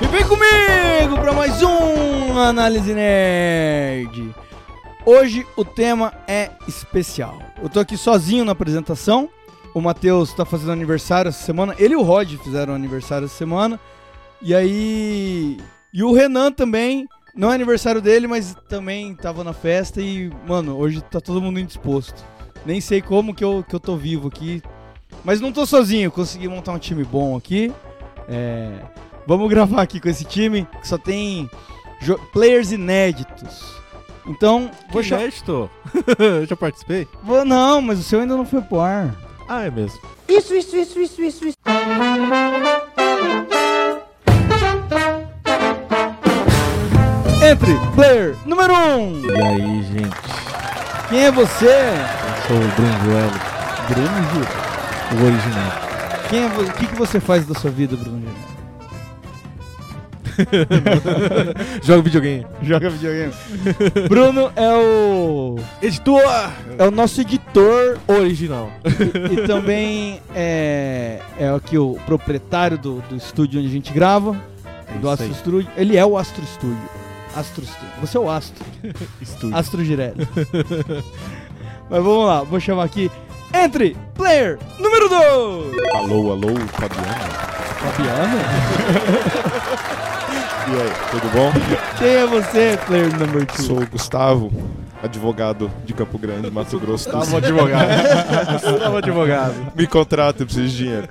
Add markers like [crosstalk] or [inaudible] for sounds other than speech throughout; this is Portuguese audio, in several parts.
E vem comigo para mais um Análise Nerd. Hoje o tema é especial. Eu tô aqui sozinho na apresentação. O Matheus tá fazendo aniversário essa semana. Ele e o Rod fizeram aniversário essa semana. E aí. E o Renan também. Não é aniversário dele, mas também tava na festa e, mano, hoje tá todo mundo indisposto. Nem sei como que eu, que eu tô vivo aqui. Mas não tô sozinho, consegui montar um time bom aqui. É, Vamos gravar aqui com esse time que só tem jo- players inéditos. Então, vou Vou chamar. inédito. [laughs] Eu já participei? Vou- Não, mas o seu ainda não foi pro ar. Ah, é mesmo. Isso, isso, isso, isso, isso, isso. Entre player número 1. Um. E aí, gente? Quem é você? Eu sou o Bruno Joelho. Bruno O original. Quem é vo... O que, que você faz da sua vida, Bruno? Guilherme? Joga videogame. Joga [laughs] videogame. Bruno é o Editor! é o nosso editor Original. e também é é aqui o proprietário do, do estúdio onde a gente grava, do Astro Studio. Ele é o Astro Studio. Astro Studio. Você é o Astro. Estúdio. Astro Girelli. [laughs] Mas vamos lá, vou chamar aqui. Entre player número 2! Alô, alô, Fabiano. Fabiano? E aí, tudo bom? Quem é você, player number 2? Sou o Gustavo, advogado de Campo Grande, Mato Grosso. do Sul. advogado. [laughs] Tava advogado. Me contrata, eu preciso de dinheiro.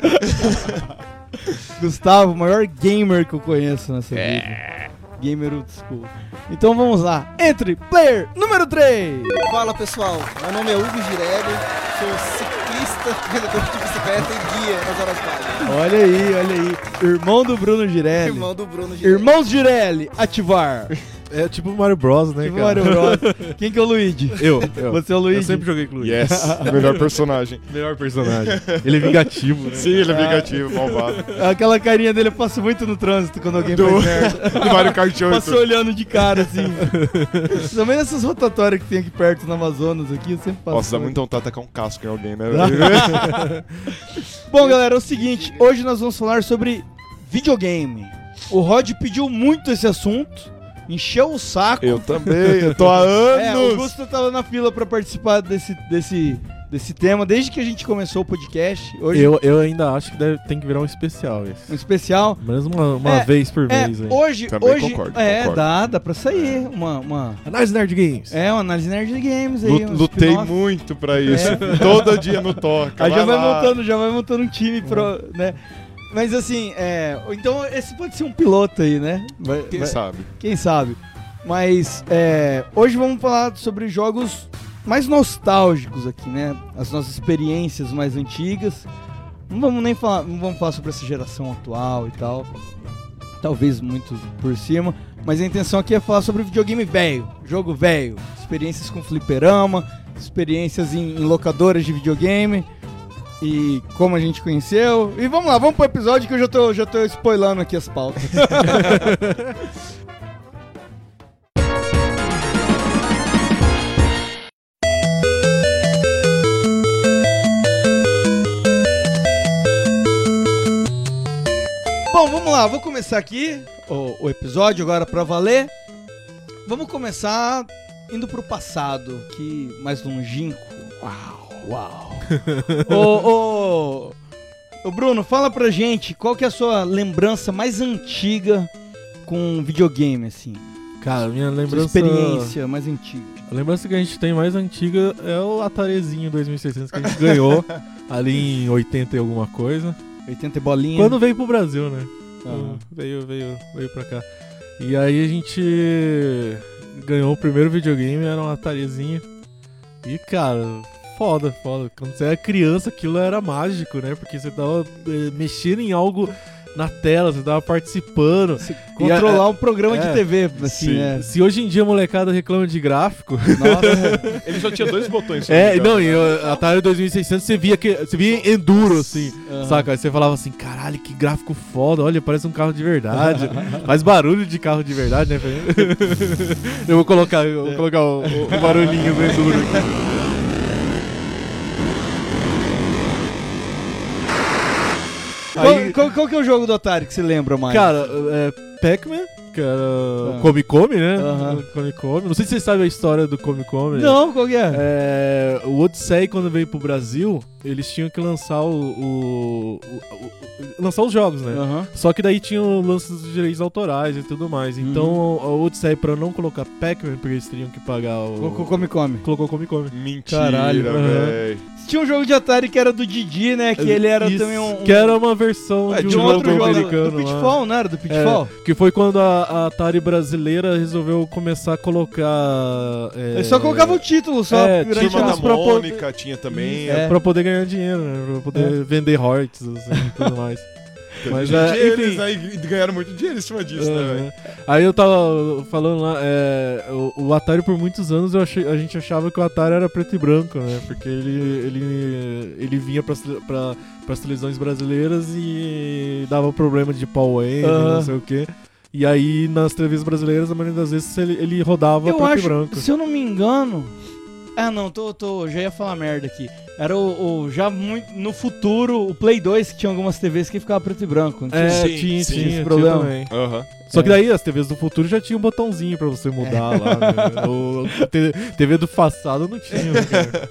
Gustavo, o maior gamer que eu conheço nessa vida. Gamer old school. Então vamos lá, entre player número 3! Fala pessoal, meu nome é Hugo Girelli, sou ciclista, [laughs] vendedor de bicicleta e guia nas horas vagas. Olha aí, olha aí. Irmão do Bruno Girelli. Irmão do Bruno Girelli. Irmãos Girelli, ativar. É tipo Mario Bros, né, Que cara? [laughs] maravilhoso. Quem que é o Luigi? Eu, eu. Você é o Luigi? Eu sempre joguei com o Luigi. Yes, melhor personagem. Melhor personagem. Ele é vingativo, né? Sim, ele é vingativo, malvado. Aquela carinha dele eu passo muito no trânsito quando alguém [laughs] Do- faz merda. é. Do Mario Kart 8. Passo olhando de cara, [laughs] assim. Também nessas rotatórias que tem aqui perto no Amazonas aqui, eu sempre passo. Nossa, dá muito vontade de tacar um casco em alguém, [laughs] né? Dá. velho? Bom, galera, é o seguinte, hoje nós vamos falar sobre videogame. O Rod pediu muito esse assunto, encheu o saco. Eu também, eu tô há É, o anos. Gusto tava na fila pra participar desse, desse, desse tema desde que a gente começou o podcast. Hoje Eu, eu ainda acho que deve, tem que virar um especial um esse. especial. Menos uma, uma É, vez por É, mês aí. hoje, Também hoje, concordo, é, concordo. dá, dá pra sair uma, uma, Análise Nerd Games. é, uma análise nerd de games aí. Lu- um Lutei spin-off. muito pra isso. É. Todo dia no toca. Aí já vai lá. Uhum. montando, já vai montando um time pro, né? Mas assim, é, então esse pode ser um piloto aí, né? Vai- Quem vai- sabe? Quem sabe? Mas é, hoje vamos falar sobre jogos mais nostálgicos aqui, né? As nossas experiências mais antigas. Não vamos nem falar, não vamos falar sobre essa geração atual e tal. Talvez muito por cima, mas a intenção aqui é falar sobre videogame velho, jogo velho, experiências com fliperama, experiências em, em locadoras de videogame e como a gente conheceu. E vamos lá, vamos pro episódio que eu já tô, já tô spoilando aqui as pautas. Bom, vamos lá, vou começar aqui o, o episódio agora pra valer. Vamos começar indo pro passado, que mais longínquo. [laughs] Uau, uau. ô, ô, ô, Bruno, fala pra gente qual que é a sua lembrança mais antiga com videogame, assim. Cara, minha Sua lembrança. experiência mais antiga. A lembrança que a gente tem mais antiga é o Atarezinho 2600 que a [laughs] gente ganhou ali em 80 e alguma coisa. 80 e bolinha. Quando veio pro Brasil, né? Aham. Veio, veio, veio pra cá. E aí a gente ganhou o primeiro videogame, era um Atarezinho. E cara, foda, foda. Quando você era criança, aquilo era mágico, né? Porque você tava eh, mexendo em algo na tela, você tava participando. Você controlar um programa de é, TV, assim, sim. [laughs] né? Se hoje em dia a molecada reclama [laughs] de gráfico, Nossa, Ele só tinha dois botões. É, não, e o Atari 2600 você via que você via enduro assim. aham. Saca? Aí você falava assim, caralho, que gráfico foda, olha, parece um carro de [laughs] verdade. Faz barulho de carro de verdade, né? [laughs] Eu vou colocar, eu vou colocar o, o- o barulhinho do enduro aqui. Qual- Aí- qual, qual que é o jogo do Atari que você lembra mais? [laughs] Cara, é, Pac-Man, que era Ah. o Come Come, né? Aham. O Come Come. Não sei se vocês sabem a história do Come Come. Não, qual que é? É, o Odyssey, quando veio pro Brasil, eles tinham que lançar o. o- o- o- o- lançar os jogos, né? Aham. Só que daí tinha o lance dos direitos autorais e tudo mais. Então o Odyssey, pra não colocar Pac-Man, porque eles teriam que pagar o. Co- co- Come, come. Colocou né? Come Come. Mentira, Caralho, aham. velho. Tinha um jogo de Atari que era do Didi, né? Que ele era Isso, também um. um- Que era uma versão É, de, de um um outro jogo jogo. americano. Do lá. Pitfall, não era? Do É, Pitfall? que foi quando a, a Atari brasileira resolveu começar a colocar. É, Ele só colocava o título, só. É, grande Turma da chance. propo- Hum, Mônica tinha também. É. Pra poder ganhar dinheiro, né? Pra poder vender hearts assim, e tudo [laughs] mais. Mas, é, E eles enfim. aí ganharam muito dinheiro em cima disso, né, velho? Aham. Aí eu tava falando lá, é, o, o Atari por muitos anos eu achei- a gente achava que o Atari era preto e branco, né? Porque ele, ele, ele vinha pras, tele- pra, pras televisões brasileiras e dava problema de pau Wayne, Aham. não sei o quê. E aí nas televisões brasileiras, a maioria das vezes, ele, ele rodava Eu preto acho, e branco. se eu não me engano. Ah, não, tô, tô, já ia falar merda aqui. Era o, o- já muito no futuro, o Play 2 que tinha algumas TVs que ficava preto e branco. não tinha? É, Sim, tinha, sim. tinha Esse tinha problema. também. Aham. Só que É. daí as TVs do futuro já tinha um botãozinho pra você É. mudar lá. né? O a T- TV do passado não tinha, né, cara.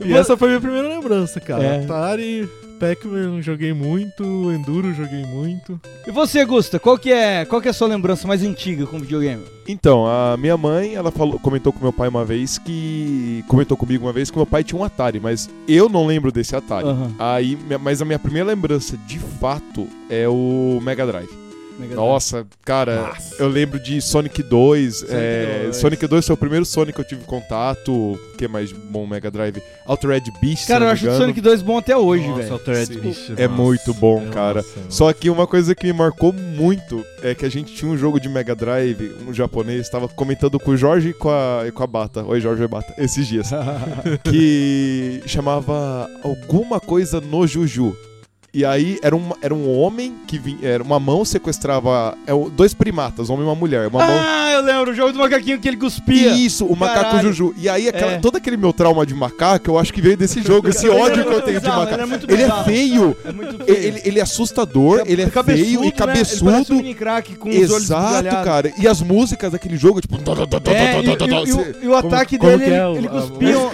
E Mas- essa foi a minha primeira lembrança, cara. É. Atari, Pac-Man joguei muito, Enduro joguei muito. E você, Gusta, qual que é, qual que é a sua lembrança mais antiga com videogame? Então, a minha mãe, ela falou, comentou com meu pai uma vez que. Comentou comigo uma vez que meu pai tinha um Atari, mas eu não lembro desse Atari. Aham. Aí, minha- mas a minha primeira lembrança, de fato, é o Mega Drive. Mega Drive. Nossa, cara, eu lembro de Sonic 2. Sonic, é, 2. Sonic 2 foi o primeiro Sonic que eu tive contato. O que mais bom Mega Drive? Altered Beast, se Cara, eu não me acho o engano. Sonic 2 bom até hoje, Nossa, velho. Altered Sim. Beast, É muito bom, cara. nossa. Só que uma coisa que me marcou muito é que a gente tinha um jogo de Mega Drive, um japonês, estava comentando com o Jorge e com a, e com a Bata. Oi, Jorge e Bata, esses [laughs] dias. que chamava alguma coisa no Juju. E aí era um, era um homem que vinha. Era uma mão sequestrava. É, o- dois primatas, um homem e uma mulher. Uma mão Ah, eu lembro, o jogo do macaquinho que ele cuspia. Isso, o macaco Caralho. Juju. E aí, aquela- É. todo aquele meu trauma de macaco, eu acho que veio desse jogo, esse Ele era ódio que eu muito tenho de bizarro, macaco. ele Ele era é, muito bizarro. feio, É muito feio. ele, ele é assustador, ele é feio e Né? Ele parece um cabeçudo. mini crack com os olhos Exato, esbugalhados. cara. E as músicas daquele jogo, tipo. É, e, e- e o- e o Como- ataque como dele, que é ele, o- ele a- cuspia um-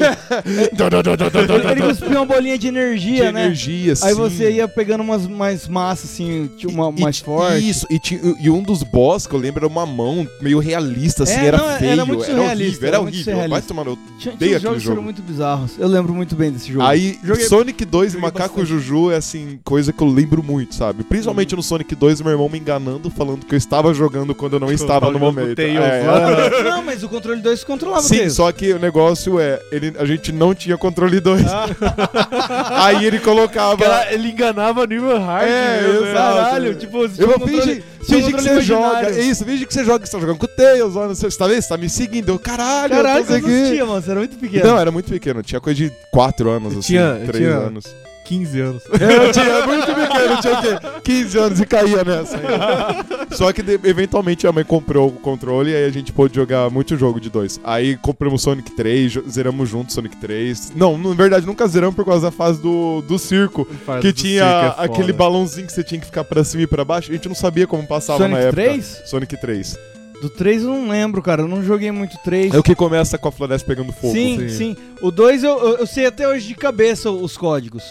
Tá, ele, ele cuspia uma bolinha de De energia, né? energia, Aí assim. você ia pegando umas mais massas, assim, tinha uma E- mais e- forte. Isso, e, ti- e um dos boss que eu lembro era uma mão meio realista, assim, É, era não, era feio, muito era, surrealista, era horrível, era muito horrível. Vai surrealista. tomar no. Tinha, tinha uns Odeio aquele jogos que jogo. eram muito bizarros. Eu lembro muito bem desse jogo. Aí, Joguei- Sonic 2 e joguei Macaco bastante. Juju é assim, coisa que eu lembro muito, sabe? Principalmente no Sonic 2, meu irmão me enganando, falando que eu estava jogando quando eu não estava no jogando momento. Tails É, lá. é. Ah. Não, mas o controle 2 controlava o Sim, Tails. só que o negócio é, ele, a gente não tinha controle 2. Ah. [laughs] Aí ele colocava. Cara, ele enganava nível hard. né? É, meu Deus. exato. Caralho, tipo, você eu tinha um vou controle- fingir, tinha um fingir que controle você joga. imaginário. É isso, finge que você joga, que você tá jogando com o Tails lá, não sei, você tá vendo? Você tá me seguindo. Eu, caralho, Caralho, eu tô você aqui. assistia, mano. Você era muito pequeno. Não, é, era muito pequeno, tinha coisa de 4 anos, Eu assim, tinha- eu 3 tinha- anos. 15 anos. Eu tinha era muito pequeno, tinha o quê? 15 anos e caía nessa. aí. [laughs] Só que de- eventualmente a mãe comprou o controle e aí a gente pôde jogar muito jogo de dois. Aí compramos Sonic 3, jo- zeramos juntos Sonic 3. Não, na verdade nunca zeramos por causa da fase do, do circo. Que é é tinha aquele balãozinho que você tinha que ficar pra cima e pra baixo. A gente não sabia como passava na Sonic época. 3? Sonic 3. Do 3 eu não lembro, cara. Eu não joguei muito 3. É o que começa com a floresta pegando fogo. Sim, sim. sim. O 2 eu, eu, eu sei até hoje de cabeça os códigos.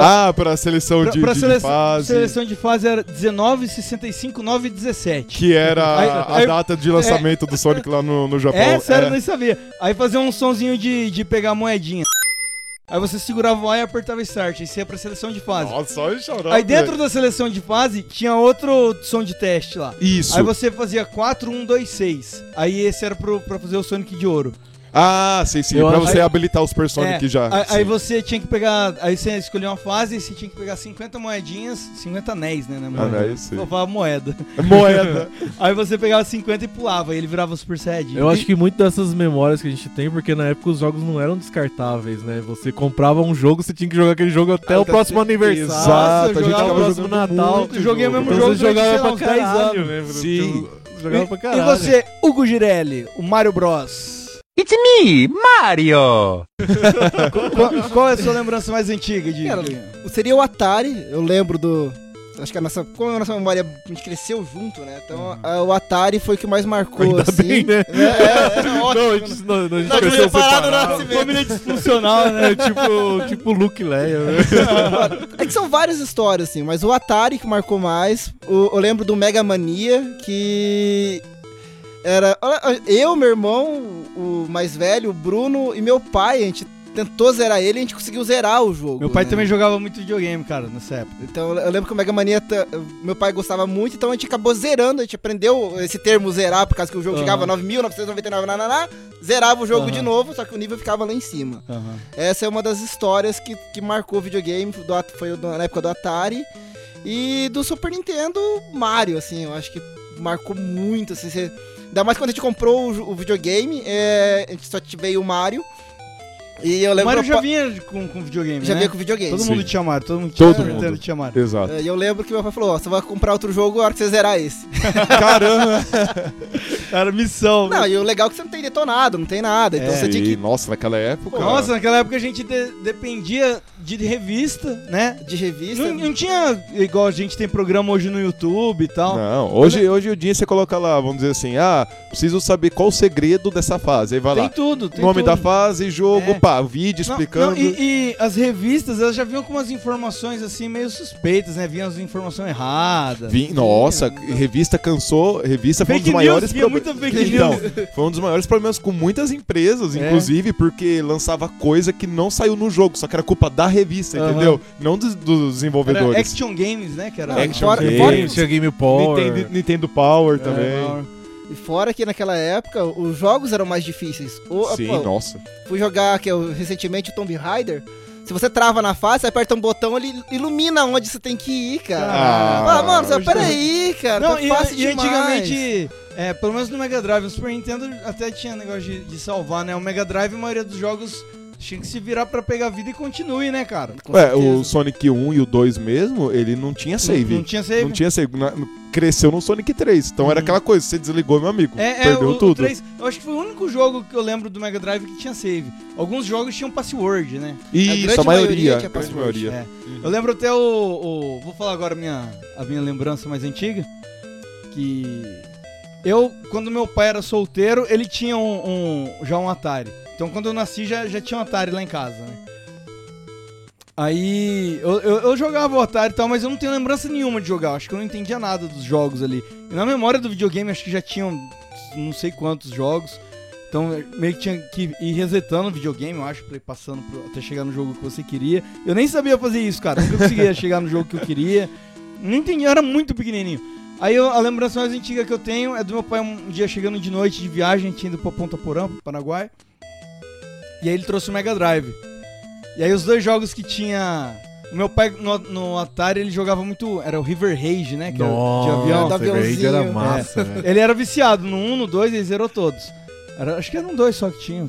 ah, pra seleção Pra, de, pra de- de seleção, fase. seleção de fase era 19, 65, 9 e 17. Que era Aí- a aí- data de lançamento do Sonic lá no, no Japão. É, sério, É. eu nem sabia. Aí fazia um sonzinho de, de pegar a moedinha. Aí você segurava o A e apertava start. Aí você ia pra seleção de fase. Nossa, olha o chorão. Aí dentro da seleção de fase tinha outro som de teste lá. Isso. Aí você fazia 4, 1, 2, 6. Aí esse era pro, pra fazer o Sonic de ouro. Ah, sim, sim. Eu pra acho- você habilitar os Personic É, já. Aí, sim. aí você tinha que pegar. Aí você escolhia uma fase e você tinha que pegar 50 moedinhas, 50 anéis, né? né Ah, moeda? não, é isso aí. Eu falava moeda. [laughs] Moeda. Aí você pegava 50 e pulava, e ele virava Super Saiyajin. Eu acho que muito dessas memórias que a gente tem, porque na época os jogos não eram descartáveis, né? Você comprava um jogo, você tinha que jogar aquele jogo até o próximo aniversário. Nossa, Exato, a eu gente jogava tava próximo jogando Natal. muito Joguei o jogo. mesmo Então jogo você jogava durante, pra sei lá, uns 10 caralho, anos. né? Sim. Jogava E- pra E caralho. você, é Hugo Girelli, o Mario Bros. It's me, Mario! Qual, qual é a sua lembrança mais antiga de. Cara, Seria o Atari, eu lembro do. acho que a nossa, como a nossa memória a gente cresceu junto, né? Então a- o Atari foi o que mais marcou, Uhum. Ainda assim. bem, né? É, é, é, [laughs] ótimo. Não, a gente não, não, a gente Nós cresceu separado, nós separado. se vê. Família disfuncional, [laughs] né? É tipo, tipo Luke e Leia, né? É que são várias histórias, assim, mas o Atari que marcou mais. O- eu lembro do Mega Mania, que era. Eu, meu irmão, o mais velho, o Bruno e meu pai, a gente tentou zerar ele e a gente conseguiu zerar o jogo. Meu pai né? também jogava muito videogame, cara, nessa época. Então eu lembro que o Mega Mania, ta- meu pai gostava muito, então a gente acabou zerando, a gente aprendeu esse termo zerar, por causa que o jogo Aham. chegava a 9.999, nananá, zerava o jogo Aham. de novo, só que o nível ficava lá em cima. Essa é uma das histórias que, que marcou o videogame, do At- foi do- na época do Atari. E do Super Nintendo, Mario, assim, eu acho que marcou muito, assim, você... Ainda mais quando a gente comprou o, jo- o videogame, é, a gente só veio o Mario. E eu O lembro... Mario que já meu pa- vinha com, com videogame, já né? veio com o videogame. Todo Sim. mundo te amar, todo mundo te amar, Todo Nintendo mundo. te amar. Exato. [laughs] É, E eu lembro que meu pai falou, ó, você vai comprar outro jogo a hora que você zerar esse. Caramba! Era missão. né? Não, e o legal é que você não tem detonado, não tem nada, então É, você tinha E, que... Nossa, naquela é, época. Nossa, naquela época a gente de- dependia de revista, né? De revista... Não, não tinha igual a gente tem programa hoje no YouTube e tal. Não, é- hoje, hoje o dia você coloca lá, vamos dizer assim, ah, preciso saber qual o segredo dessa fase. Aí vai Tem lá, tudo, tem nome tudo. da fase, jogo, É. pá, vídeo Não, explicando. não, e, e as revistas, elas já vinham com umas informações assim meio suspeitas, né? Vinham as informações erradas. Vim- nossa, revista cansou, revista foi um é. Fake dos news, maiores tinha proble- muita fake Então, news. foi um dos maiores problemas com muitas empresas, É. inclusive, porque lançava coisa que não saiu no jogo, só que era culpa da revista, Aham. entendeu? Não dos, dos Era desenvolvedores. Action Games, né? Que era Não, Action fora- Games. fora- Games. Tinha Game Power. Nintendo, né, Nintendo Power É. também. Era- E fora que naquela época os jogos eram mais difíceis. O, Sim, pô, nossa. fui jogar que eu, recentemente o Tomb Raider. Se você trava na face, aperta um botão, ele ilumina onde você tem que ir, cara. Ah, Ah, mano, você, hoje peraí, cara. Não, tá e, fácil e demais. antigamente, é, pelo menos no Mega Drive, o Super Nintendo até tinha negócio de, de salvar, né? O Mega Drive, a maioria dos jogos tinha que se virar pra pegar vida e continue, né, cara? Com Ué, certeza. É, o Sonic 1 e o 2 mesmo, ele não tinha save. Não, não tinha save. Não tinha save. Na- no- cresceu no Sonic 3. Então era Uhum. aquela coisa, você desligou, meu amigo. É, é, perdeu o, tudo. O 3, eu acho que foi o único jogo que eu lembro do Mega Drive que tinha save. Alguns jogos tinham password, né? A Isso, grande a maioria. maioria A tinha grande password. maioria. É. Eu lembro até o, o- Vou falar agora a minha, a minha lembrança mais antiga. Que. Eu, quando meu pai era solteiro, ele tinha um, um- já um Atari. Então quando eu nasci já, já tinha um Atari lá em casa, né? Aí eu, eu, eu jogava o Atari e tal, mas eu não tenho lembrança nenhuma de jogar. Acho que eu não entendia nada dos jogos ali. E na memória do videogame acho que já tinham não sei quantos jogos. Então meio que tinha que ir resetando o videogame, eu acho, pra ir passando pro- até chegar no jogo que você queria. Eu nem sabia fazer isso, cara. Nunca [laughs] conseguia chegar no jogo que eu queria. Não entendi, eu era muito pequenininho. Aí eu- a lembrança mais antiga que eu tenho é do meu pai um dia chegando de noite de viagem, tinha ido pra Ponta Porã, pro Paraguai. E aí ele trouxe o Mega Drive. E aí os dois jogos que tinha. O meu pai no, no Atari ele jogava muito. Era o River Rage, né? Que era de né? avião. Nossa, de aviãozinho. Raid era É. massa, velho. Ele era viciado no 1, no 2, ele zerou todos. Era- acho que eram dois só que tinha.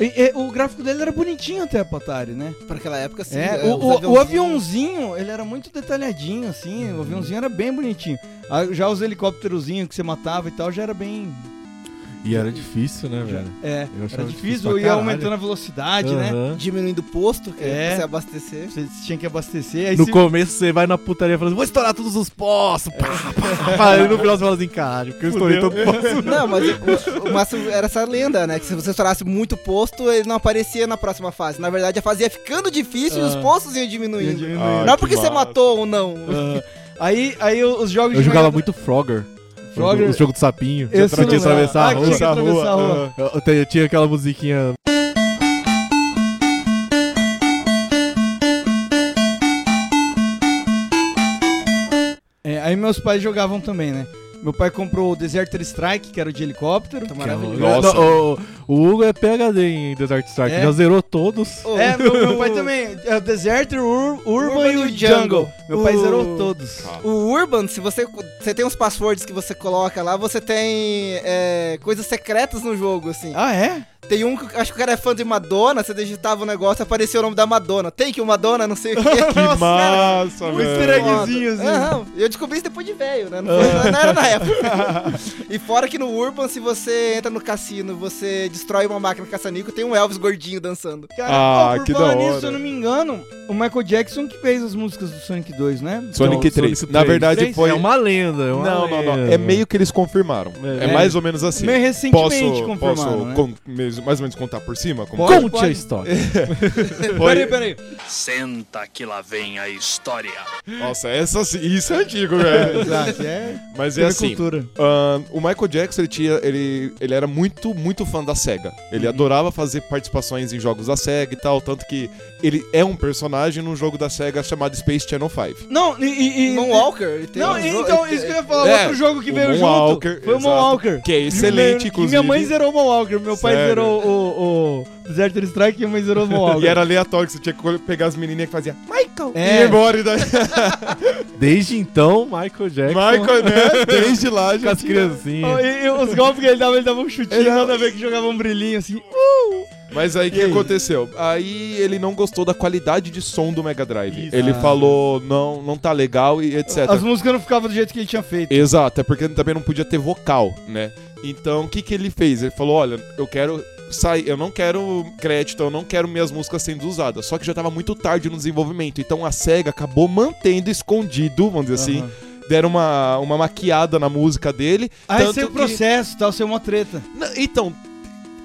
E, e o gráfico dele era bonitinho até pro Atari, né? Pra aquela época, sim. É, né, o, os o- o aviãozinhos. aviãozinho, ele era muito detalhadinho, assim. O aviãozinho era bem bonitinho. Ah, Já os helicópterozinhos que você matava e tal, já era bem. E era difícil, né, velho? É, Eu era achava difícil difícil, pra ia caralho. aumentando a velocidade, né? Aham. Diminuindo o posto, que É. é. pra você abastecer. Você tinha que abastecer. Aí No você- começo você vai na putaria falando, vou estourar todos os poços. É. Pá, pá, pá. Aí no final você fala assim, caralho, porque eu estourei todo o [laughs] poço. Não, mas o, o máximo era essa lenda, né? Que se você estourasse muito posto, ele não aparecia na próxima fase. Na verdade, a fase ia ficando difícil e os Ah. postos iam diminuindo. Ah, não é que porque você massa. matou ou não. Ah, aí, aí os jogos Eu de jogava Mega- muito Frogger. Frogger. O, o jogo do sapinho. Eu Você tinha sei que atravessar a lá. Ah, tinha rua. Ah. que atravessar a rua. Eu, eu te- eu tinha aquela musiquinha. É, aí meus pais jogavam também, né? Meu pai comprou o Deserter Strike, que era o de helicóptero. Tá que é o- maravilhoso. Nossa. Não, O, o Hugo é PHD em Desert Strike. É. Já zerou todos. Ô, [laughs] É, meu, meu pai também. É o Deserter, o Ur- Urban, e o Jungle. Meu pai O- zerou todos. O Urban, se você, você tem uns passwords que você coloca lá, você tem é, coisas secretas no jogo, assim. Ah, é? Tem um que acho que o cara é fã de Madonna, você digitava o negócio, apareceu o nome da Madonna. Tem que uma Madonna, não sei o que. [laughs] Que massa, Um easter velho. eggzinho, assim. Ah. Aham, eu descobri isso depois de velho, né? Não, foi- não era [laughs] na época. e fora que no Urban, se você entra no cassino, você destrói uma máquina caça-níquel, tem um Elvis gordinho dançando. Cara, Ah, ó, por que falar da hora. nisso, se eu não me engano, o Michael Jackson que fez as músicas do Sonic 2, né? Sonic Então, 3. Sonic Na 3. verdade Três? foi. É uma lenda, é uma Não, não, não. lenda. É meio que eles confirmaram. É, É. mais ou menos assim. Meio recentemente posso, confirmaram, posso né? con- mes- mais ou menos contar por cima? Como Pode, Conte pode. a história. Peraí, peraí. Senta que lá vem a história. Nossa, essa, sim- isso é antigo, [laughs] velho. Exato, é Mas é pela assim, cultura. ah, o Michael Jackson, ele, tinha, ele, ele era muito, muito fã da SEGA. Ele Uhum. adorava fazer participações em jogos da SEGA e tal, tanto que ele é um personagem num jogo da SEGA chamado Space Channel 5. Não, e... e, e Moonwalker. Tem não, um e- jogo- então, isso que eu ia falar, É, outro jogo que o veio Moonwalker, junto foi o exato. Moonwalker. Que é excelente, Que Minha mãe inclusive. zerou o Moonwalker, meu pai Sério? zerou o, o, o Deserter Strike e minha mãe zerou o Moonwalker. E era aleatório, que você tinha que pegar as menininhas que faziam Michael! E É. ir embora, e daí... Desde então, Michael Jackson. Michael, né? [laughs] Desde lá com já as criancinhas. Ó, e- e os golpes que ele dava, ele dava um chutinho, Ele dava- né? nada a ver que jogava um brilhinho assim. Mas aí o que aconteceu? Aí ele não gostou da qualidade de som do Mega Drive. Ele Ah. falou, não, não tá legal e etc. As músicas não ficavam do jeito que ele tinha feito. Exato, é porque também não podia ter vocal, né? Então o que, que ele fez? Ele falou, olha, eu quero sair, eu não quero crédito, eu não quero minhas músicas sendo usadas. Só que já tava muito tarde no desenvolvimento, então a SEGA acabou mantendo escondido, vamos dizer assim. Aham. Deram uma, uma maquiada na música dele. Aí tanto seu que- é processo, tal, ser uma treta. Não, então,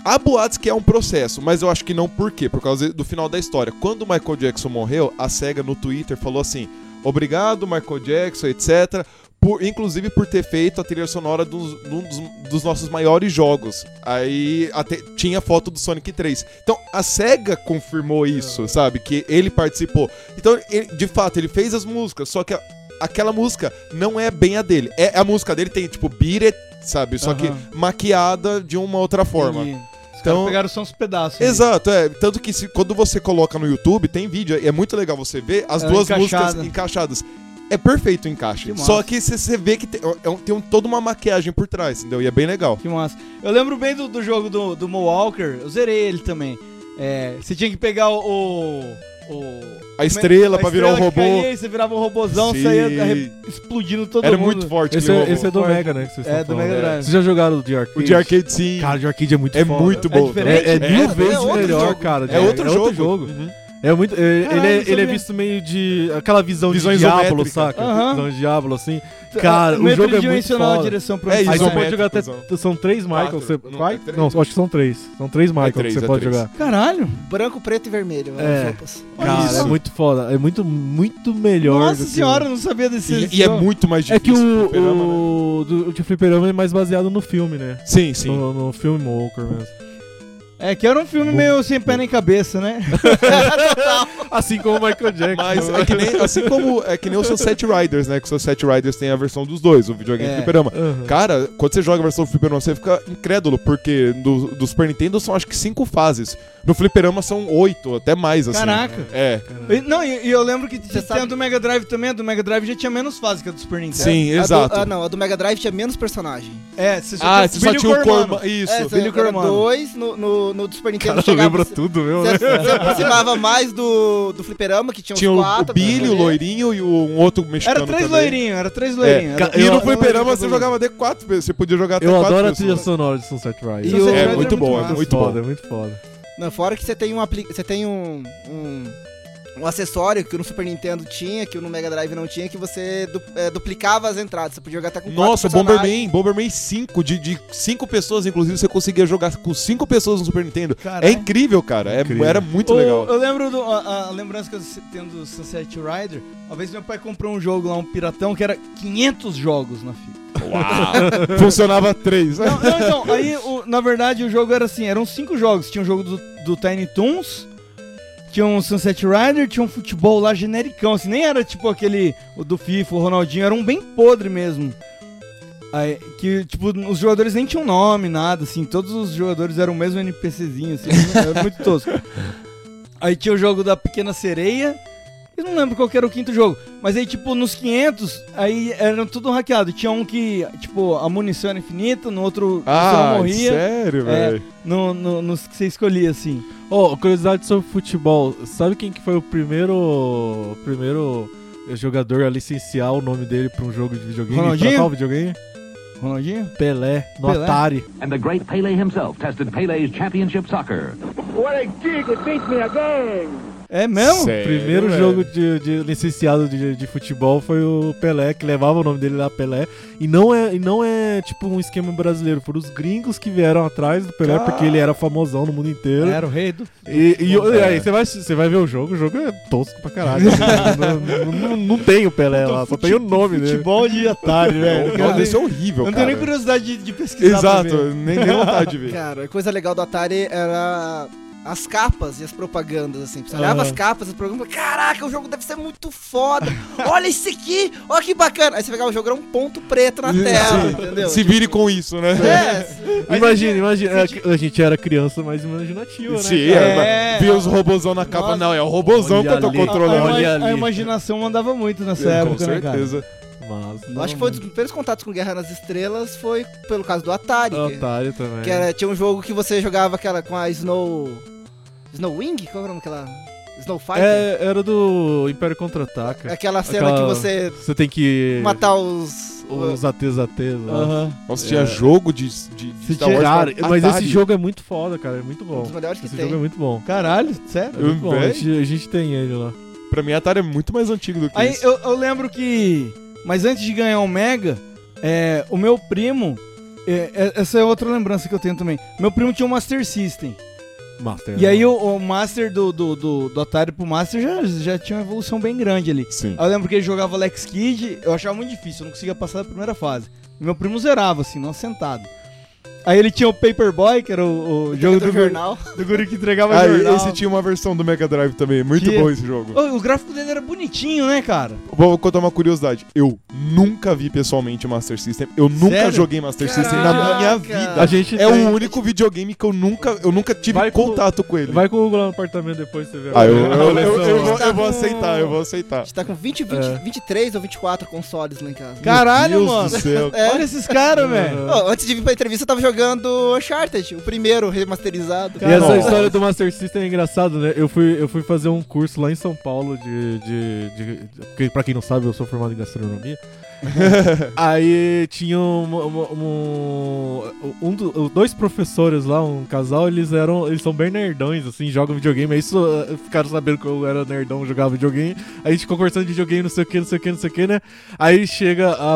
há boatos que é um processo, mas eu acho que não por quê? Por causa do final da história. Quando o Michael Jackson morreu, a SEGA no Twitter falou assim: Obrigado, Michael Jackson, etc. Por, inclusive por ter feito a trilha sonora dos- de um dos, dos nossos maiores jogos. Aí até tinha foto do Sonic 3. Então a SEGA confirmou isso, sabe? Que ele participou. Então, ele- de fato, ele fez as músicas, só que a- aquela música não é bem a dele. É, a música dele tem tipo Beat It, sabe? Só que Aham. maquiada de uma outra forma. Entendi. Os Então- caras pegaram só uns pedaços. né? Exato, é. Tanto que se- quando você coloca no YouTube, tem vídeo, e é muito legal você ver as Ela duas É, encaixada. músicas encaixadas. É perfeito o encaixe. Que Só massa. que você- você vê que tem, é um- tem um- toda uma maquiagem por trás, entendeu? E é bem legal. Que massa. Eu lembro bem do, do jogo do, do Moonwalker, eu zerei ele também. É, você tinha que pegar o. o, o- A estrela a pra virar um estrela que robô. caía e você virava um robôzão, Sim. saía arre- explodindo todo Era mundo. muito forte Esse, aquele é, robô. esse é do Forte. Mega, né? Que vocês É, estão do Mega falando. Drive. Vocês já jogaram o de arcade? O de arcade sim. Cara, o de arcade é muito é foda. muito bom. diferente. também. É, é mil É, é vezes outro melhor, jogo. cara. É outro jogo. Uhum. É muito. é- ele, Caralho, é, não ele é sabia. visto meio de. aquela visão Visão de diabo, isométrica. saca? Aham. Visão de diabo, assim. Cara, o Metro jogo é muito dimensional a foda. direção pra É você. Aí você isométrico, pode jogar até. isométrico. São três Michael. Quatro. Você, Não, vai? é três. não, acho que são três. São três Michael três, que você é pode três. jogar. Caralho. Branco, preto e vermelho, É. né? as roupas. Olha Cara, isso. é muito foda. É muito, muito melhor. do Nossa que o- senhora, eu não sabia desse. E, desse e é jogo. muito mais É que difícil. o, fliperama, né? o, do, o de fliperama é mais baseado no filme, né? Sim, sim. No, no filme Walker mesmo. É que era um filme meio sem pé nem cabeça, né? Assim como o Michael Jackson. né? Mas é que nem, assim como é que nem o seu Set Riders, né? Que o seu Set Riders tem a versão dos dois, o videogame É. do fliperama. Aham. Cara, quando você joga a versão do fliperama, você fica incrédulo, porque do, do Super Nintendo são acho que cinco fases. No fliperama são oito, até mais, assim. Caraca. É, E- não, e, e eu lembro que você tem sabe- a do Mega Drive também, a do Mega Drive já tinha menos fase que a do Super Nintendo. sim, A do- exato. ah, não, a do Mega Drive tinha menos personagem. É, você só ah, você só Billy tinha o Cormano. Corma. Isso. É, Billy era Cormano. dois, no, no, no do Super Nintendo Cara, chegava- lembra tudo, meu, né? Você você aproximava mais do, do fliperama, que tinha uns Tinha o, quatro. né? o Billy, o loirinho e o, um outro mexicano Era três também. É, loirinhos, era três loirinhos. Ca- Era- E Eu- no fliperama você jogava até quatro pessoas. Você podia jogar até Eu quatro adoro a trilha pessoas. né? sonora de Sunset Rise. E Sunset o- Rise é muito bom, é massa. muito bom. foda, É muito foda. Não, fora que você tem um apli- você tem um, um um acessório que no Super Nintendo tinha, que no Mega Drive não tinha, que você du- é, duplicava as entradas. Você podia jogar até com quatro Nossa, personagens. Bomberman, Bomberman 5, de, de cinco pessoas, inclusive, você conseguia jogar com cinco pessoas no Super Nintendo. Caralho. É incrível, cara. É- Incrível. era muito O- legal. Eu lembro do, a, a lembrança que eu se- tenho do Sunset Rider. Uma vez meu pai comprou um jogo lá, um piratão, que era 500 jogos na fita. Uau. Funcionava três. Não, não, não. Aí, o- na verdade, o jogo era assim: eram cinco jogos. Tinha um jogo do, do Tiny Toons, tinha um Sunset Rider, tinha um futebol lá genericão. Assim, nem era tipo aquele o do FIFA, o Ronaldinho, era um bem podre mesmo. Aí, que, tipo, os jogadores nem tinham nome, nada, assim. Todos os jogadores eram o mesmo [laughs] NPCzinho, assim. era muito tosco. Aí tinha o jogo da Pequena Sereia. Eu não lembro qual que era o quinto jogo. Mas aí, tipo, nos 500, aí eram tudo hackeado. Tinha um que, tipo, a munição era infinita, no outro Ah, só morria. sério, É. velho? No, no- nos que você escolhia, assim. Ó, curiosidade sobre futebol. Sabe quem que foi o primeiro primeiro jogador a licenciar o nome dele pra um jogo de videogame? Ronaldinho? Pra qual videogame? Ronaldinho? Pelé, no Pelé? Atari. And the great Pele himself tested Pele's championship soccer. É mesmo? Sério, primeiro velho? jogo de, de licenciado de, de futebol foi o Pelé, que levava o nome dele lá, Pelé. E não é, e não é tipo um esquema brasileiro, foram os gringos que vieram atrás do Pelé, porque ele era famosão no mundo inteiro. Era o rei do... E, e- e aí, É. você vai, você vai ver o jogo, o jogo é tosco pra caralho. [laughs] não, não- não tem o Pelé lá, só tem o nome dele. Futebol de Atari, [laughs] velho. O nome desse é horrível, Eu não cara. tenho nem curiosidade de, de pesquisar. pra ver. Exato, nem, nem [laughs] vontade de ver. Cara, a coisa legal do Atari era as capas e as propagandas, assim. Você olhava Aham. as capas, as propagandas, caraca, o jogo deve ser muito foda. [laughs] Olha esse aqui, olha que bacana. Aí você pegava o jogo, era um ponto preto na tela, entendeu? Tipo, Se vire com isso, né? É, Imagina, imagina. é, A gente era criança mais imaginativa, né? Sim, cara? É. viu os robozão na capa. Nossa. Não, é o robozão que eu tô Olha ali. A, controlando. Olha ima- a ali. imaginação mandava muito nessa Com época, né, cara? certeza. Mas. eu acho que foi um dos primeiros contatos com Guerra nas Estrelas foi pelo caso do Atari. não, que- é Otário também. É, Que era, tinha um jogo que você jogava aquela com a Snow. Snow Wing? Qual era o nome daquela? Snow Fighter? É, era do Império Contra-Ataca. aquela cena que aquela- você Você tem que. matar os. os ATs ATs lá. Aham. Nossa, É. tinha jogo de, de, de Se Star Wars tirar- pra mas Atari. esse jogo é muito foda, cara. É muito um bom. dos melhores que Esse tem. jogo é muito bom. Caralho, É sério? muito bom. A Véi. gente, a gente tem ele lá. Pra mim, Atari é muito mais antigo do que Aí isso. eu, eu lembro que. Mas antes de ganhar o Mega, é, o meu primo. é, é, essa é outra lembrança que eu tenho também. Meu primo tinha um Master System. Master. E aí o, o Master do, do, do, do Atari pro Master já, já tinha uma evolução bem grande ali. Sim. Aí Eu lembro que ele jogava Lex Kid, eu achava muito difícil, eu não conseguia passar da primeira fase. E meu primo zerava, assim, não sentado. Aí ele tinha o Paperboy, que era o, o é jogo do, do jornal. jornal. do guri que entregava Ah, e jornal. esse tinha uma versão do Mega Drive também. Muito Tinha. bom esse jogo. Ô, O gráfico dele era bonitinho, né, cara? Vou contar uma curiosidade. Eu nunca vi pessoalmente o Master System. Eu nunca Sério? joguei Master System assim, na Caraca. minha vida. né? A gente É tem- o único videogame que eu nunca, eu nunca tive Vai com- contato com ele. Vai com o Google lá no apartamento depois você vê. Ah, eu, a eu, eu, coleção eu, eu lá. vou, eu vou aceitar, eu vou A aceitar. gente tá com 20, 20, É. 23 ou 24 consoles lá em casa. Caralho, Meu Deus mano. do céu. É. Olha esses [laughs] caras, velho. Uhum. Ô, antes de vir pra entrevista, eu tava jogando Uncharted, o primeiro remasterizado. E essa Nossa. história do Master System é engraçada, né? Eu fui, eu fui fazer um curso lá em São Paulo de. de, de, de- porque, pra quem não sabe, eu sou formado em gastronomia. Aí tinha um. um, um do- dois professores lá, um casal, eles eram. Eles são bem nerdões, assim, jogam videogame. Aí isso, eh, ficaram sabendo que eu era nerdão, jogava videogame. Aí a gente ficou conversando de videogame, não sei o que, não sei o que, não sei o que, né? Aí chega a,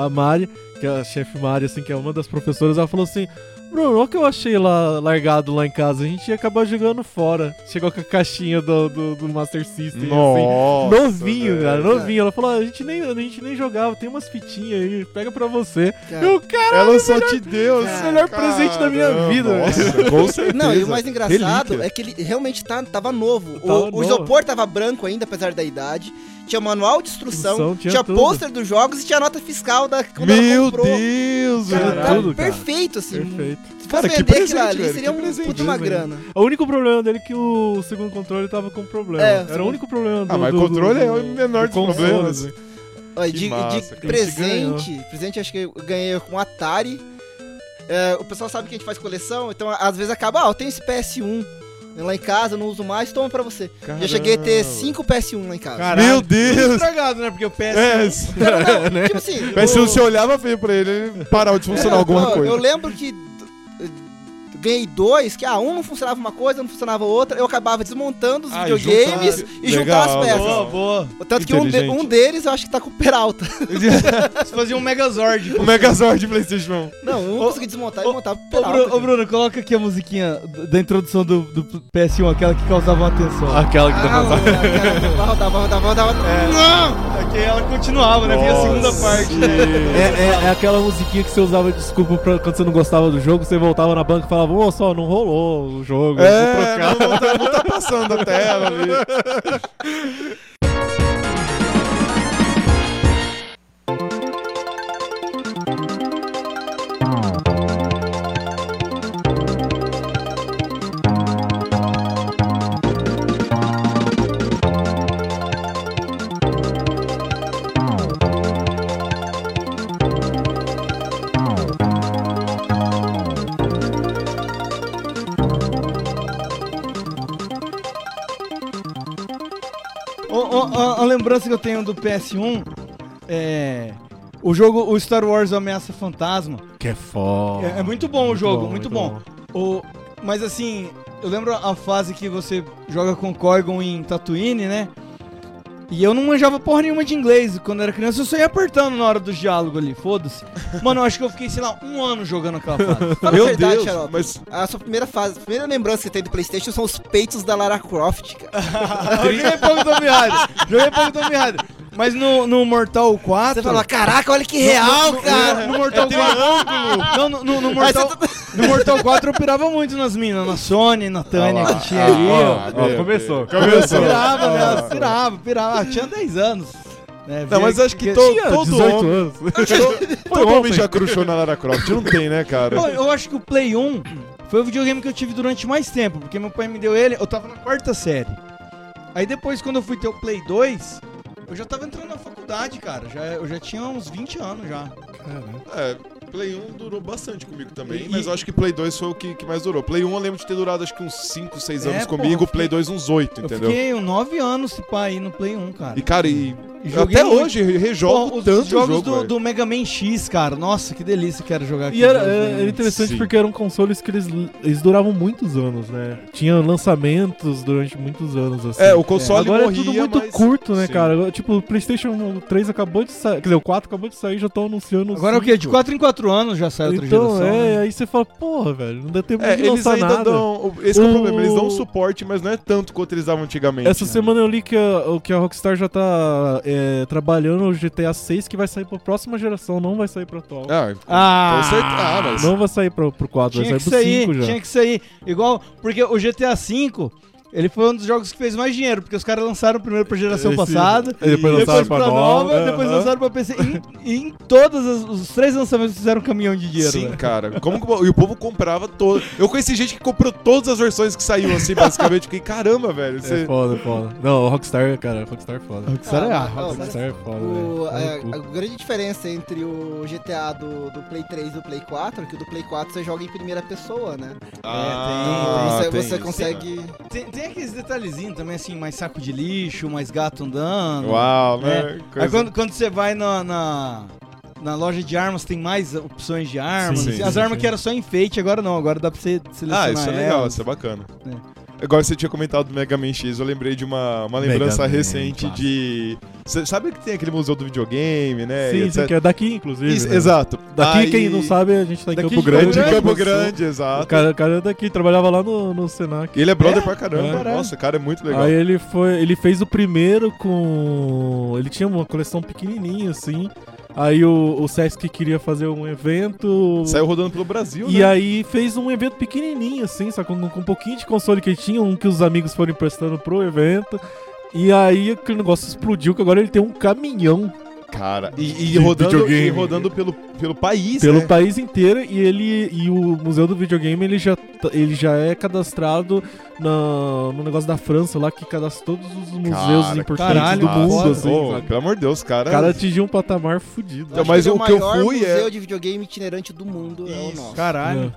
a, a Mari, que é a chefe Mari, assim, que é uma das professoras, ela falou assim. Bruno, olha o que eu achei lá largado lá em casa. A gente ia acabar jogando fora. Chegou com a caixinha do, do, do Master System, assim. Nossa, Novinho, velho. cara, novinho. Ela falou: "Ah, a gente, nem, a gente nem jogava, tem umas fitinhas aí, pega pra você. Cara. Eu, cara, Ela só te deu. Cara, assim, melhor presente da minha caramba, vida, Nossa, com certeza. Não, e o mais engraçado Relíquia. é que ele realmente tá, tava novo. Tava o, novo. o isopor tava branco ainda, apesar da idade. Tinha manual de instrução, Instrução, tinha tinha, tudo. pôster dos jogos e tinha nota fiscal da quando ela Meu comprou. Deus, Cara, tá Tinha tava velho. tudo, cara. perfeito, assim. Perfeito. Se fosse Cara, que vender presente, aquilo ali, velho, seria que um presente. puta uma Presente. grana. O único problema dele é que o segundo controle tava com problema. É, o Era segundo- o único problema do Ah, mas do- o do- controle é do- o menor do dos console, problemas. assim. Ó, e Que Ah, de, massa, de cara. presente, presente acho que eu ganhei com Atari. É, o pessoal sabe que a gente faz coleção, então às vezes acaba, ah, eu tenho esse PS1 lá em casa, eu não uso mais, toma pra você. Já cheguei a ter 5 PS1 lá em casa. Meu Deus. [laughs] Estragado, né? Porque o PS. É, Não, não, tipo assim, mas se eu- você olhava feio pra ele, ele parava de funcionar É, um alguma eu, coisa. Eu lembro que eh, ganhei dois, que ah, um não funcionava uma coisa, não funcionava outra, eu acabava desmontando os Ah, e videogames juntar- e juntava Legal, as peças. legal. boa. Tanto que um, de- Inteligente. um deles eu acho que tá com o Peralta. Você fazia um Megazord. O Megazord de Playstation 1. Não, um Ô, consegui desmontar e ô, montar pro Ô, Peralta. Bruno, ô, cara. Bruno, coloca aqui a musiquinha d- da introdução do, do PS1, aquela que causava atenção. tá Aquela que Ah, tava. [laughs] cara, tá vai rodar, vai rodar, vai rodar, vai rodar. É. Não! Aqui ela continuava, né? Vinha a segunda parte. É, é, é aquela musiquinha que você usava de desculpa pra, quando você não gostava do jogo, você voltava na banca e falava, ô só, não rolou o jogo, vou É, trocar. não, não, tá, não tá passando a tela ali. a, a lembrança que eu tenho do PS1 é. O jogo, o Star Wars Ameaça Fantasma. Que é foda. É, é muito bom o jogo, muito, bom. O, mas assim, eu lembro a fase que você joga com Corgon em Tatooine, né? E eu não manjava porra nenhuma de inglês. Quando era criança, eu só ia apertando na hora do diálogo ali, foda-se. Mano, eu acho que eu fiquei, sei lá, um ano jogando aquela [laughs] fase. Fala a Meu verdade, Deus, Xarope. mas A sua primeira fase, a primeira lembrança que tem do Playstation são os peitos da Lara Croft, Ah, cara. Eu joguei pouco Tomb Raider. Joguei pouco Tomb Raider. Mas no, no Mortal 4... tá. Você fala, caraca, olha que real, no, cara. tá- No, no Mortal 4... Não, no, no- no Mortal, no Mortal 4 eu pirava muito nas minas. Na Sony, na Tânia, que tinha ali. ó. Ah, Ó, meu começou. Deus. Começou. Pirava, né? Ah. Pirava, pirava. Ah, tinha 10 anos. né? Não, mas Via- acho que via- todo, Tinha todo 18 homem, anos. [laughs] todo homem já crushou na Lara Croft. Não tem, né, Pô, cara? eu acho que o Play 1 foi o videogame que eu tive durante mais tempo, porque meu pai me deu ele, eu tava na quarta série. Aí depois, quando eu fui ter o Play 2, eu já tava entrando na faculdade, cara. Já, eu já tinha uns 20 anos já. É, Play 1 durou bastante comigo também, E- mas eu acho que Play 2 foi o que, que mais durou. Play 1 eu lembro de ter durado acho que uns 5, 6 É, anos pô, comigo, eu Play 2 uns 8, Eu entendeu? fiquei 9 anos, se pá, aí no Play 1, cara. E, cara, e E eu até muito. hoje rejogo Pô, os tanto jogos jogo, do, velho. do Mega Man X, cara. Nossa, que delícia que era jogar E era, é, aquele jogo, era né? interessante Sim. porque eram consoles que eles, eles duravam muitos anos, né? Tinha lançamentos durante muitos anos, assim. É, o console Agora morria, é tudo muito mas- curto, né, Sim. cara? Agora, Tipo, o PlayStation 3 acabou de sair. Quer dizer, o 4 acabou de sair, já estão anunciando. Agora é o quê? De 4 em 4 anos já saiu outra Então, geração. é, né? aí você fala, porra, velho, não dá tempo É, de eles lançar ainda nada. dão. Esse que é o O- problema, eles dão suporte, mas não é tanto quanto eles davam antigamente. né? Essa semana eu li que a, o- que a Rockstar já tá é, trabalhando o GTA 6 que vai sair pra próxima geração, não vai sair pra atual. Ah, Ah, com certeza. Ah, é mas- Não vai sair pro, pro 4, Tinha vai que sair pro sair, 5 já. tinha que sair. Igual, porque o GTA V, ele foi um dos jogos que fez mais dinheiro, porque os caras lançaram primeiro pra geração Esse- passada, aí depois lançaram pra nova, depois aham. lançaram pra PC. E, em- e em todos os três lançamentos fizeram um caminhão de dinheiro. Sim, né? velho. cara. Como que- e o povo comprava todo. Eu conheci gente que comprou todas as versões que saiu, assim, basicamente. Eu Fiquei, caramba, velho. É Você... foda, foda. Não, o Rockstar, cara, Rockstar é foda. Rockstar é Ah, a- mas- ó, mas- Rockstar é foda, O- velho. Tá a, no cu. a grande diferença entre o GTA do, do Play 3 e do Play 4 é que o do Play 4 você joga em primeira pessoa, né? Ah, você tem você isso, consegue. Tem, tem aqueles detalhezinhos também, assim, mais saco de lixo, mais gato andando. né? Uau, né? É. Coisa- Aí quando, quando você vai na, na, na loja de armas, tem mais opções de armas. Sim, sim, As armas sim. que eram só enfeite, agora não, agora dá pra você selecionar. Ah, isso é legal, elas. isso é bacana. Agora você tinha comentado do Mega Man X, eu lembrei de uma, uma Mega lembrança Man, recente clássico. de. Cê sabe que tem aquele museu do videogame, né? Sim, etc. sim, que é daqui, inclusive. Isso, né? Exato. Daqui, Aí- quem não sabe, a gente tá em Daqui Campo de Grande. Grande, Campo Campo do Sul. Grande, O exato. cara, o cara é daqui, trabalhava lá no, no Senac. Ele é brother pra caramba. É. Nossa, cara, é muito legal. Aí ele foi, ele fez o primeiro com, ele tinha uma coleção pequenininha assim. Aí o, o Sesc queria fazer um evento Saiu rodando pelo Brasil, e né? aí fez um evento pequenininho assim, só com, com um pouquinho de console que ele tinha, um que os amigos foram emprestando pro evento. E aí aquele negócio explodiu que agora ele tem um caminhão Cara, e, e De rodando, videogame. e rodando pelo, pelo país, pelo né? país inteiro e ele e o museu do videogame ele já tá- ele já é cadastrado na- no negócio da França lá que cadastra todos os museus Cara, importantes caralho, do que mundo foda. assim. Ô, sabe? pelo amor de Deus, cara. O cara atingiu um patamar fudido. Então, mas ele o que eu maior fui é- museu de videogame itinerante do mundo assim. é o nosso. Caralho.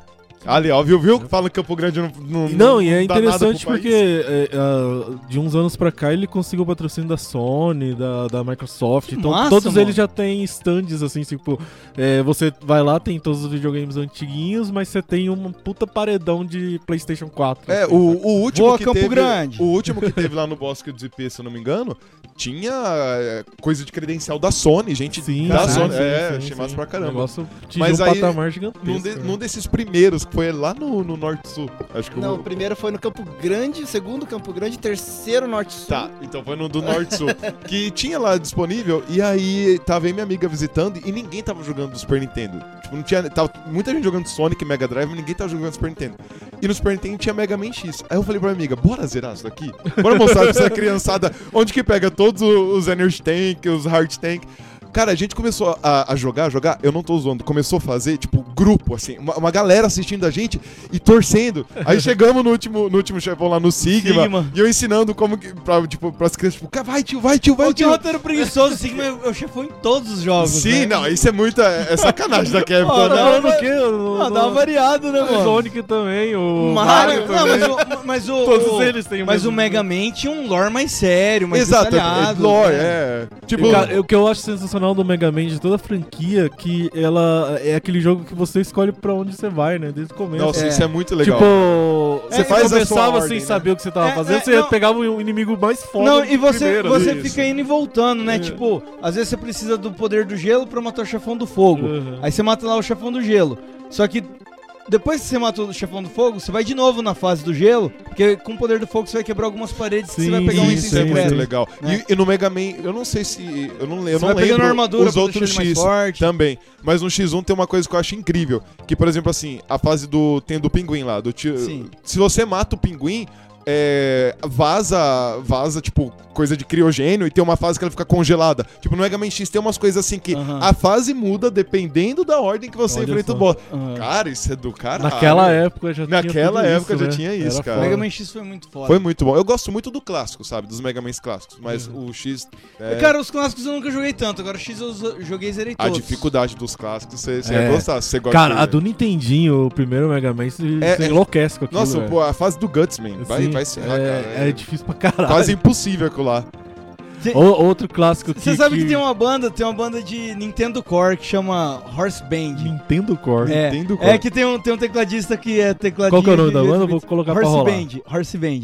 Ali, ó, viu, viu? Fala que Campo Grande não. não Né? Não, e é dá nada pro interessante país. porque é, é, de uns anos pra cá ele conseguiu o patrocínio da Sony, da, da Microsoft. Que então massa, todos mano. eles já têm stands assim, tipo, é, você vai lá, tem todos os videogames antiguinhos, mas você tem um puta paredão de PlayStation 4. É, o, assim, sabe? o último Boa, que Campo teve, Grande. O último que teve lá no Bosque do IP, se eu não me engano, tinha é, coisa de credencial da Sony, gente Sim, da sim, Sony. sim, é, sim, achei sim. massa pra O caramba. negócio atingiu Mas um aí, patamar Num, gigantesco. de- né? num desses primeiros, que foi lá no, no Norte-Sul. Acho que o- Não, o primeiro foi no Campo Grande, o segundo Campo Grande, terceiro Norte Sul. Tá, então foi no do Norte-Sul. que tinha lá disponível, e aí tava aí minha amiga visitando e ninguém tava jogando do Super Nintendo. Tipo, não tinha. Tava muita gente jogando Sonic e Mega Drive, mas ninguém tava jogando Super Nintendo. E no Super Nintendo tinha Mega Man X. Aí eu falei pra minha amiga, bora zerar isso daqui? Bora mostrar pra essa criançada onde que pega todos os Energy Tank, os Hard Tank. Cara, a gente começou a, a jogar, jogar, eu não tô zoando, começou a fazer, tipo, grupo, assim, uma, uma galera assistindo a gente e torcendo. Aí chegamos no último, no último chefão lá no Sigma, Sigma. e eu ensinando como que, pra, tipo, pras crianças, tipo, "Cara, vai tio, vai tio, vai O que tio. roteiro preguiçoso, Sigma é o chefão em todos os jogos. né? Sim, não, isso é muita, é sacanagem [laughs] da Capcom, Oh, não, né? Tá Falando mas- o quê? No- Ah, dá uma no- variada, né, O mano? Sonic também, o Mas- Mario Não, também. mas o, mas o- Todos o- eles têm o Mas mesmo- o Mega Man tinha um lore mais sério, mais Exato, é, detalhado. lore, né? é. Tipo, E, cara, o que eu acho sensacional do Mega Man de toda a franquia que ela é aquele jogo que você escolhe pra onde você vai, né? Desde o começo. nossa, é. isso é muito legal. Tipo, você faz a sua começava ordem, sem né? saber o que você tava É, fazendo, é, você não. pegava um inimigo mais forte. Não, e você, primeiro, É. você né? fica indo e voltando, né? Tipo, às vezes você precisa do poder do gelo pra matar o chefão do fogo. Uhum. Aí você mata lá o chefão do gelo. Só que depois que você mata o chefão do fogo, você vai de novo na fase do gelo, porque com o poder do fogo você vai quebrar algumas paredes que você Sim, vai pegar um item isso é é secreto. muito né? legal. Né? E, e no Mega Man, eu não sei se. Eu não, le- eu Você não vai pegando lembro a armadura os pra outros deixar ele X Tá. mais forte. também. Mas no X1 tem uma coisa que eu acho incrível. Que, por exemplo, assim, a fase do. Tem do pinguim lá. Do tio, Sim. Se você mata o pinguim. é, vaza, vaza, tipo, coisa de criogênio e tem uma fase que ela fica congelada. Tipo, no Mega Man X tem umas coisas assim que Aham. a fase muda dependendo da ordem que você Olha enfrenta o só. boss. Aham. Cara, isso é do caralho. Naquela época já tinha Naquela tudo época isso, já né? tinha isso, Era cara. O foda. Mega Man X foi muito foda. Foi muito bom. Eu gosto muito do clássico, sabe? Dos Mega Mans clássicos. Mas o X. é- Uhum. Cara, os clássicos eu nunca joguei tanto, agora o X eu zo- joguei e zerei A todos. dificuldade dos clássicos, você você É. ia gostar. Você gosta Cara, de- a do Nintendinho, o primeiro Mega Man, você, É, você é- enlouquece com aquilo. Nossa, velho. pô, é a fase do Guts, man. Vai, Assim, vai se errar, é, cara. é difícil pra caralho. Quase impossível aquilo lá. O- outro clássico que. Você sabe que tem uma banda, tem uma banda de Nintendo Core que chama Horse Band. Nintendo Core. É, Nintendo Core. é que tem um, tem um tecladista que é tecladista. Qual que é o nome da banda? Eu vou colocar pra Horse rolar. Band, Horse Band.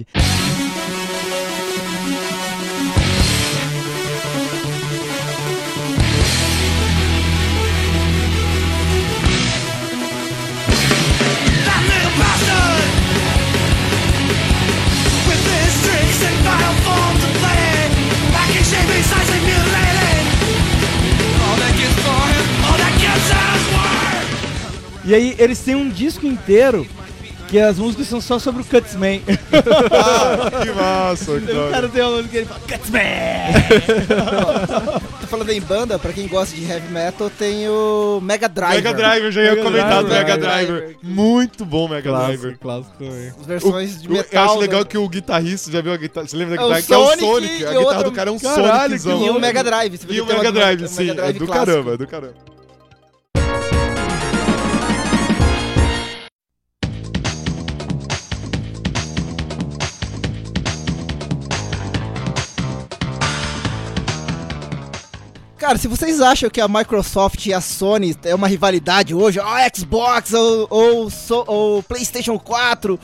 E aí eles têm um disco inteiro que as músicas são só sobre o Cutsman. [laughs] Que massa, o cara. cara tem uma música que ele fala Cutsman! Tô falando em banda, pra quem gosta de heavy metal, tem o Mega Driver. Mega Driver, já ia Mega comentar do Driver. Mega Driver. Muito bom, Mega Clássico, Driver. clássico também. As versões de Eu- metal. eu acho legal né? que o guitarrista, já viu a guitarra? Você lembra da É o guitarra? que é o Sonic Sonic. e A guitarra outro- do cara é um Caralho, Soniczão. E o Mega Drive. você E vê que o tem uma Mega do- Drive, o sim. Mega É Drive do clássico. caramba, é do caramba. Cara, se vocês acham que a Microsoft e a Sony é uma rivalidade hoje, ó, Xbox ou, ou, so- ou PlayStation 4,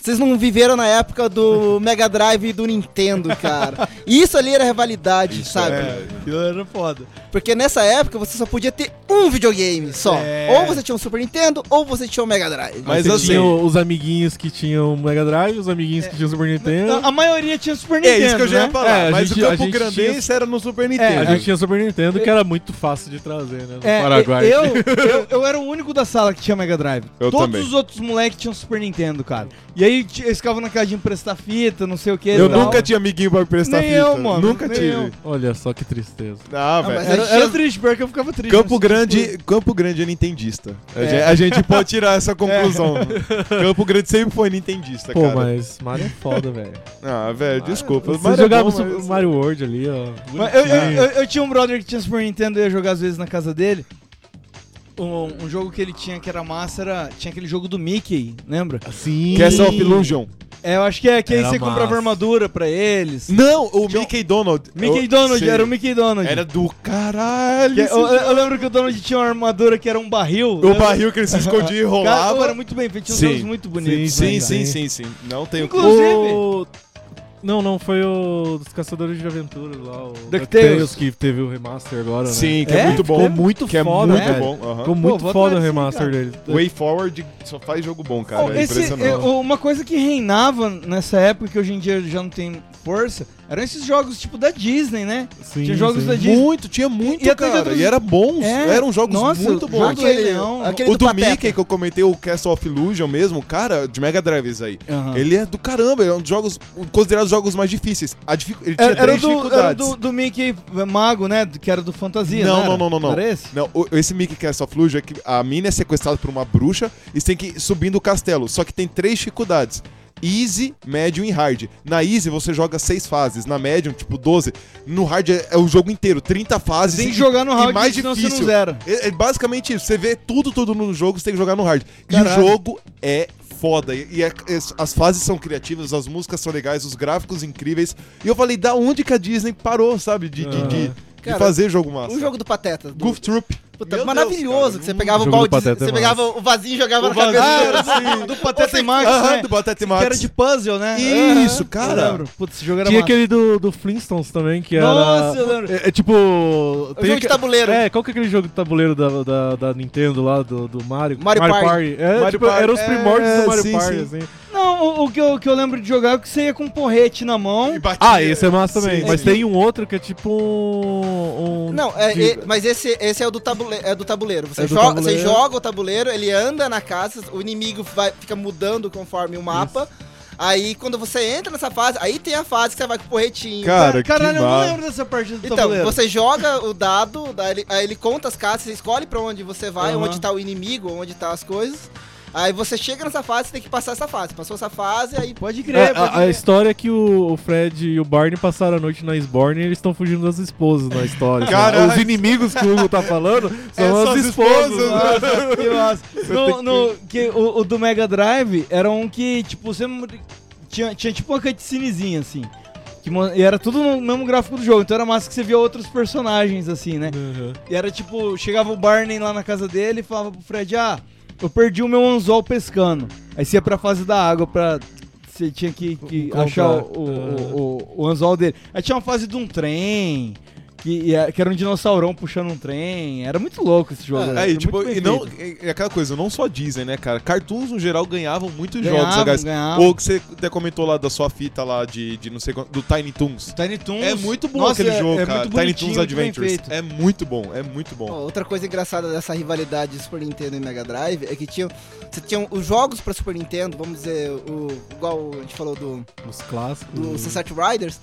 vocês não viveram na [laughs] época do Mega Drive e do Nintendo, cara. Isso ali era rivalidade, sabe? é. Aquilo era foda. Porque nessa época você só podia ter um videogame só. Ou você tinha um Super Nintendo, ou você tinha um Mega Drive. Mas Você assim- tinha os amiguinhos que tinham o Mega Drive, os amiguinhos que tinham o Super Nintendo. Então, a maioria tinha Super É Nintendo, isso que eu já ia né? falar. É, a Mas gente- o a Campo gente tinha- Grandense era no Super a Nintendo. gente tinha Super Nintendo, que era muito fácil de trazer, né? Do É, Paraguai. Eu, eu, eu era o único da sala que tinha Mega Drive. Eu Todos também. os outros moleques tinham Super Nintendo, cara. E aí t- eles ficavam na casa de emprestar fita, não sei o que. Eu nunca tinha amiguinho pra prestar Nem fita. eu, mano, Nunca nem eu. tive. Olha só que tristeza. Ah, velho. É mas a Era, gente era tinha- triste, porque eu ficava triste. Campo mas- Grande, Campo Grande é nintendista. A gen- A, gente, pode tirar [laughs] essa conclusão. É. Campo Grande sempre foi Tá nintendista, Pô, cara. mas Mario é [laughs] foda, velho. Ah, velho, desculpa. Você Mas é jogava bom, o Super mas- Mario World ali, ó. Mas eu, eu, eu, eu tinha um brother que tinha Super Nintendo e ia jogar às vezes na casa dele. Um, um jogo que ele tinha que era massa era. Tinha aquele jogo do Mickey, lembra? Sim. Castle of Illusion. É, eu acho que é. Que aí Era você massa. comprava armadura pra eles. Não, o Mickey Donald. Mickey Eu- Donald, Sim. era o Mickey Donald. Era do caralho. Que- esse eu, jogo. eu lembro que o Donald tinha uma armadura que era um barril. o barril que ele se escondia e Cara, rolava. pô, era muito bem feito, tinha uns Sim. jogos muito bonitos. Sim, né, cara? sim, sim, cara. sim, sim. Não tem Inclu- Inclusive- O- Não, não, foi o dos Caçadores de Aventura lá, o DuckTales. que teve o remaster agora, né? Sim, que é, É? muito bom. Ficou muito que é foda, né? muito velho. bom. aham. Ficou muito vou foda o atrás disso, remaster cara. dele. Way Forward só faz jogo bom, cara. Bom, é esse- impressionante. é, uma coisa que reinava nessa época, que hoje em dia já não tem força, Eram esses jogos tipo da Disney, né? Sim, Tinha jogos sim. da Disney. Muito, tinha muito, E até de cara. outros- E era bons. É. Eram jogos Nossa, muito jogo bons. do Rei Leão. aquele O do Pateta. Mickey que eu comentei, o Castle of Illusion mesmo, cara, de Mega Drive esse aí. Aham. Ele é do caramba, ele é um dos jogos, considerados jogos mais difíceis. A dificu- Ele tinha Era, era o três do, era o dificuldades. do, do Mickey Mago, né? Que era do Fantasia. Não, era? não, não, não, não. Era esse? Não, o- esse Mickey Castle of Illusion é que a mina é sequestrada por uma bruxa e você tem que ir subindo o castelo. Só que tem três dificuldades. Easy, médium e hard. Na easy você joga seis fases, na médium, tipo 12. No hard é, é o jogo inteiro, 30 fases. Tem que e- jogar no e hard, mais senão difícil. você não zera. É, é basicamente isso. Você vê tudo, tudo no jogo, você tem que jogar no hard. E Caralho. o jogo é foda. E, e é- es- as fases são criativas, as músicas são legais, os gráficos incríveis. E eu falei, da onde que a Disney parou, sabe? De, de- de- de Cara, fazer jogo massa. O jogo do Pateta. do- Goof Troop. Puta, Meu maravilhoso, Deus, que você pegava o jogo do balde, Pateta é você pegava o vasinho e jogava O na cabeça. vasinho, [laughs] dele. sim. Ah, Do Pateta e Max, assim. Aham, né? do Batata e Que era Max. de puzzle, né? Isso, Aham. cara. Eu lembro. Putz, esse jogo era Tinha massa. aquele do, do Flintstones também, que era. Nossa, eu lembro. É, é tipo. O jogo de tabuleiro. É, qual que é aquele jogo de tabuleiro da, da, da Nintendo lá, do, do Mario? Mario Party. É, Mario tipo, Party. eram os primórdios É, do Mario sim, Party, sim. assim. Não, o, o que eu, o que eu lembro de jogar é que você ia com um porrete na mão. E batia. Ah, esse é massa também. Sim, mas sim. tem um outro que é tipo um. um- Não, é, de- é- mas esse, esse é o do tabuleiro. É do tabuleiro. Você, É do joga, tabuleiro. você joga o tabuleiro, ele anda na casa, o inimigo vai, fica mudando conforme o mapa. Aí quando você entra nessa fase, aí tem a fase que você vai com o porretinho. Cara, Caralho, que eu não massa. lembro dessa partida do Então, tabuleiro. você joga o dado, daí ele- aí ele conta as casas, você escolhe pra onde você vai, Aham. onde tá o inimigo, onde tá as coisas. Aí você chega nessa fase, você tem que passar essa fase. Passou essa fase, aí Pode É, crer, pode a, a crer. história é que o, o Fred e o Barney passaram a noite na Sborne e eles estão fugindo das esposas na história. assim, né? Caralho. Os inimigos que o Hugo tá falando são É, são as as esposas. esposas. né? Nossa, que massa. No, no- que o, o do Mega Drive era um que, tipo, você mo- tinha, tinha tipo uma cutscenezinha, assim. Que, mo- e era tudo no mesmo gráfico do jogo, então era massa que você via outros personagens, assim, né? Uhum. E era tipo, chegava o Barney lá na casa dele e falava pro Fred, ah, eu perdi o meu anzol pescando. Aí você ia pra fase da água pra. Você tinha que, que Encontrar. achar o, Uhum. o, o- o anzol dele. Aí tinha uma fase de um trem. Que, que era um dinossaurão puxando um trem. Era muito louco esse jogo. era Aí, muito tipo, bem e feito. não, é é aquela coisa, não só Disney, né, cara? Cartoons, no geral, ganhavam muitos Ganhavam, jogos, guys. ganhavam. Ou que você até comentou lá da sua fita lá de, de não sei quanto, do Tiny Toons. Tiny Toons. É muito bom Nossa, aquele é- jogo, é cara. muito Tiny bonitinho, Toons muito bem Adventures. feito. É muito bom, é muito bom. Ó, outra coisa engraçada dessa rivalidade de Super Nintendo e Mega Drive é que tinha, você tinha os jogos pra Super Nintendo, vamos dizer, o, igual a gente falou do, Os clássicos. do Sunset Riders,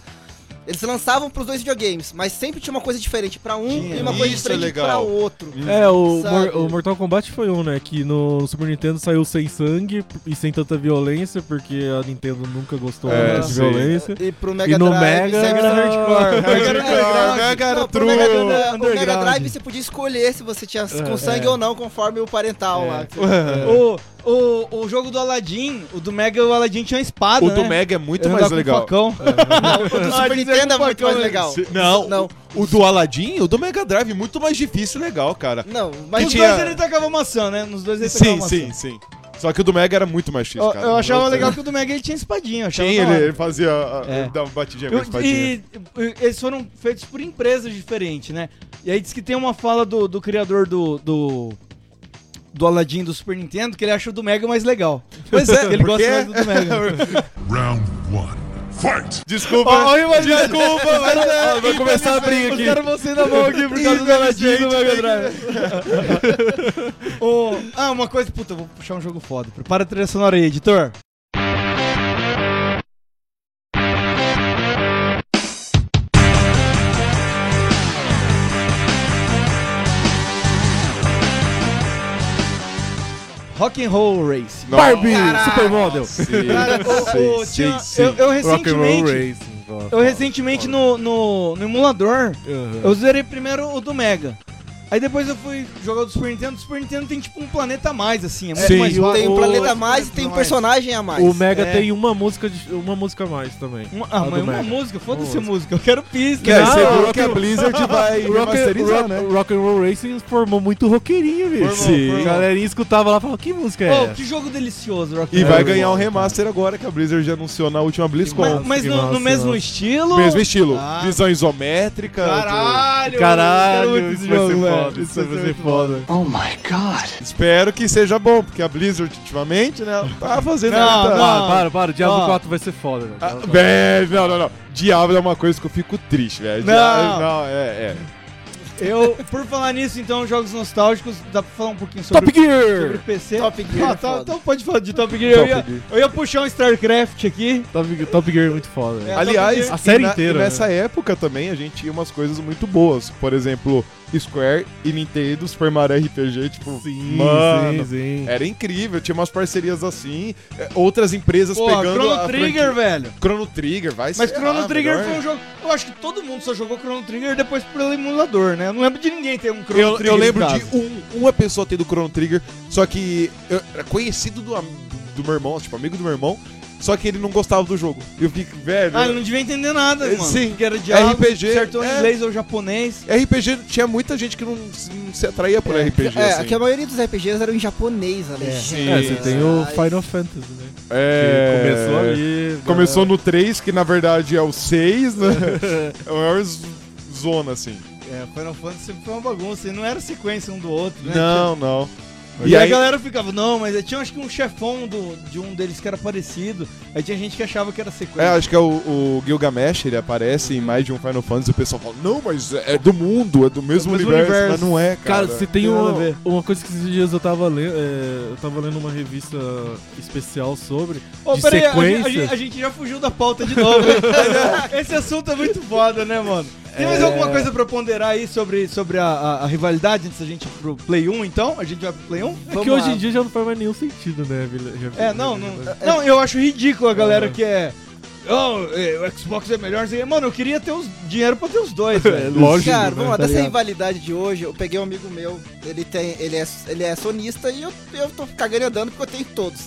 eles lançavam pros dois videogames, mas sempre tinha uma coisa diferente pra um Tinha. e uma coisa Isso é diferente legal. pra outro. É, o, Sabe? Mor- o Mortal Kombat foi um, né? Que no Super Nintendo saiu sem sangue e sem tanta violência, porque a Nintendo nunca gostou É, né, de sim. violência. E pro É, Mega E no Drive, Mega sempre era- hardcore. [laughs] Hardcore, Não, Mega pro Mega, True. Dra- o Mega underground. Drive você podia escolher se você tinha É. com sangue ou não, conforme o parental lá. Então, É. O, o, o jogo do Aladdin, o do Mega, o Aladdin tinha uma espada. O do né? Mega é muito Ele mais andava com um legal. É. facão. O [laughs] Ah, do Super Nintendo é muito mais legal. Se- Não, Não. O do Aladdin, o do Mega Drive, muito mais difícil e legal, cara. Não, Nos mas tinha- dois ele tacava maçã, né? Nos dois ele tacava Sim, maçã. sim, sim. Só que o do Mega era muito mais difícil, Eu, cara. eu achava Não legal tem- que o do Mega ele tinha espadinha. Eu achava Sim, da ele, hora. ele fazia. a- É. Ele dava batidinha com a Eu- espadinha. e, e eles foram feitos por empresas diferentes, né? E aí diz que tem uma fala do, do criador do, do, do Aladdin do Super Nintendo que ele acha o do Mega mais legal. Pois é, ele gosta porque- mais do do Mega. Desculpa. desculpa, vai começar a briga Os caras vão sair na mão aqui por causa do Aladdin e do Mega Drive. [laughs] Ô, ah, uma coisa, puta, eu vou puxar um jogo foda. Prepara a trilha sonora aí, editor. Rock and Roll Race. Nossa, Barbie, [laughs] Supermodel. sim, Cara, ô, ô, sim, tinha- sim. eu, eu Rock and Roll recentemente, Racing. ó. eu recentemente no, no, no emulador, Uhum. eu zerei primeiro o do Mega. Aí depois eu fui jogar o do Super Nintendo. O Super Nintendo tem tipo um planeta a mais, assim. É muito Sim, mais e o- fácil. tem um o- planeta a mais e tem um personagem a mais. O Mega É. tem uma música, de- uma música a mais também. Uma, ah, A É do mas uma Mega. música, foda-se Uma a música, eu quero pista. Quer Não, dizer, Não, o que a Blizzard vai [laughs] Rock, remasterizar, rock, né? rock and Roll Racing formou muito roqueirinho, bicho. Formou, formou. A galerinha escutava lá e falava, que música é Ô, essa? que jogo delicioso, Rock E and vai Roll. ganhar um remaster agora que a Blizzard já anunciou na última Mas, BlizzCon. mas que no, no massa, mesmo mano. estilo? Mesmo estilo, Ah. visão isométrica. tudo. Caralho! Caralho, eu quero muito esse isso vai jogo, ser velho. foda, isso vai ser foda. Espero que seja bom, porque a Blizzard ultimamente, né, tá fazendo... Não, muita- não. Para, para, para, Diablo Ó. 4 vai ser foda, velho. Ah, velho, não, não, não. Diablo é uma coisa que eu fico triste, velho. Não. Diablo- não, é, é. Eu, por falar nisso, então, jogos nostálgicos, dá pra falar um pouquinho sobre, sobre Gear! PC? Top Gear, Ah, tá- foda. então pode falar de Top Gear. eu, Top ia, Gear. eu ia puxar um StarCraft aqui. Top, Gear- Top Gear é muito foda, velho. É, Aliás, Gear. A série e na- inteira, né? e nessa época também a gente tinha umas coisas muito boas. Por exemplo, Square e Nintendo formaram RPG, tipo, Sim, mano, sim, sim. Era incrível, tinha umas parcerias assim, eh, outras empresas Porra, pegando Chrono a Trigger, franquia- velho. Chrono Trigger, vai né? Mas sei Chrono lá, Trigger melhor. foi um jogo. Eu acho que todo mundo só jogou Chrono Trigger depois pelo emulador, né? Eu não lembro de ninguém ter um Chrono Eu, Trigger. eu lembro em casa. de um- uma pessoa tendo Chrono Trigger, só que eu era conhecido do, am- do meu irmão, tipo, amigo do meu irmão, só que ele não gostava do jogo. Eu fiquei, velho. Ah, eu não devia entender nada, É, mano. sim. que era diabo, RPG, certo ou é. inglês ou japonês. RPG tinha muita gente que não, se- não se atraía por RPG. É, assim. que a maioria dos RPGs eram em japonês, a legenda. É, você tem o Ai, Final Fantasy, né? Que É, Começou ali. né? Começou no 3, que na verdade é o 6, né? é o maior z- zona, assim. É, Final Fantasy sempre foi uma bagunça. E não era sequência um do outro, né? Não, não. Tinha- E, a galera ficava, não, mas tinha acho que um chefão do, de um deles que era parecido. Aí tinha gente que achava que era É, sequência. acho que é o, o Gilgamesh, ele aparece em mais de um Final Fantasy e o pessoal fala, não, mas é do mundo, é do mesmo, mesmo universo. universo. Mas não é, cara. Cara, você tem tem um nada uma, a ver. uma coisa que esses dias eu tava lendo. é, eu tava lendo uma revista especial sobre. Ô, de peraí, a gente- a, sequência? gente, a gente já fugiu da pauta de novo. hein? Esse assunto é muito foda, né, mano? Tem mais alguma coisa pra ponderar aí sobre, sobre a, a- a rivalidade antes da gente ir pro Play 1, então? A gente vai pro Play 1? É Vamos que hoje lá. em dia já não faz mais nenhum sentido, né, Vila- já- É, não, não. Não, eu acho ridículo a galera que é. Oh, é, o Xbox é melhor. não sei o quê." Mano, eu queria ter os dinheiro pra ter os dois, velho. Lógico. É, Cara, né, vamos lá, tá dessa ligado? rivalidade de hoje, eu peguei um amigo meu, ele tem. Ele é, ele é sonista e eu, eu tô cagando e andando porque eu tenho todos.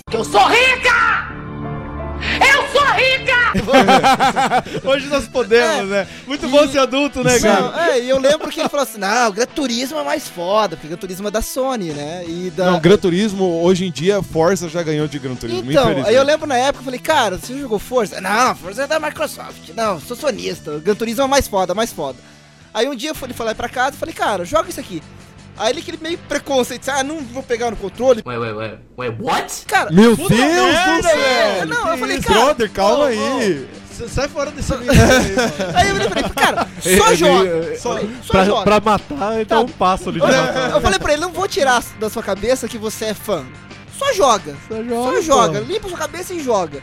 Hoje nós podemos, né? Muito bom ser adulto, né, cara? Não, é, e eu lembro que ele falou assim: não, o Gran Turismo é mais foda, porque o Gran Turismo é da Sony, né? E da. Não, Gran Turismo, hoje em dia, Forza já ganhou de Gran Turismo, então, infelizmente. aí eu lembro na época, eu falei, cara, você jogou Forza? Não, Forza é da Microsoft. Não, sou sonista. O Gran Turismo é mais foda, mais foda. Aí um dia eu fui- ele foi lá pra casa e falei, cara, joga isso aqui. Aí ele aquele meio preconceito, ah, não vou pegar no controle. Wait, wait, wait. Wait, what? Cara, né? Meu Puta Deus merda, do céu! velho! não, eu falei, cara. Brother, calma ô, aí! S- Sai fora desse vídeo aí, mano. Aí eu olhei pra ele e falei, [laughs] cara, Ele- só ele- é, joga. Só, só Pra, joga. pra matar, ele dá Tá. um passo ali de matar. Eu falei pra ele, não vou tirar da sua cabeça que você é fã. Só joga. Só Só joga, joga. pô. Limpa sua cabeça e joga.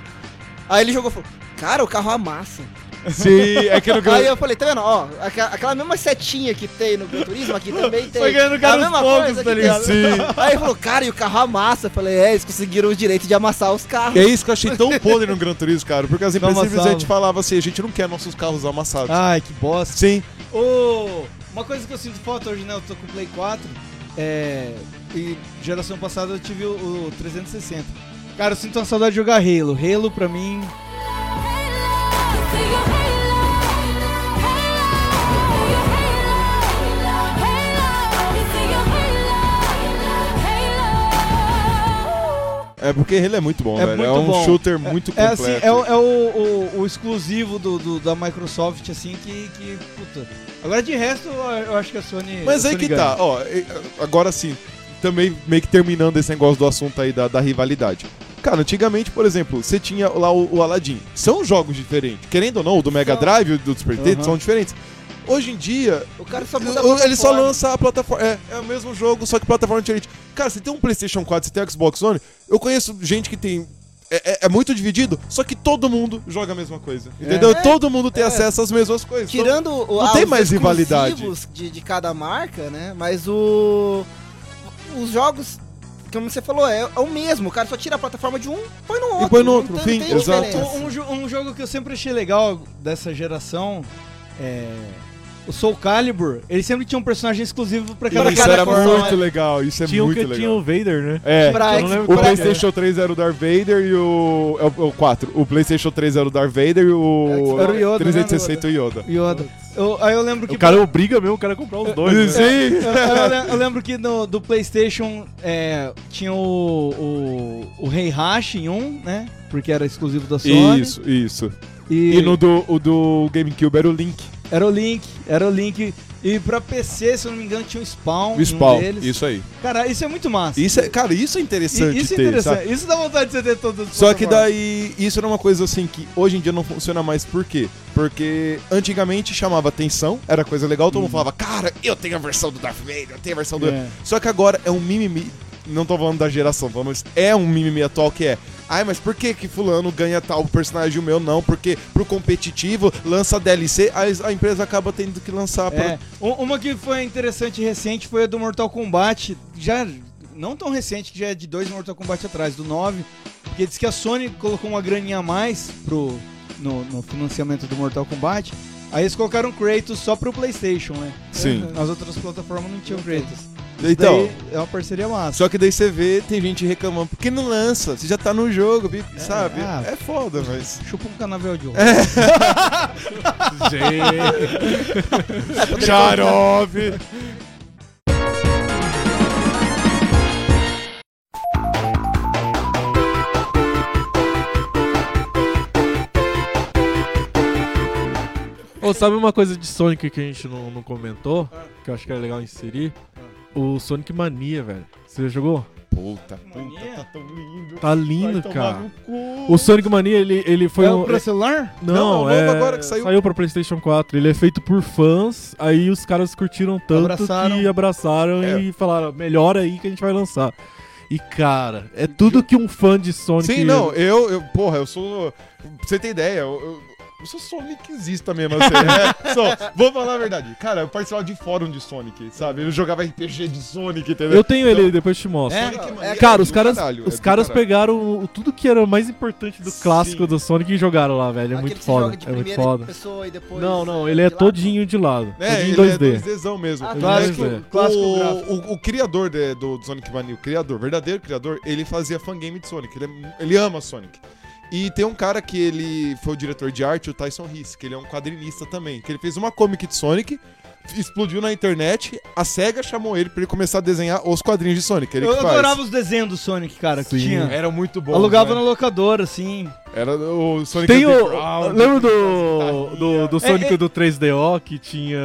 Aí ele jogou e falou, cara, o carro amassa. Sim, é que no Gran [laughs] Aí eu falei, tá vendo? Ó, aqua- aquela, mesma setinha que tem no Gran Turismo, aqui também tem. É Foi ganhando cara A mesma aos poucos, coisa tá que ligado? tem. Aí ele falou, cara, e o carro amassa. Eu falei, é, eles conseguiram o direito de amassar os carros. É isso que eu achei tão podre no Gran Turismo, cara, porque as Dá uma empresas simplesmente salva. Ah. falavam assim, a gente não quer nossos carros amassados. Ai, que bosta. Sim, Ô, uma coisa que eu sinto falta hoje, né? Eu tô com o Play 4. É. E geração passada eu tive o, o 360. Cara, eu sinto uma saudade de jogar Halo. Halo pra mim. é porque ele é muito bom, É velho. é muito um bom. shooter muito É completo. assim, é, o, é o- o- o exclusivo do, do- da Microsoft, assim, que, que. Puta. Agora de resto, eu, eu acho que a Sony. Mas a aí Sony que ganha. tá, ó, e- agora sim, também meio que terminando esse negócio do assunto aí da, da rivalidade. Cara, antigamente, por exemplo, você tinha lá o, o Aladdin. São jogos diferentes. Querendo ou não, o do Mega São. Drive e o do Super Nintendo Aham. são diferentes. Hoje em dia, O cara só muda o- ele só plataforma. lança a plataforma. É, é o mesmo jogo, só que plataforma diferente. Cara, você tem um PlayStation 4, você tem um Xbox One. Eu conheço gente que tem. É, é- é muito dividido, só que todo mundo joga a mesma coisa. Entendeu? É. todo mundo tem acesso às mesmas coisas. Então, Tirando o, não ah, tem os mais rivalidade. exclusivos De, de cada marca, né? Mas o. Os jogos, como você falou, é, é o mesmo. O cara só tira a plataforma de um, põe no outro. põe no outro, não fim, tem exato. diferença. Um, um jo- um jogo que eu sempre achei legal dessa geração é. O Soul Calibur, ele sempre tinha um personagem exclusivo pra cada Pra isso cada era console. muito legal. Isso é Tinha um muito que legal. tinha o Vader, né? É, Pra Eu não lembro o qual era. É. PlayStation 3 era o Darth Vader e o. É o, é o 4. O PlayStation 3 era o Darth Vader e o. Era É o Yoda, né, 360 e o Yoda. Yoda. Eu- aí eu lembro que. O cara obriga mesmo o cara a comprar os dois. né? Sim! Eu, eu le- eu lembro que no- do PlayStation é, tinha o, o, o Heihachi em um, né? Porque era exclusivo da Sony. Isso, isso. E, E no do, o do GameCube era o Link. Era o Link, era o Link. E pra PC, se eu não me engano, tinha um Spawn. O em um spawn, deles. isso aí. Cara, isso é muito massa. Isso é, cara, isso é interessante E- isso é ter, interessante. sabe? Isso dá vontade de você ter todas as Só que plataformas. daí, isso era uma coisa assim que hoje em dia não funciona mais, por quê? Porque antigamente chamava atenção, era coisa legal, todo mundo falava, cara, eu tenho a versão do Darth Vader, eu tenho a versão do. Hum. É. Só que agora é um mimimi, não tô falando da geração, vamos, é um mimimi atual que é. Ai, mas por que que fulano ganha tal personagem e o meu não? Porque pro competitivo lança DLC, a, a empresa acaba tendo que lançar pra- É, um- uma que foi interessante e recente foi a do Mortal Kombat, já não tão recente, que já é de dois Mortal Kombat atrás, do 9, porque diz que a Sony colocou uma graninha a mais pro, no, no financiamento do Mortal Kombat, aí eles colocaram o Kratos só pro Playstation, né? Sim. Nas outras plataformas não tinha o Kratos. Então. Daí é uma parceria massa. Só que daí você vê, tem gente reclamando, porque não lança? Você já tá no jogo, vi- sabe? ah. É foda, mas. Chupa um canavial de ouro. É. Gente. Xarope! Ô, sabe uma coisa de Sonic que a gente não, não comentou? Que eu acho que era legal inserir? O Sonic Mania, velho. Você já jogou? Puta, Mania? puta, tá um tão lindo. Tá Vai lindo, tomar cara. no cu. O Sonic Mania, ele, ele foi Foi um. É pra celular? É Não, Não, é o novo é... agora que saiu. saiu pra PlayStation 4. Ele é feito por fãs, aí os caras curtiram tanto Abraçaram. que abraçaram É. e falaram: melhor aí que a gente vai lançar. E cara, é tudo que um fã de Sonic. Sim, não, eu, eu, porra, eu sou. Pra você ter ideia, eu. eu... eu sou Sonicista mesmo, assim, [laughs] né? Só, vou falar a verdade. Cara, eu participava de fórum de Sonic, sabe? Eu jogava RPG de Sonic, entendeu? Eu tenho ele, depois eu te mostro. É? Mania Cara, Então, é os do caras, caralho, é os do caras caralho. pegaram o- tudo que era mais importante do clássico Sim. do Sonic e jogaram lá, velho. É Aquele muito que foda. joga de É muito primeira foda. pessoa e depois. Não, não, ele é de lado. todinho de lado. É, todinho em ele 2D. é 2Dzão mesmo. Ah, Ele claro. é Clássico, 2D. clássico gráfico. o, o, o criador de- do, do Sonic Mania, o criador, verdadeiro criador, ele fazia fangame de Sonic. Ele, é mu- ele ama Sonic. E tem um cara que ele foi o diretor de arte, o Tyson Hiss, que ele é um quadrinista também. Que ele fez uma comic de Sonic, explodiu na internet, a SEGA chamou ele pra ele começar a desenhar os quadrinhos de Sonic. Ele Eu que faz. adorava os desenhos do Sonic, cara, que Sim. tinha. Era muito bom. Alugava na né? locadora, assim. Era o Sonic Tem Ah, o. Underground. Lembra do, do, do É, Sonic é- do 3DO que tinha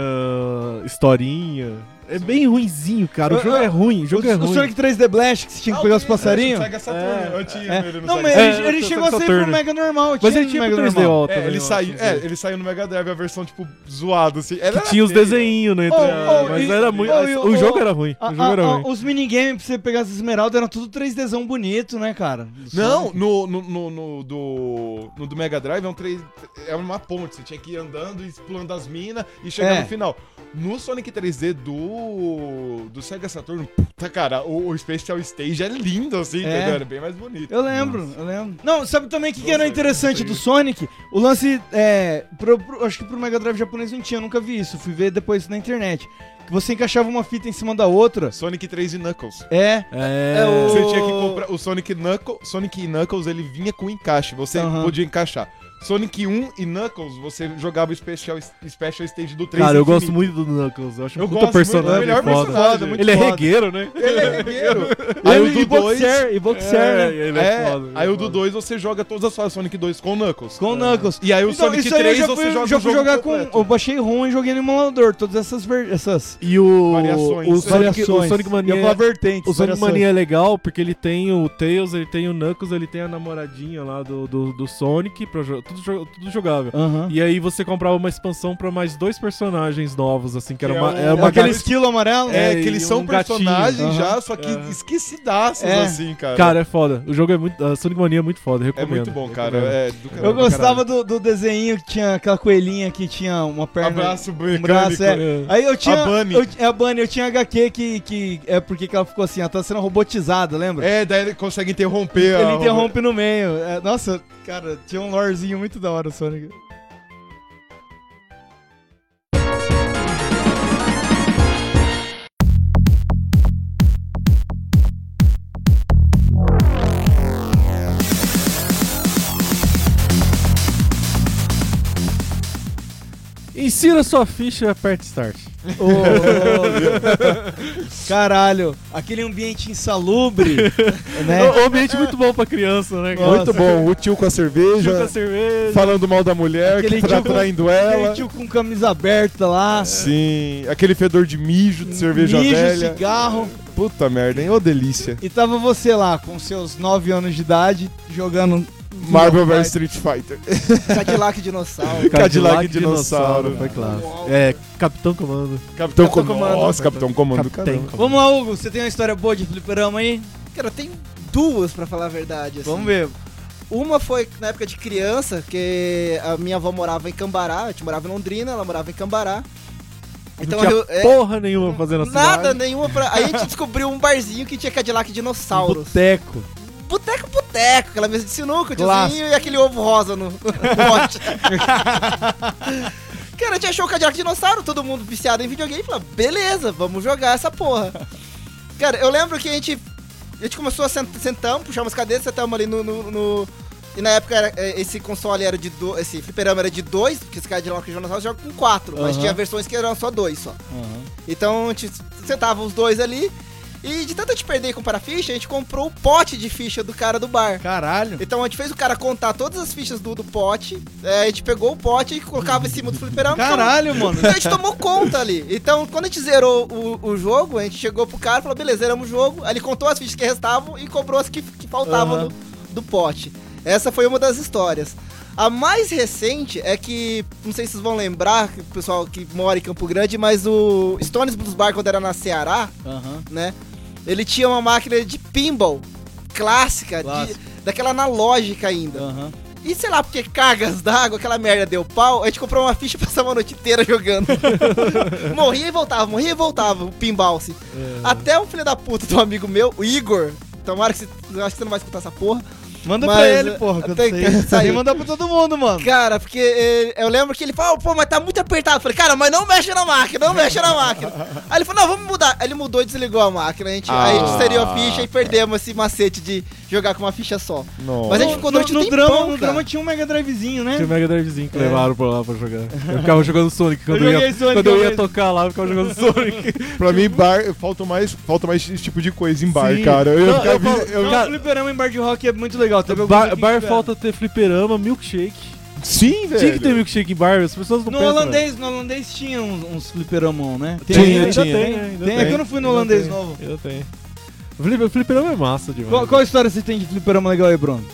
historinha? É bem ruinzinho, cara. O Eu- jogo eu- é ruim, o jogo o, é o ruim. Sonic 3D Blast, que você tinha que pegar os passarinhos. É, Sega Saturn, eu tinha É. ele no Não, Sega mas É, ele, eu ele tô chegou a sair Saturn. pro Mega normal. Mas tinha ele um tinha Mega pro 3DO normal. também. É, ele eu saiu, acho, é, né? ele saiu no Mega Drive a versão tipo zoado assim. Era Que tinha os feio. desenhinhos, né? Oh, entre- oh, mas e- era muito. oh, e- o jogo oh, era ruim. Ah, O jogo era ah, ruim. ah, os minigames pra você pegar as esmeraldas eram tudo 3Dzão bonito, né, cara? Do Não, Sonic. no, no, no, no do, no do Mega Drive é, um três, é uma ponte. Você tinha que ir andando e pulando as minas e chegar É. no final. No Sonic 3D do, do Sega Saturn, puta cara, o, o Special Stage é lindo assim, É. entendeu? Era bem mais bonito. Eu lembro, eu lembro. Não, sabe também o que, que era Nossa, interessante isso aí. do Sonic? O lance, é, pro- pro- acho que pro Mega Drive japonês não tinha, eu nunca vi isso. Fui ver depois na internet. Que você encaixava uma fita em cima da outra. Sonic 3 e Knuckles. É, É, Você tinha que comprar. O Sonic Knuckles, Sonic e Knuckles ele vinha com encaixe, você Aham. podia encaixar. Sonic 1 e Knuckles, você jogava o Special, Special Stage do 3 Cara, eu gosto infinito. muito do Knuckles. Eu acho Eu um puta gosto muito, personagem. é o melhor foda. personagem, muito Ele é foda. regueiro, né? é Ele é guerreiro. Aí Aí e o do 2. boxer, e [laughs] boxer, né? ele é, É, foda. ele aí é o do foda. 2 você joga todas as fases Sonic 2 com o Knuckles. É. Com o Knuckles. E aí o Então, Sonic isso aí 3 eu já você fui, joga já o fui jogo jogar completo. com. Eu baixei ROM e joguei no emulador. Todas essas. ver- essas E o. né? Variações. O Sonic, variações. o Sonic Mania. Ia falar vertentes. O Sonic variações. Mania é legal porque ele tem o Tails, ele tem o Knuckles, ele tem a namoradinha lá do, do, do Sonic, pra jo- tudo, jo- tudo jogável. Aham. E aí você comprava uma expansão pra mais dois personagens novos, assim, que era Que é uma. o- era É uma aquele gata- esquilo amarelo? É, É, que eles e são um gatinho. personagens Aham. já, só que É. esquecidaços É. assim, cara. Cara, é foda. O jogo é muito. a Sonic Mania é muito é foda, recomendo. muito bom, cara. Recomendo. É do caralho. Eu gostava do, do desenho que tinha aquela coelhinha que tinha uma perna. Abraço Um mecânico. braço, é. É. Aí eu tinha. A Bunny. Eu, é a Bunny, eu tinha HQ que, que. É porque que ela ficou assim, ela tá sendo robotizada, lembra? É, daí ele consegue interromper. Ele a- interrompe no meio. É, nossa, cara, tinha um lorezinho muito da hora o Sonic. Insira sua ficha e aperte start. Ô, ô, ô. [laughs] Caralho, aquele ambiente insalubre, né? Um ambiente muito bom pra criança, né, cara? Nossa. Muito bom, o tio com a cerveja, Chuta cerveja. falando mal da mulher, Aquele que tá tio com- traindo Aquele ela. tio com camisa aberta lá, Sim, aquele fedor de mijo, de cerveja mijo, velha. cigarro. Puta merda, hein? Ô delícia. E tava você lá, com seus 9 anos de idade, jogando... Marvel vs Street Fighter. Cadillac é [laughs] Dinossauro. é Cadillac e dinossauro. Foi claro. É, Capitão Comando. Capitão, Capitão Comando. Comando. Nossa, Capitão Comando. Capitão caramba. Comando. Vamos lá, Hugo, você tem uma história boa de fliperama aí? Cara, tem duas, pra falar a verdade. assim. Vamos ver. Uma foi na época de criança, que a minha avó morava em Cambará, a gente morava em Londrina, ela morava em Cambará. Então não tinha eu, é, porra nenhuma fazendo assim. nada nenhuma pra. Aí [laughs] a gente descobriu um barzinho que tinha Cadillac Dinossauros. Boteco. Boteco, boteco, aquela mesa de sinuca, o Clássico. tiozinho e aquele ovo rosa no, no [laughs] pote. Cara, a gente achou o Cadillac Dinossauro, todo mundo viciado em videogame, falou, beleza, vamos jogar essa porra. Cara, eu lembro que a gente, a gente começou a sent, sentar, puxar umas cadeiras, sentamos ali no... no- no- e na época era, eh, esse console era de dois, esse fliperama era de dois, porque esse Cadillac Dinossauro joga com quatro, mas Aham. tinha versões que eram só dois só. Então a gente sentava os dois ali. E de tanto a gente perder e comprar ficha, a gente comprou o pote de ficha do cara do bar. Caralho. Então a gente fez o cara contar todas as fichas do, do pote. é, a gente pegou o pote e colocava em cima do fliperama. Caralho, mano. Então a gente tomou conta ali. Então, quando a gente zerou o, o jogo, a gente chegou pro cara e falou: beleza, zeramos o jogo. Aí ele contou as fichas que restavam e cobrou as que, que faltavam Aham. do, do pote. Essa foi uma das histórias. A mais recente é que, não sei se vocês vão lembrar, que o pessoal que mora em Campo Grande, mas o Stones Blues Bar, quando era na Ceará, [laughs] Aham. né? Ele tinha uma máquina de pinball clássica, de- Clássico. daquela analógica ainda. Aham. E sei lá, porque cargas d'água, aquela merda deu pau, a gente comprou uma ficha e [laughs] passava a noite inteira [laughs] jogando. morria e voltava, morria e voltava, o pinball assim. É. Até o filho da puta do amigo meu, o Igor, tomara que você, eu acho que você não vai escutar essa porra. Manda Mas, pra ele, eh, porra. Quando tem sair. que sair. Tem que mandar pra todo mundo, mano. Cara, porque eh, eu lembro que ele falou, pô, mas tá muito apertado. Eu falei, cara, mas não mexe na máquina, não mexe [laughs] na máquina. Aí ele falou, não, vamos mudar. Aí ele mudou e desligou a máquina. A gente, aí a Ah. gente inseriu a ficha e perdemos esse macete de jogar com uma ficha só. Nossa. Mas a gente ficou no, durante no um tempão, drama, no cara. drama tinha um Mega Drivezinho, né? Tinha o Mega Drivezinho que levaram pra lá pra jogar. Eu ficava jogando Sonic quando eu, joguei ia, Sonic quando eu uma ia vez. tocar lá, eu ficava jogando Sonic. Pra mim, bar, falta mais, falta mais esse tipo de coisa em bar, Sim. cara. Eu ia Não, ficar eu vi- falo- eu- Não, Cara- fliperama em bar de rock é muito legal. Teve alguns Bar, aqui que bar tiveram. falta ter fliperama, milkshake. Sim, velho. Tinha que ter milkshake em bar, as pessoas não No pensam. holandês, no holandês tinha uns, uns fliperamão, né? né? Tinha, ainda? tinha. Tem, Ainda Tem, é tem. que eu não fui no Ainda holandês tem. novo. Eu tenho. Flip- Fliperama é massa demais. Qual, qual história você tem de fliperama legal aí, Bruno?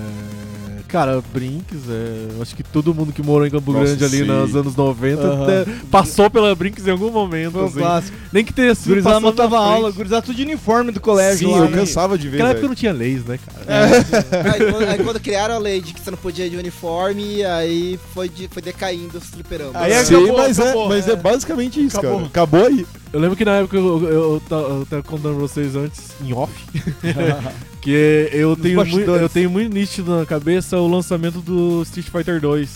É, Cara, Brinks, é, acho que todo mundo que morou em Campo Nossa, Grande ali sim. nos anos 90 Aham. até passou pela Brinks em algum momento. Foi um assim. clássico. Nem que tenha sido. Gurizada passando na matava frente. aula, gurizada tudo de uniforme do colégio Sim, lá. eu né? cansava de ver, Naquela época velho. não tinha leis, né, cara? Aí quando, aí quando criaram a lei de que você não podia ir de uniforme, aí foi, de- foi decaindo os fliperamas. Aí Sim, acabou, mas, acabou, é, mas é. é. basicamente isso, Acabou. cara. Acabou aí. Eu lembro que na época eu, eu, eu ta- eu tava contando pra vocês antes, em off, que eu tenho, mui- bastidores. eu tenho muito nítido na cabeça o lançamento do Street Fighter 2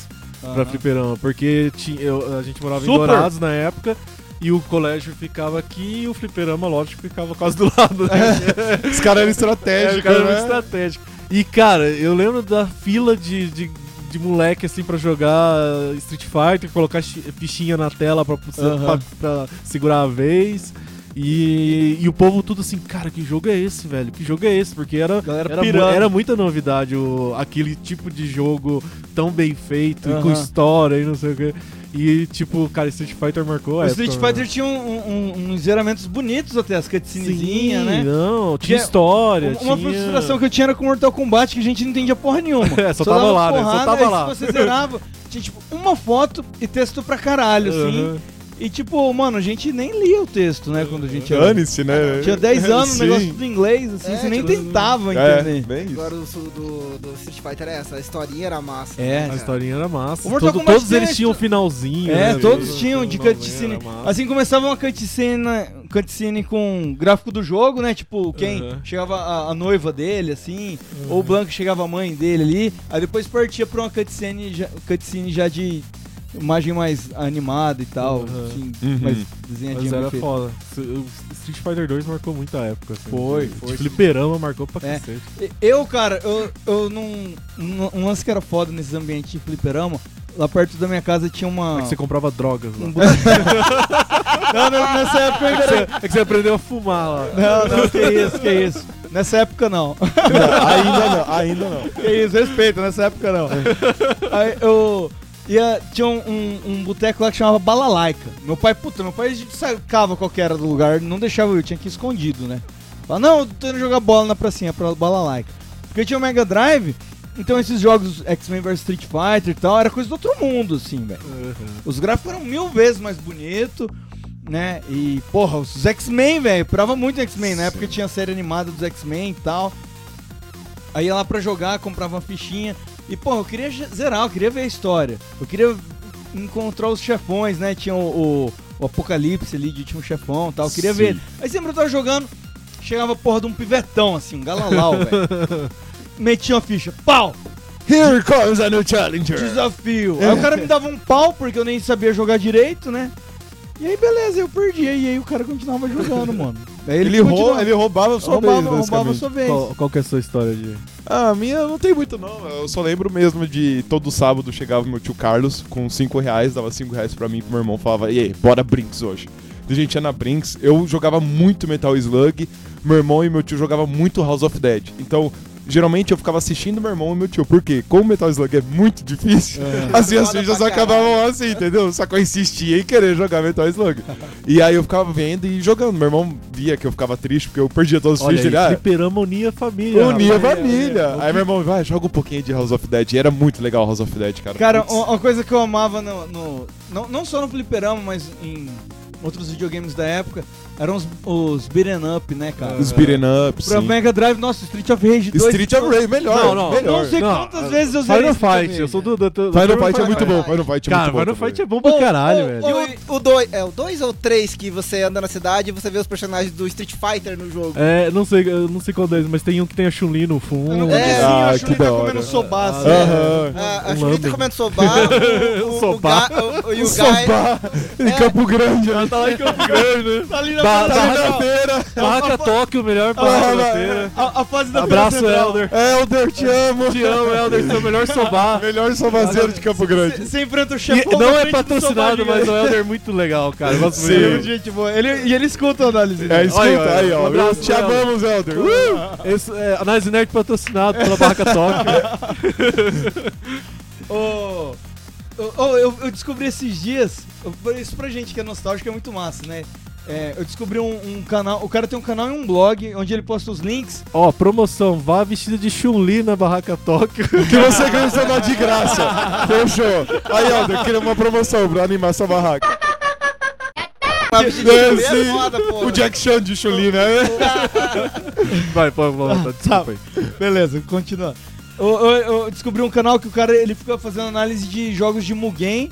pra fliperama, porque ti- eu- a gente morava em Super. Dourados na época. E o colégio ficava aqui e o fliperama, lógico, ficava quase do [laughs] lado. Né? Os caras eram É, o estratégicos, cara era muito né? estratégico. E, cara, eu lembro da fila de, de, de moleque, assim, pra jogar Street Fighter, colocar chi- fichinha na tela pra, pra- pra segurar a vez. E, e o povo tudo assim, cara, que jogo é esse, velho? Que jogo é esse? Porque era, Galera era, mu- pirando. era muita novidade o- aquele tipo de jogo tão bem feito e com Aham. história e não sei o quê. E, tipo, cara, Street Fighter marcou O a Street época, né? Fighter tinha um- um- um- uns zeramentos bonitos até, as cutscenezinhas, Sim, né? Não, Tinha tinha história. Uma tinha- frustração que eu tinha era com Mortal Kombat, que a gente não entendia porra nenhuma. [laughs] É, só tava dava lá, né? Só porrada, tava aí lá. Se você zerava, [laughs] tinha tipo uma foto e texto pra caralho, assim. Aham. E tipo, mano, a gente nem lia o texto, né? Quando a gente era. Dane-se, né? Tinha 10 [laughs] anos, o [laughs] Sim. negócio tudo em inglês, assim, É, você nem tipo, tentava É, entender. bem isso. Agora o su- do, do Street Fighter é essa, a historinha era massa. É, né, A cara? historinha era massa. O Mortal Todo- Kombat todos tem eles a tinham um histo- finalzinho. É, né, todos deles, tinham de uma novela, cutscene. era massa. Assim começava uma cutscene, cutscene com gráfico do jogo, né? Tipo, quem Aham. Uhum. chegava a, a noiva dele, assim, ou o Blanco chegava a mãe dele ali, aí depois partia pra uma cutscene já, cutscene já de imagem mais animada e tal, Aham. assim, Uhum. mais Mas desenhadinha. era bem feita. foda. O Street Fighter 2 marcou muita época. Assim, Foi, de- foi, De fliperama marcou pra É. cacete. Eu, cara, eu, eu não. Um lance que era foda nesses ambientes de fliperama Lá perto da minha casa tinha uma. É que você comprava drogas lá. um boteco. [laughs] não, não, nessa época ainda não. [laughs] É que você aprendeu a fumar lá. Não, não, que isso, que isso. Nessa época não. Não, ainda não, ainda não. É. Que isso, respeita, nessa época não. Aí eu ia, tinha um, um, um boteco lá que chamava Balalaica. Meu pai, puta, meu pai sacava qual que era do lugar, não deixava eu, ir, tinha que ir escondido, né? Falava, não, eu tô indo jogar bola na pracinha, pra Balalaica. Porque tinha o Mega Drive, então esses jogos X-Men vs Street Fighter e tal, era coisa do outro mundo, assim, velho. Os gráficos eram mil vezes mais bonitos, né? E, porra, os X-Men, velho, prava muito X-Men, na época tinha a série animada dos X-Men e tal. Aí ia lá pra jogar, comprava uma fichinha. E, porra, eu queria ge- zerar, eu queria ver a história. Eu queria encontrar os chefões, né? Tinha o, o- o Apocalipse ali de último chefão e tal. Eu queria ver. Aí sempre eu tava jogando, chegava a porra de um pivetão, assim, um galalau, velho. [laughs] Metia uma ficha, pau! Here comes a new challenger. Desafio. Aí o cara me dava um pau porque eu nem sabia jogar direito, né? E aí, beleza, eu perdi. E aí o cara continuava jogando, mano. Aí Ele, continuava- rou- ele roubava a sua roubava, vez, roubava a basicamente. sua vez. Qual, qual que é a sua história de. Ah, a minha não tem muito, não. Eu só lembro mesmo de todo sábado chegava meu tio Carlos com 5 reais, dava 5 reais pra mim e pro meu irmão, falava, e aí, bora Brinks hoje. A gente ia na Brinks, eu jogava muito Metal Slug, meu irmão e meu tio jogava muito House of Dead. Então, geralmente eu ficava assistindo meu irmão e meu tio, porque como Metal Slug é muito difícil, É. [laughs] as minhas Foda fichas pra acabavam assim, entendeu? Só que eu insistia em querer jogar Metal Slug. E aí eu ficava vendo e jogando. Meu irmão via que eu ficava triste porque eu perdia todos os Olha, fichas. Ele, aí, ah, fliperama unia a família. Unia a rapaz. família. Aí meu irmão, vai, joga um pouquinho de House of Dead. E era muito legal House of Dead, cara. Cara, Putz. uma uma coisa que eu amava no, no- não, não só no fliperama, mas em outros videogames da época, eram os, os beat'em up, né, cara? os beat'em up, Pra sim. Mega Drive, nossa, Street of Rage 2. Street of Rage, melhor, é Não, não, melhor. Não sei Não, quantas vezes eu zerei Final esse Fight, videogame. eu sou do. do, do Final do- Fight é muito bom, Fight. Final Fight é muito Cara, bom. Final também. Fight é bom pra Ô, caralho, ô, velho. ô, E o, o dois, é, o dois ou o três que você anda na cidade e você vê os personagens do Street Fighter no jogo. É, não sei, eu não sei qual deles, mas tem um que tem a Chun-Li Eu no não fundo. conhecia, É. eu Ah, acho que que ele tá da hora. comendo É. sobá, assim. Aham. A, Um Ah, a Chulita lambing. comendo sobá, o, o, o, Sobá. ga- o, o, e o Guy- Sobá, É. em Campo Grande. né? Ela tá lá em Campo Grande, né? Tá ali na Ba- fase barra- central. Feira. Barraca Tóquio, melhor barraca da feira. A, a fase da Abraço, Feira Central. Helder. Helder, É, te amo. Te amo, tá? Helder, seu [laughs] melhor sobá. Melhor sobazeiro de Campo Grande. Você- Você enfrenta o E chefão. não na é frente do patrocinado, sobá mas gigante. o Helder é muito legal, cara. Eu gosto Sim. muito Ele é gente boa. Ele- E ele escuta a análise. né? É, escuta Olha, aí, um ó. abraço, Te Helder. amamos, Helder. Uh! Esse, é, Análise Nerd patrocinado pela Barraca [laughs] Tóquio. Ô, ô, ô, eu, eu descobri esses dias, eu- isso pra gente que é nostálgico é muito massa, né? É, eu descobri um, um canal, o cara tem um canal e um blog onde ele posta os links. Ó, promoção, vá vestida de Chun-Li na Barraca Tóquio. [laughs] Que você ganha o celular de graça. Fechou. Aí, Helder, queria uma promoção pra animar sua barraca. uma bicha de É, primeira sim. foda, pô. O Jack Chan de Chuli, né? Vai, pode voltar, desculpa aí. Beleza, continua. Eu, eu- eu descobri um canal que o cara ele fica fazendo análise de jogos de Mugen.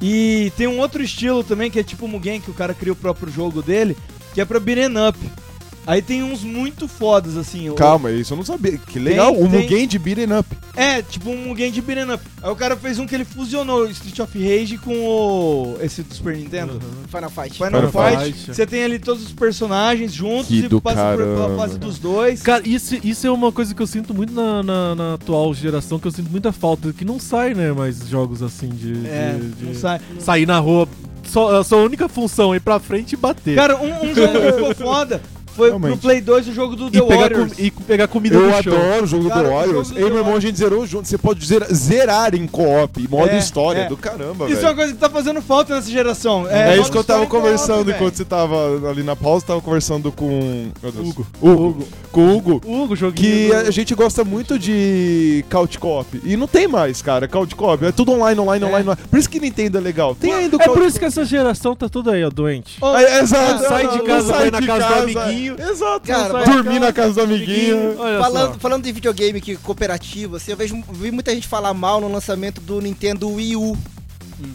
E tem um outro estilo também, que é tipo Mugen, que o cara cria o próprio jogo dele, que é pra beat'em up. Aí tem uns muito fodas, assim. o- Calma, isso eu não sabia. Que legal, Tem- o tem- Mugen de beating up. É, tipo um game de beat'em up. Aí o cara fez um que ele fusionou o Street of Rage com o... esse do Super Nintendo. Uhum. Final Fight. Final, Final Fight. Fight. Você tem ali todos os personagens juntos Que e do passa por- pela caramba. fase dos dois. Cara, isso, isso é uma coisa que eu sinto muito na, na, na atual geração, que eu sinto muita falta, que não sai, né, mais jogos assim de, é, de- de- não sai. sair na rua. Só, a sua única função é ir pra frente e bater. Cara, um, um jogo que [laughs] ficou foda foi pro Realmente. Play 2 o jogo do The e, pegar Warriors. com- e pegar comida Eu no chão. adoro o jogo Cara, do o Warriors. jogo do Eu e meu irmão, Warriors. a gente zerou junto. Você pode zera- zerar em co-op, em modo É, história. é. Do caramba, Isso é uma velho. coisa que tá fazendo falta nessa geração. É, isso modo que eu tava história co-op, conversando velho. enquanto você tava ali na pausa. Tava conversando com. Meu Deus. Hugo. Hugo. Com o Hugo. Hugo, joguinho. Que do- a gente gosta muito de couch co-op. E não tem mais, cara, couch co-op. É tudo online, online, online, online. Por isso que Nintendo é legal. Tem ainda o É couch por isso que essa geração tá toda aí, ó, doente. Ô, É, exato. Não sai de Não casa, sai vai na de casa do casa. amiguinho. Exato. Cara, não sai. vai- Dormir na casa do amiguinho. Olha Falando, só. falando de videogame que cooperativo, assim, eu vejo, vi muita gente falar mal no lançamento do Nintendo Wii U,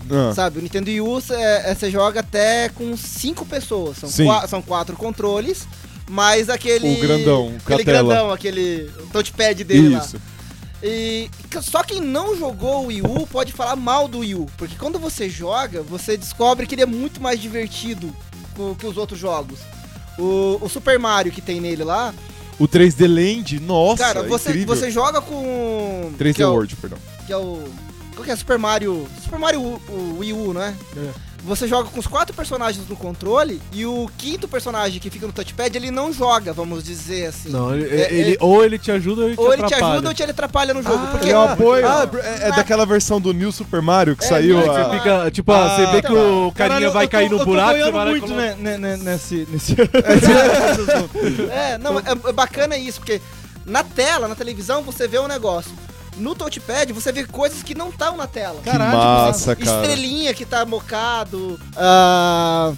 Ah. sabe? O Nintendo Wii U você joga até com cinco pessoas, são, Sim. qua- são quatro controles, mas aquele... O grandão, com a Aquele tela. grandão, aquele touchpad dele lá. Isso. E que- só quem não jogou o Wii U pode falar mal do Wii U, porque quando você joga, você descobre que ele é muito mais divertido co- que os outros jogos. O, o Super Mario que tem nele lá, O 3D Land, nossa, é cara, você, incrível. você joga com. 3D que é o- World, perdão. Que é o. Qual que é? Super Mario. Super Mario U- o Wii U, né? É. Você joga com os quatro personagens no controle e o quinto personagem que fica no touchpad, ele não joga, vamos dizer assim. Não, ele, É, ele- ou ele te ajuda ou ele te Ou ele atrapalha. te ajuda ou te ele atrapalha no jogo. porque Ele é um apoio. Ah, é, é daquela versão do New Super Mario que É, saiu. né, Aí que a- Você fica, tipo, ah, você vê que o carinha vai cair no buraco, você vai lá e muito coloca- né, né, né, nesse, nesse... É, não, é, é bacana isso, porque na tela, na televisão, você vê um negócio. No touchpad, você vê coisas que não estão na tela. Que massa, cara. Estrelinha que tá mocado, ah,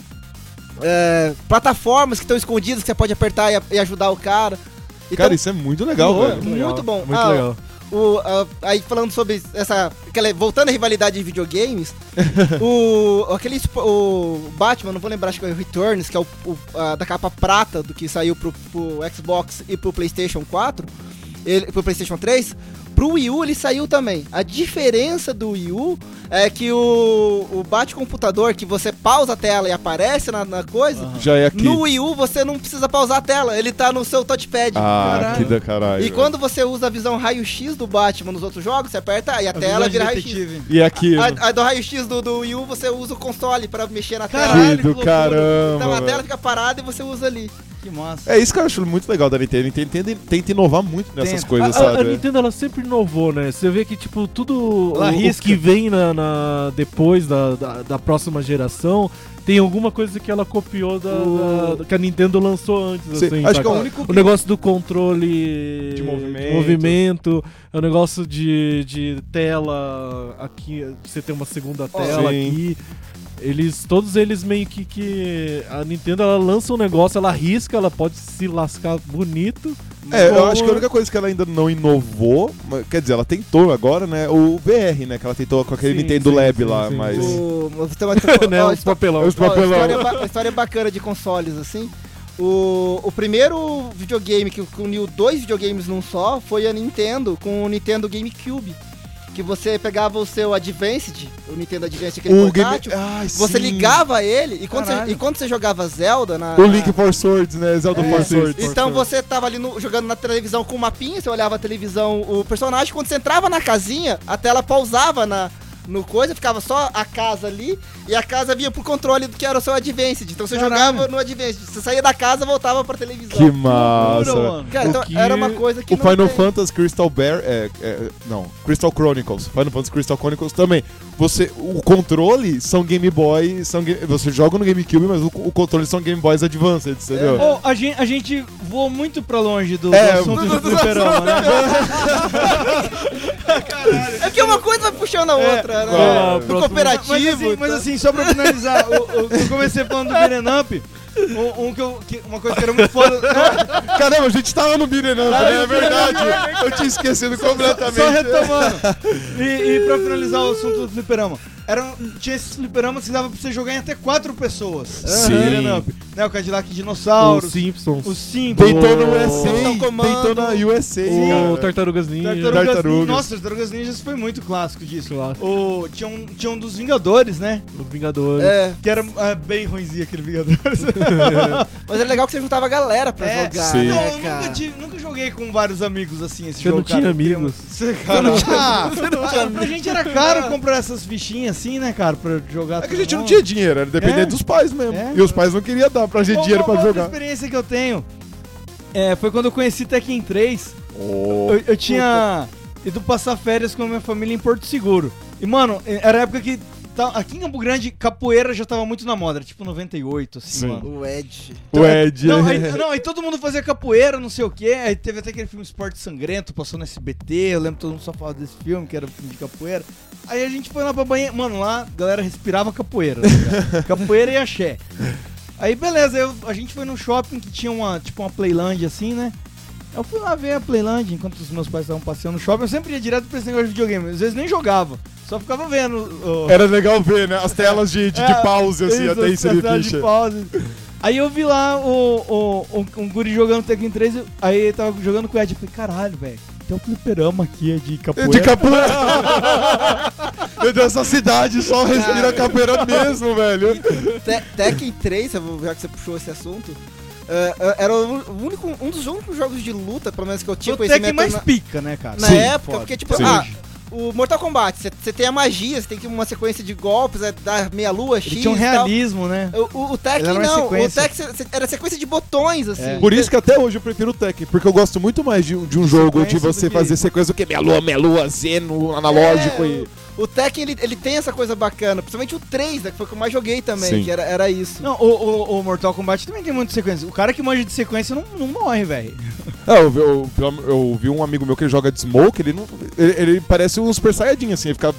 é, plataformas que estão escondidas que você pode apertar e, a- e ajudar o cara. Então, Cara, isso é muito legal, Boa, velho. muito legal, bom. Muito Ah, legal. o- a- aí falando sobre essa. aquela- voltando à rivalidade de [laughs] videogames, o. Aquele. sp- O Batman, não vou lembrar, acho que é o Returns, que é o, o- a da capa prata do que saiu pro, pro Xbox e pro PlayStation 4, ele, pro PlayStation 3. Pro Wii U ele saiu também. A diferença do Wii U é que o, o bate-computador, que você pausa a tela e aparece na, na coisa, Já é aqui. no Wii U você não precisa pausar a tela, ele tá no seu touchpad. Ah, que da caralho. E velho. quando você usa a visão raio-x do Batman nos outros jogos, você aperta e a tela vira raio-x. E aqui. A, a do raio-x do, do Wii U, você usa o console pra mexer na tela. Caralho, que que do loucura. caramba. Então a velho. tela fica parada e você usa ali. Que massa. É isso que eu acho muito legal da Nintendo. Nintendo tenta, tenta inovar muito nessas Tenta. coisas, A, a- a sabe? Nintendo ela sempre inovou, né? Você vê que, tipo, tudo o- Ela o, arrisca. que vem na, na- depois da, da, da próxima geração tem alguma coisa que ela copiou da, O- da- que a Nintendo lançou antes. Sim, assim, acho que é o saca? único O negócio do controle De movimento. movimento, é o negócio de, de tela aqui, você tem uma segunda tela Sim. aqui. Eles, todos eles meio que, que a Nintendo ela lança um negócio, ela arrisca, ela pode se lascar bonito. É, eu Como- acho que a única coisa que ela ainda não inovou, mas- quer dizer, ela tentou agora, né? O VR, né? Que ela tentou com aquele Sim, Nintendo sim, Lab sim, lá, sim, mas. sim. O, você tem uma, ó, né? ó, Os papelão. Os Ó, história, papelão. ba- história bacana de consoles, assim. O, o primeiro videogame que que uniu dois videogames num só foi a Nintendo com o Nintendo GameCube. Que você pegava o seu Advanced, o Nintendo Advanced, aquele O Game... portátil, Ai, você sim. ligava ele e quando, você, Caralho. e quando você jogava Zelda na. O na- Link for Swords, né? Zelda É, for Swords. Então você tava ali no- jogando na televisão com o mapinha, você olhava a televisão, o personagem, quando você entrava na casinha, a tela pausava na, no coisa, ficava só a casa ali, e a casa vinha pro controle do que era o seu Advanced. Então você Caralho. jogava no Advanced. Você saía da casa voltava pra televisão. Que massa. Cara, então O que- era uma coisa que o Final tem. Fantasy Crystal Bear. É, é, não, Crystal Chronicles. Final Fantasy Crystal Chronicles também. Você, o controle são Game Boy. São, Ga- você joga no GameCube, mas o, o controle são Game Boys Advanced, entendeu? É, Ô, a, gente, a gente voou muito pra longe do, É, do assunto do- do fliperama, né? É que uma coisa vai puxando a É. outra, né? Ó, do próximo- cooperativo. Mas assim, mas então. assim, só pra finalizar, o- o que eu comecei falando do Beaten Up, um, um que eu, que- uma coisa que era muito [laughs] foda... Caramba, a gente tava no Beat'em Up, né? É verdade. Eu tinha esquecido [laughs] completamente. Só retomando. E, e pra finalizar o assunto do fliperama. Era, um- tinha esses fliperamas que dava pra você jogar em até quatro pessoas. Sim. Beaten Up, Né, o Cadillac é O Dinossauros, Simpsons. o Simba, Deitou no USA. Capitão Comando. Deitou na USA, O cara. Tartarugas Ninja. Tartarugas, Tartarugas. Ninjas. Nossa, Tartarugas Ninjas foi muito clássico disso. Clássico. O, tinha, um, tinha um dos Vingadores, né? Os Vingadores. É, Que era ah, bem ruimzinho aquele [laughs] Vingadores. mas é legal que você juntava a galera pra É, jogar, sim. Não, eu né, nunca, cara? tive- nunca joguei com vários amigos assim esse Você jogo, não tinha cara. amigos? Você, cara. Ah, ah, [laughs] pra gente era caro comprar essas fichinhas assim, né, cara, pra jogar. É que a todo gente não mundo. tinha dinheiro, era dependente É. dos pais mesmo. É. E os pais não queriam dar pra gente Uma- dinheiro pra uma outra jogar. é experiência que eu tenho é, foi quando eu conheci Tekken 3. Oh. Eu, eu tinha ido passar férias com a minha família em Porto Seguro. E, mano, era a época que. ta- Aqui em Campo Grande, capoeira já tava muito na moda, era tipo 98, assim, Sim. mano. O Ed. O Ed. [laughs] Não aí, não, aí todo mundo fazia capoeira, não sei o quê. Aí teve até aquele filme Esporte Sangrento, passou no SBT. Eu lembro que todo mundo só falava desse filme, que era um filme de capoeira. Aí a gente foi lá pra banheira. Mano, lá a galera respirava capoeira. tá ligado? capoeira e axé. Aí beleza, eu- a gente foi num shopping que tinha uma, tipo, uma Playland assim, né? Eu fui lá ver a Playland enquanto os meus pais estavam passeando no shopping. Eu sempre ia direto pra esse negócio de videogame. Às vezes nem jogava, só ficava vendo. ó, Era legal ver, né? As telas de, de, de É, pause, assim, isso, até inserir cidade de ficha. pausa. Aí eu vi lá o, o, um, um guri jogando Tekken 3, eu- aí ele tava jogando com o Ed. Eu falei, caralho, velho, tem um fliperama aqui é de capoeira. [laughs] De capoeira. Meu Deus, essa cidade só respira capoeira mesmo, velho. Te- Tekken 3, eu vou- já que você puxou esse assunto, é, é, era o único, um dos únicos jogos de luta, pelo menos que eu tinha Tipo, o Tekken mais na, pica, né, cara? na Sim, época, foda. porque tipo, Sim. ah, o Mortal Kombat, você- você tem a magia, você tem que uma sequência de golpes, é, da meia-lua, X Ele tinha um e tal. realismo, né? O, o, o Tekken Ele era uma não, sequência. É. o Tekken cê- cê- era sequência de botões, assim. Por isso que até hoje eu prefiro o Tekken, porque eu gosto muito mais de, um- de um jogo de Sequência do você que- fazer sequência do que meia lua, meia lua, zeno, analógico É, e. O Tekken, ele, ele tem essa coisa bacana, principalmente o 3, né, que foi o que eu mais joguei também, Sim. que era, era isso. Não, o, o- o Mortal Kombat também tem muita sequência. O cara que manja de sequência não, não morre, velho. É, eu, vi- eu- pelo- eu vi um amigo meu que ele joga de smoke, ele não. Ele, ele parece um Super Saiyajin, assim, [laughs] ele fica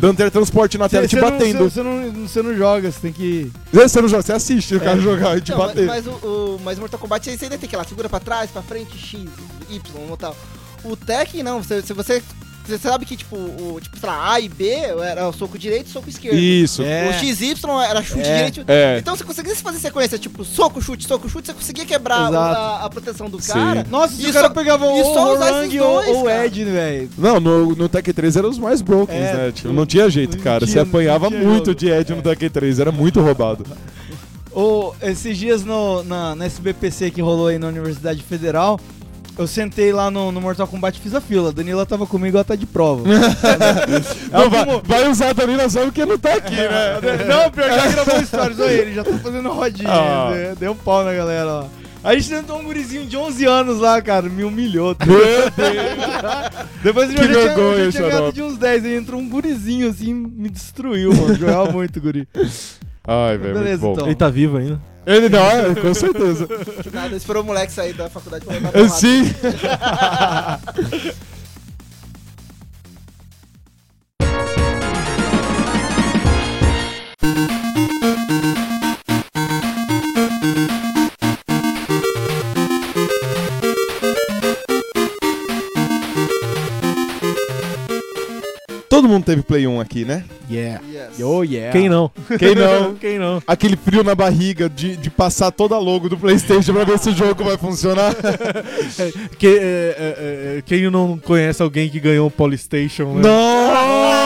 dando teletransporte na tela e Tá te batendo. Você não, cê não joga, você tem que. Você não joga, você assiste o É. cara jogar e te Não, mas, bater. mas o, o- mas Mortal Kombat você ainda tem que ir lá, segura pra trás, pra frente, X, Y ou tal. O Tekken não, você, se você, você sabe que tipo, o, tipo, sei lá, A e B era o soco direito e soco esquerdo. Isso. É. O XY era chute É. direito. É. Então você conseguia fazer sequência, tipo, soco, chute, soco, chute, você conseguia quebrar o- Exato. a, a proteção do Sim. cara. Nossa, E se o cara só- pegava e o só usar esses Orang ou dois, ou o cara. Ed, velho. Não, no, no Tekken 3 eram os mais brokens, É, né? Tipo, não tinha jeito, não cara. tinha- Você apanhava não tinha muito jogo. É. de Ed no Tekken 3, era muito roubado. Ô, esses dias no, na, na SBPC que rolou aí na Universidade Federal, eu sentei lá no, no Mortal Kombat e fiz a fila. A Danila tava comigo, ela tá de prova. Não, Ah, vai, vai usar a Danila só porque não tá É. aqui, né? [laughs] Não, pior, já [laughs] gravou stories. Olha ele, já tá fazendo rodinha. Ah. né? Deu um pau na galera lá. A gente tentou um gurizinho de 11 anos lá, cara, me humilhou. tá? Meu Deus. Depois eu Que já tinha, eu vergonha, já tinha ganhado xarope. de uns 10, aí entrou um gurizinho assim, me destruiu, mano. Jogava muito, guri. Ai, velho, muito Beleza, bom. então. Ele tá vivo ainda. Ele não, é, com certeza. Nada, esperou o moleque sair da faculdade pra levar Eu porrada. Sim. Todo mundo teve Play 1 aqui, né? Yeah. Yes. um Oh, yeah. Quem não? É. Quem não? Quem não? Aquele frio na barriga de, de passar toda a logo do PlayStation pra ver se o jogo vai funcionar. Que- é, é, é, quem não conhece alguém que ganhou um Polystation, né? Não!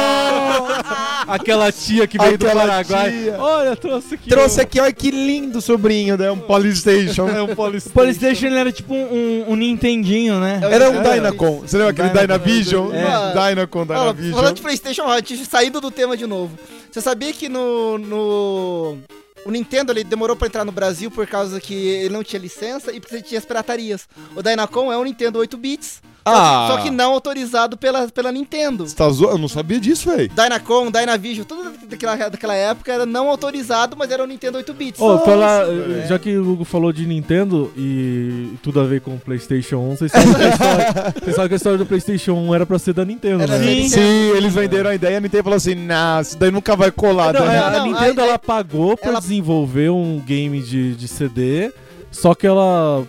Aquela tia que veio do Aquela Paraguai. tia. Olha, trouxe aqui. Trouxe um- aqui, olha que lindo sobrinho, né? Um Polystation. É [laughs] um O Polystation. Polystation ele era tipo um, um, um Nintendinho, né? É o Era um É. Dynacon. Você lembra aquele Dyna- Dynavision? É. Dynacon, Ah, Dynavision. falando de PlayStation, ó, t- saindo do tema de novo. Você sabia que no, no o Nintendo ele demorou pra entrar no Brasil por causa que ele não tinha licença e porque ele tinha as piratarias. O Dynacon é um Nintendo 8 bits, Ah, só que não autorizado pela, pela Nintendo. Você tá zoando? Eu não sabia disso, véi. Dynacon, Dynavision, tudo daquela, daquela época era não autorizado, mas era um Nintendo 8 bits. Ô, falar, eh, já que o Hugo falou de Nintendo e tudo a ver com o PlayStation 1, vocês sabem que a história, vocês sabem que a história do PlayStation 1 era pra ser da Nintendo, Era né? da Sim, Nintendo. eles venderam a ideia e a Nintendo falou assim: nah, isso daí nunca vai colar. Não, né? é, a Não, Nintendo aí- ela pagou pra ela- desenvolver um game de, de CD, só que ela,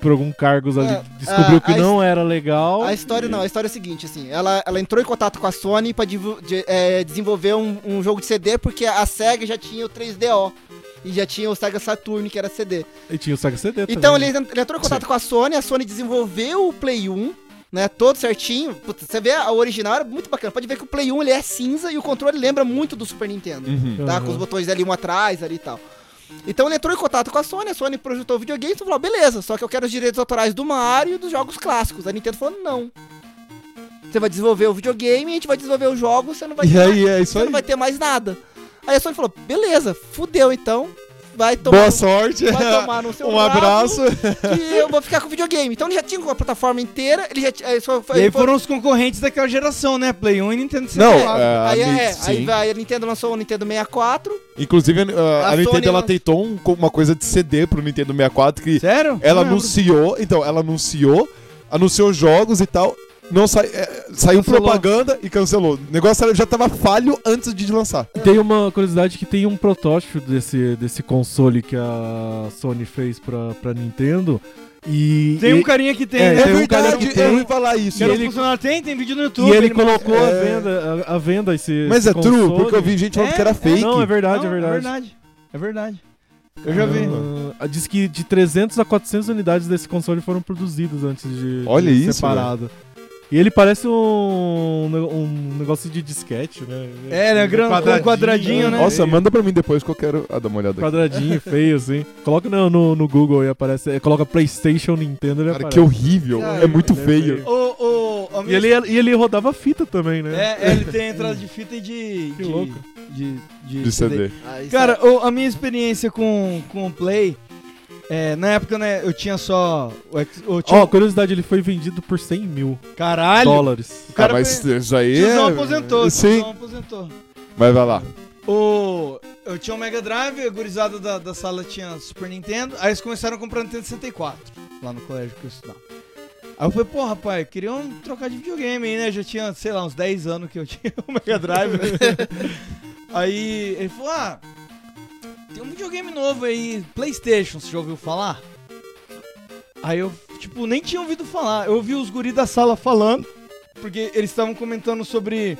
por algum cargos ali, É, descobriu a- que a não era legal. A história não, a história é a seguinte, assim, ela, ela entrou em contato com a Sony pra divu- de- é, desenvolver um, um jogo de CD, porque a SEGA já tinha o 3DO. E já tinha o Sega Saturn, que era CD. E tinha o Sega CD Então ele, também. ent- ele entrou em contato com a Sony, a Sony desenvolveu o Play 1, né? Todo certinho. Puta, você vê a original, era muito bacana. Pode ver que o Play 1 ele é cinza e o controle lembra muito do Super Nintendo. Uhum. Tá? né? Aham. Com os botões ali um atrás ali e tal. Então ele entrou em contato com a Sony, a Sony projetou o videogame e falou: beleza, só que eu quero os direitos autorais do Mario e dos jogos clássicos. A Nintendo falou: não. Você vai desenvolver o videogame, a gente vai desenvolver os jogos, você não vai E ter mais- aí, é isso você aí. não vai ter mais nada. Aí a Sony falou: beleza, fudeu então. Vai tomar Boa no- sorte. vai tomar [laughs] no seu Um rabo abraço. que eu vou ficar com o videogame. Então ele já tinha com a plataforma inteira, ele já tinha. aí só foi- E aí foi- foram os concorrentes daquela geração, né? Play 1 e Nintendo Não, 64. é, aí, a é, Nintendo- aí sim. vai, a Nintendo lançou o Nintendo 64. Inclusive, a, a A Nintendo Sony ela lança- tentou um- uma coisa de CD pro Nintendo 64 que Sério? ela Não lembro. anunciou. Então, ela anunciou, anunciou jogos e tal. Não sai, é, saiu Cancelou. propaganda e cancelou. O negócio era- já tava falho antes de lançar. Tem uma curiosidade que tem um protótipo desse, desse console que a Sony fez pra, pra Nintendo. E, Tem e- um carinha que tem, É, né? tem um cara que tem- eu ia falar isso. Que era um ele- funcionário, tem, tem vídeo no YouTube. e né? ele colocou à É. venda, a, venda esse. Mas esse é true, console. porque eu vi gente falando É, que era é, fake. Não, é verdade, Não, é verdade. É verdade. É verdade. Eu já vi. Caramba. Ah, diz que de 300 a 400 unidades desse console foram produzidas antes de, Olha de isso, separado. E ele parece um, ne- um negócio de disquete, né? É, né, gran- com quadradinho, né? Nossa, manda pra mim depois que eu quero ah, dar uma olhada aqui. Quadradinho, feio, assim. Coloca no, no, no Google e aparece. é, Coloca PlayStation Nintendo e Cara, aparece. que horrível. É muito é feio. feio. O, o, ó, E ele, e ele rodava fita também, né? É, é, ele tem entrada de fita e de. de, Que louco. De, de, de Ah, CD. Aí Cara, o- a minha experiência com, com o Play. é, na época, né, eu tinha só. o X- eu tinha um Ó, curiosidade, ele foi vendido por 100 mil Caralho! dólares. cara ah, mas isso aí. Tiozão é- aposentou, Sim, tiozão aposentou. mas vai lá. O, eu tinha um Mega Drive, a gurizada da, da sala tinha Super Nintendo, aí eles começaram a comprar Nintendo 64, lá no colégio que eu estudava. Aí eu falei, pô, rapaz, eu queria um, trocar de videogame aí, né? Já tinha, sei lá, uns 10 anos que eu [laughs] tinha o Mega Drive. aí ele falou, ah, tem um videogame novo aí, Playstation, você já ouviu falar? Aí eu, tipo, nem tinha ouvido falar. Eu ouvi os guris da sala falando, porque eles estavam comentando sobre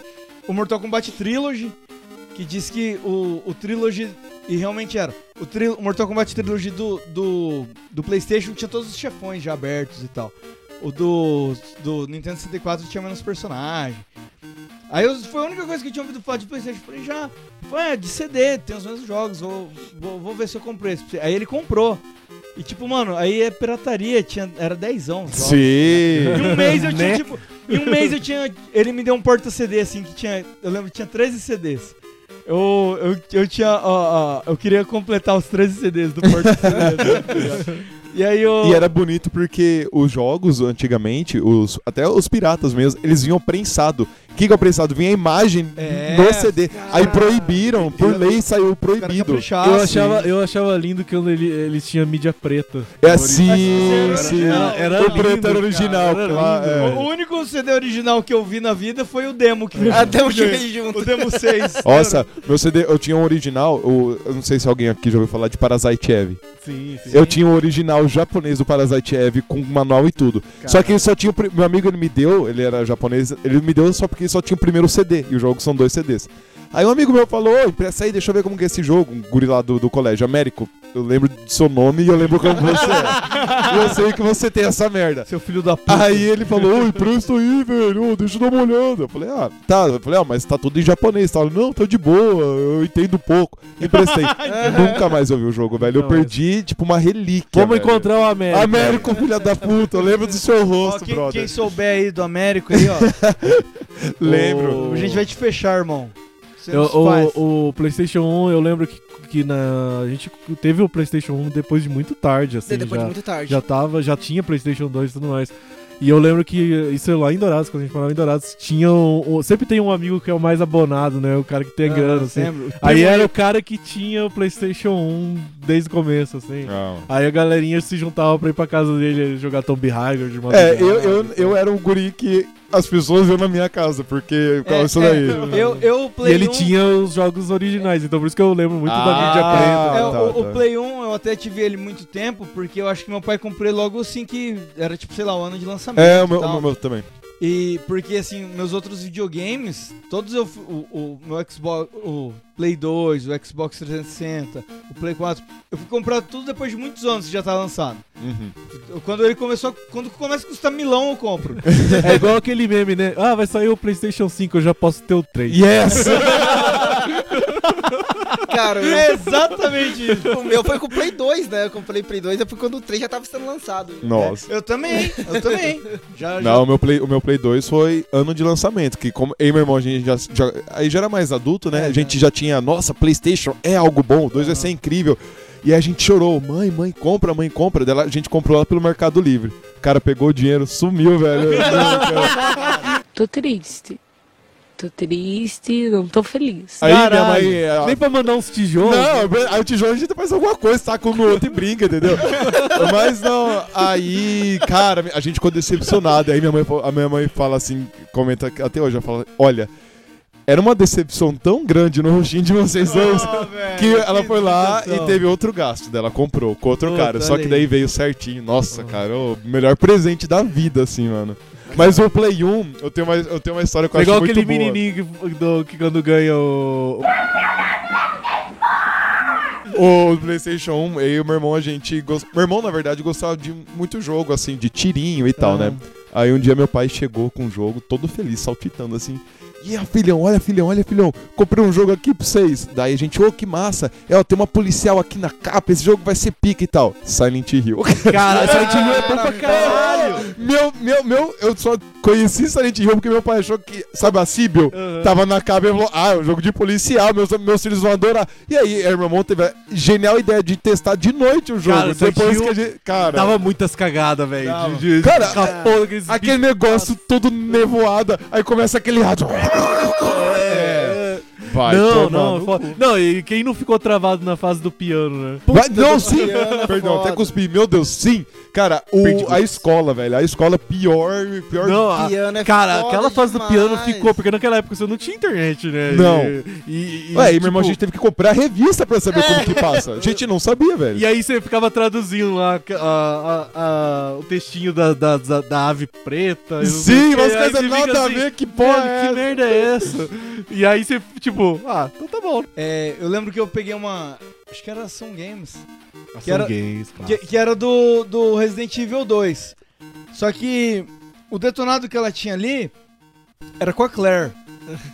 o Mortal Kombat Trilogy, que diz que o, o Trilogy. E realmente era. O, tri- o Mortal Kombat Trilogy do, do, do PlayStation tinha todos os chefões já abertos e tal. O do, do Nintendo 64 tinha menos personagem. Aí eu- foi a única coisa que eu tinha ouvido falar de PlayStation. Falei, já. Foi é, de CD, tem os mesmos jogos, vou, vou, vou ver se eu comprei. esse pra você." Aí ele comprou. E tipo, mano, aí é pirataria, tinha, era dezão. os jogos. Em Sim. um mês [laughs] eu tinha, Né? tipo. Em um mês eu tinha. Ele me deu um porta-CD, assim, que tinha. Eu lembro que tinha 13 CDs. Eu, eu, eu tinha. ó, ó, eu queria completar os 13 CDs do porta-CD. assim, tá e aí eu. E era bonito porque os jogos antigamente, os, até os piratas mesmo, eles vinham prensado. O que, que é o prensado? Vinha a imagem É, do CD. Aí proibiram, por lei saiu o cara proibido. caprichava, um Eu assim. achava, eu achava lindo quando ele, ele tinha mídia preta. É assim, Era- sim. era- era o preto era lindo, original, cara, era claro, O é. o único CD original que eu vi na vida foi o demo que veio. Ah, um demo que junto. veio junto. O demo 6. Nossa, meu CD, eu tinha um original, o- eu não sei se alguém aqui já ouviu falar de Parasite Eve. Sim, sim. Eu tinha o original japonês do Parasite Eve com manual e tudo. Só que ele só tinha. o pri- Meu amigo ele me deu, ele era japonês, ele me deu só porque só tinha o primeiro CD. E os jogos são dois CDs. Aí um amigo meu falou: Ô, empresta aí, deixa eu ver como que é esse jogo. Um guri lá do, do colégio, Américo. Eu lembro do seu nome e eu lembro como você é. E eu sei que você tem essa merda. Seu filho da puta. Aí ele falou, ô, empresta aí, velho, ô, deixa eu dar uma olhada. Eu falei, ah, tá. Eu falei, ah, mas tá tudo em japonês. Tá, não, tô de boa, eu entendo pouco. Emprestei. Nunca mais ouvi o jogo, velho. Eu Nunca mais. perdi, tipo, uma relíquia. Vamos velho. encontrar o Américo. Américo, filha da puta, eu lembro do seu Ó, rosto, quem, brother. quem souber aí do Américo aí, [laughs] ó. Lembro. a gente vai te fechar, irmão. Você Eu- nos faz. o, o PlayStation 1, eu lembro que, que na, a gente teve o PlayStation 1 depois de muito tarde, assim. depois já, de muito tarde. já tava, já tinha PlayStation 2 e tudo mais. E eu lembro que isso é lá em Dourados, quando a gente morava em Dourados, tinha um, um- sempre tem um amigo que é o mais abonado, né? O cara que tem Ah, grana, assim. lembro. Aí Primo era o cara que tinha o PlayStation 1 desde o começo, assim. Não. Aí a galerinha se juntava pra ir pra casa dele jogar Tomb Raider de É, madrugada. eu, eu, eu era um guri que as pessoas iam na minha casa, porque É, por causa disso daí. Eu, eu E Play ele 1, tinha os jogos originais, então por isso que eu lembro muito da um. mídia Ah, preta. é, o- tá, o, tá. Play 1 eu até tive ele muito tempo, porque eu acho que meu pai comprou ele logo assim que era tipo, sei lá, o ano de lançamento. É, o e meu, tal. o meu também. E porque assim, meus outros videogames, todos eu fu- o, o meu Xbox, o Play 2, o Xbox 360, o Play 4, eu fui comprar tudo depois de muitos anos que já tá lançado. Uhum. Quando ele começou, quando começa a custar milão eu compro. É igual aquele meme, né? Ah, vai sair o PlayStation 5, eu já posso ter o 3. Yes! [laughs] Cara, é exatamente isso. [laughs] o meu foi com o Play 2, né? Eu comprei Play 2 é porque quando o 3 já tava sendo lançado. Nossa. Eu [laughs] também, eu também. Já, já Não, o meu, Play, o meu Play 2 foi ano de lançamento, que como eu e meu irmão, a gente já, já- aí já era mais adulto, É né? a gente já tinha, nossa, Playstation é algo bom, o 2 vai ser incrível. E aí a gente chorou, mãe, mãe, compra, mãe, compra. Daí ela- a gente comprou lá pelo Mercado Livre. O cara pegou o dinheiro, sumiu, [laughs] velho. Não, cara. Tô triste. Tô triste, não tô feliz. Aí minha Caralho. mãe... é, Nem pra mandar uns tijolos. Não, é aí o tijolo a gente faz alguma coisa, taca um no outro e brinca, entendeu? Mas não, aí, cara, a gente ficou decepcionado. Aí minha mãe, fa- a minha mãe fala assim, comenta que- até hoje, ela fala, olha, era uma decepção tão grande no rostinho de vocês dois. Que ela foi lá e teve outro gasto dela, comprou com outro Puta, cara. Só olha que aí. daí veio certinho. Nossa, cara, o melhor presente da vida, assim, mano. Mas o Play 1, eu tenho uma, eu tenho uma história que eu É igual acho aquele muito boa. menininho que, do- que quando ganha o. O PlayStation 1, eu e o meu irmão, a gente. Gost... Meu irmão, na verdade, gostava de muito jogo, assim, de tirinho e tal, Ah. né? Aí um dia meu pai chegou com um jogo, todo feliz, saltitando assim. Yeah, filhão, olha, filhão, olha, filhão. Comprei um jogo aqui pra vocês. Daí a gente, ô, que massa. É, ó, tem uma policial aqui na capa, esse jogo vai ser pica e tal. Silent Hill. Cara, Silent Hill é bom pra caralho. meu, meu, meu, eu só conheci Silent Hill porque meu pai achou que, sabe, a Sibyl tava na capa e falou, ah, é um jogo de policial, meus, meus filhos vão adorar. E aí, meu irmão teve a genial ideia de testar de noite o jogo. Cara, Silent Depois Hill que a gente. Cara. Dava muitas cagadas, velho. Dava. De, de, Cara, é, escapou daqueles Aquele negócio todo nevoado, aí começa aquele rádio. É. Vai, não, tomar não, no foda. Não, e quem não ficou travado na fase do piano, né? Vai- não, sim! Mariana, Perdão, foda. até cuspi. Meu Deus, sim! Cara, o- a escola, velho. A escola pior, pior. Não, a- piano é cara, foda aquela fase do piano demais. ficou, porque naquela época você não tinha internet, né? Não. E, e, e, Ué, e tipo, É. meu irmão, a gente teve que comprar a revista pra saber como que passa. A gente não sabia, velho. e aí você ficava traduzindo lá a- a- a- o textinho da, da, da, da ave preta. e não sei o Sim, quê, umas aí coisas você fica nada a assim, ver, que porra Mano, é que essa? merda é essa? E aí você, tipo, ah, então tá bom. É, eu lembro que eu peguei uma. Acho que era Ação Games. São era- gays, claro. Que, que era do, do Resident Evil 2. Só que o detonado que ela tinha ali era com a [laughs] Claire.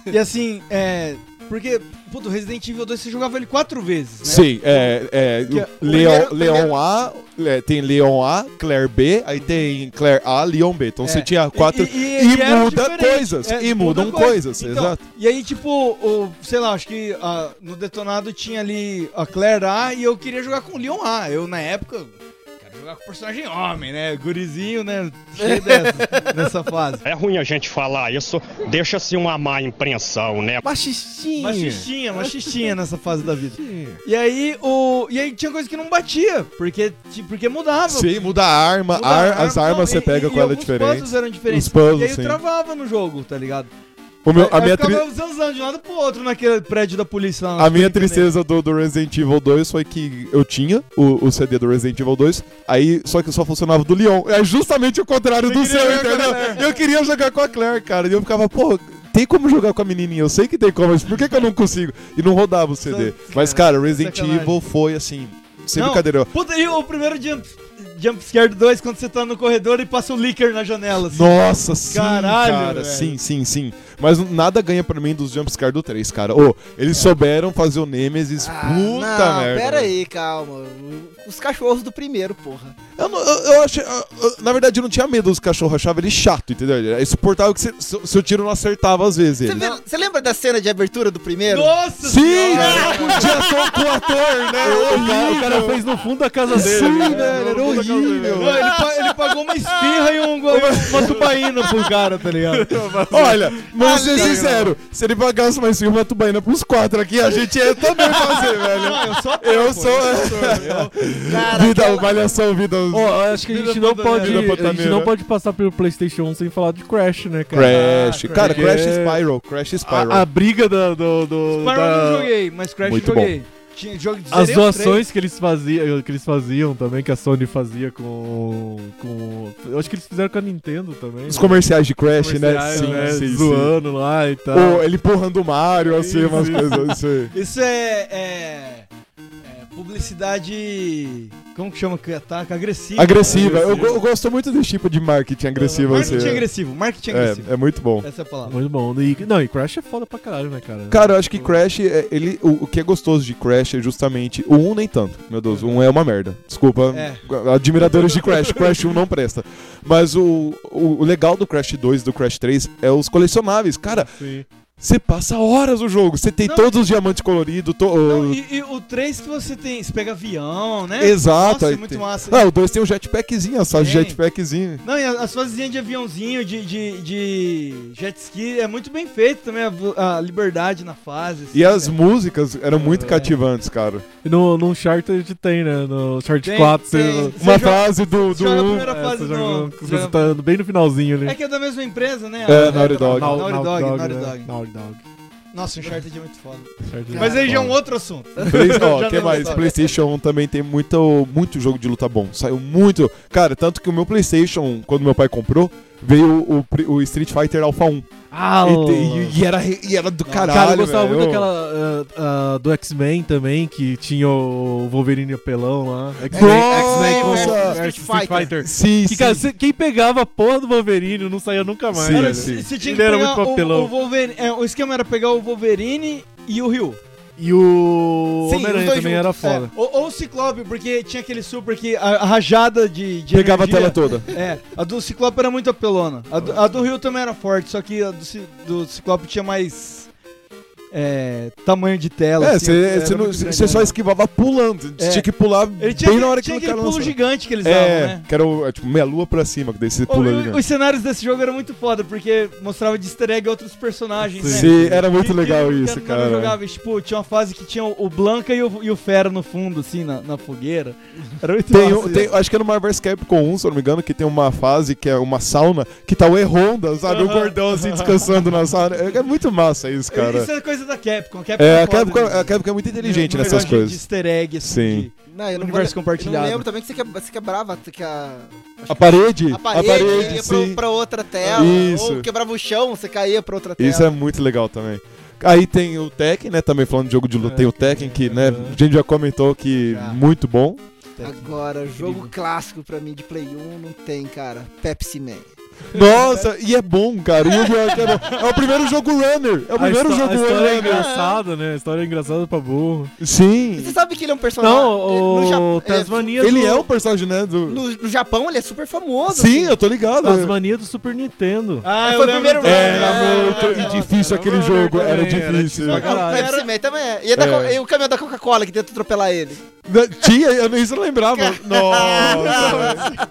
E assim, é. Porque, puto, Resident Evil 2 você jogava ele quatro vezes, né? Sim, é. é Que- Leon, primeiro- Leon A, é, tem Leon A, Claire B, aí tem Claire A, Leon B. Então É. você tinha quatro. E, e- e e eram muda diferentes. coisas, É, e mudam coisas, exato. E aí, tipo, o, sei lá, acho que ah, no Detonado tinha ali a Claire A e eu queria jogar com o Leon A. Eu, na época, quero jogar com personagem homem, né? Gurizinho, né? Cheio [laughs] dessa, nessa fase. É ruim a gente falar isso, deixa-se uma má impressão, né? Machistinha. Machistinha, machistinha nessa fase da vida. E aí, o, e aí tinha coisa que não batia, porque, ti- porque mudava. Sim, muda a arma, Muda ar- a arma, as armas não, você e- pega e com ela alguns diferente. puzzles eram diferentes. Os puzzles, e aí eu sim. travava no jogo, tá ligado? O meu, a aí minha ficava tri- zanzando de um lado pro outro naquele prédio da polícia lá. né? A minha tristeza do, do Resident Evil 2 foi que eu tinha o, o CD do Resident Evil 2, aí só que só funcionava do Leon. É justamente o contrário do seu, entendeu? Eu queria jogar com a Claire, cara. E eu ficava, pô, tem como jogar com a menininha? Eu sei que tem como, mas por que, que eu não consigo? E não rodava o CD. mas, cara, Resident sacanagem. Evil foi assim, sem Não. brincadeira. eu- Puta, e o primeiro jump, jump Scare 2, quando você tá no corredor e passa o licker na janela. assim. Nossa, sim, Caralho, cara, velho. sim, sim, sim. Mas nada ganha pra mim dos jumpscare do 3, cara. Ô, eles souberam fazer o Nemesis, puta Ah, não, merda. pera aí, calma. Os cachorros do primeiro, porra. Eu, não- eu, eu achei. eu- eu- na verdade, eu não tinha medo dos cachorros, eu achava ele chato, entendeu? Ele Era insuportável que se, se- seu tiro não acertava às vezes Você ele. vê- você lembra da cena de abertura do primeiro? Nossa Sim! senhora! né? O diretor com o ator, né? O cara, o cara fez no fundo da casa dele. Sim, né? velho, era No fundo da casa dele. horrível. Não, ele, pa- ele pagou uma espirra e um, [laughs] uma tubaína pro cara, tá ligado? Olha, vamos ser sinceros, se ele pagasse mais cinco, uma tubaína pros quatro aqui, a gente ia também fazer, velho. [laughs] Não, eu sou ator, Eu pô. sou. é. Cara, [laughs] vida, aquela- malhação, vida. Ó, eu acho que a gente não pode, Vida a gente pantaneira. não pode passar pelo PlayStation 1 sem falar de né? Crash, né, cara? Crash. cara, Crash. Crash Spiral. Crash Spiral. A, a briga da, do, do- Spiral da- eu não joguei, mas Crash Muito joguei. Tinha, jogo, as zerei os três. doações que eles faziam, que eles faziam também que a Sony fazia com com eu acho que eles fizeram com a Nintendo também. Os comerciais de Crash, né? comerciais, né, zoando lá e tal. Ou ele empurrando o Mario, assim, Sim, umas sim. coisas assim. Isso é, é- é Publicidade. Como que chama que ataca? Agressiva. Agressiva. Eu, go- eu gosto muito desse tipo de marketing agressivo. Marketing assim, é. agressivo. Marketing agressivo. É, é muito bom. Essa é a palavra. Muito bom. E, não, e Crash é foda pra caralho, né, cara? Cara, eu acho que Crash, é- ele, o, o que é gostoso de Crash é justamente. O 1 nem tanto. Meu Deus, o 1 é uma merda. Desculpa, É. admiradores de Crash. Crash 1 não presta. Mas o, o, o legal do Crash 2 e do Crash 3 é os colecionáveis. Cara, Sim. você passa horas no jogo. Você tem Não, todos os diamantes coloridos. to- Não, e, e o 3 que você tem. Você pega avião, né? Exato. Nossa, é aí muito tem- massa. Ah, o 2 tem o jetpackzinho, as fases de Tem. jetpackzinho. Não, e as fasezinhas de aviãozinho, de, de, de jet ski, é muito bem feito também a, a liberdade na fase. assim, E as né? músicas eram muito cativantes, cara. E no, no Uncharted tem, né? No Uncharted Tem- 4, tem- você, Você Uma joga- fase do, um. do joga a 1. primeira é, fase você, do- joga- joga- você tá bem no finalzinho ali. É que é da mesma empresa, né? É, A- Naughty a- Dog. Naughty Nau- Nau- Dog, Naughty né? Dog. Naughty Dog. Nossa, Uncharted é muito foda. Uncharted Mas é aí já é foda. um outro assunto. Play... Ó, [laughs] Já que não mais? sabe. PlayStation 1 também tem muito, muito jogo de luta bom. Saiu muito. Cara, tanto que o meu PlayStation, quando meu pai comprou, veio o, o Street Fighter Alpha 1. Ah, E, te- e- e era, re- e era do caralho, Cara, eu gostava velho. muito daquela. ah, ah, do X-Men também, que tinha o Wolverine apelão lá. Nossa! versus Street Street Fighter. Fighter. Sim, Que, sim. cara, cê- quem pegava a porra do Wolverine não saía nunca mais. Sim, velho. sim. Você tinha que Ele era pegar muito o, papelão. o Wolverine. é, o esquema era pegar o Wolverine e o Rio. E o Sim, os Homem-Aranha dois também juntos, era foda. é. Ou, ou o Ciclope, porque tinha aquele super que a, a rajada de, de Pegava a energia- tela toda. É, a do Ciclope era muito apelona. A do, a do Rio também era forte, só que a do, Ci- do Ciclope tinha mais. é, tamanho de tela. É, assim, era você muito grande, só né? esquivava pulando. É. Tinha que pular Ele bem tinha, na hora tinha que o aquele cara pulo lançava. gigante que eles É, davam, né? que era o- é, tipo meia lua pra cima, que daí você Ô, pula né? e- gigante. os cenários desse jogo eram muito foda, porque mostrava de easter egg outros personagens, né? Sim, era muito Que- legal que- isso, que eu não cara. jogava, tipo, tinha uma fase que tinha o o Blanca e o, e o Fera no fundo, assim, na, na fogueira. Era muito Tem, massa um- tem- isso. acho que é no Marvel vs Capcom 1, se eu não me engano, que tem uma fase que é uma sauna, que tá o E-Honda, sabe? O gordão assim descansando na sauna. É, é muito massa isso, cara. Isso é coisa da Capcom. A Capcom É, a foda Capcom, nisso. a Capcom é muito inteligente Uma nessas linguagem De coisas. easter egg, assim, Sim. de- Não, eu não Universo vou- compartilhado. Eu não lembro também que você, que, você quebrava que a, A parede, a parede, ia pra, sim. pra outra tela. Isso. Ou quebrava o chão, você caía pra outra tela. Isso é muito legal também. Aí tem o Tekken, né? Também falando de jogo de luta, tem o Tekken, que, né? A gente já comentou que Já. muito bom. Agora, jogo clássico pra mim de Play 1 não tem, cara. Pepsi Man. Nossa, e é bom, cara. E o pior que é, bom. é o primeiro jogo runner. É o A, histó- primeiro jogo a história é runner. engraçada, né? A história é engraçada pra burro. Você Sim. sabe que ele é um Ah, personagem. no Ja- Não, o ele é- Tasmania Ele do... é o personagem, né? Do... No, no Japão ele é super famoso. Sim, assim. eu tô ligado. Tasmania do Super Nintendo. Ah, Foi eu o lembro primeiro dela. É, Era muito Nossa, difícil aquele era jogo. também, Era era difícil. difícil. Não, Caralho. Pepsi Man também é. E, a da co- É. e o caminhão da Coca-Cola que tenta atropelar ele. Não, Tinha, eu não, isso eu não lembrava. Nossa.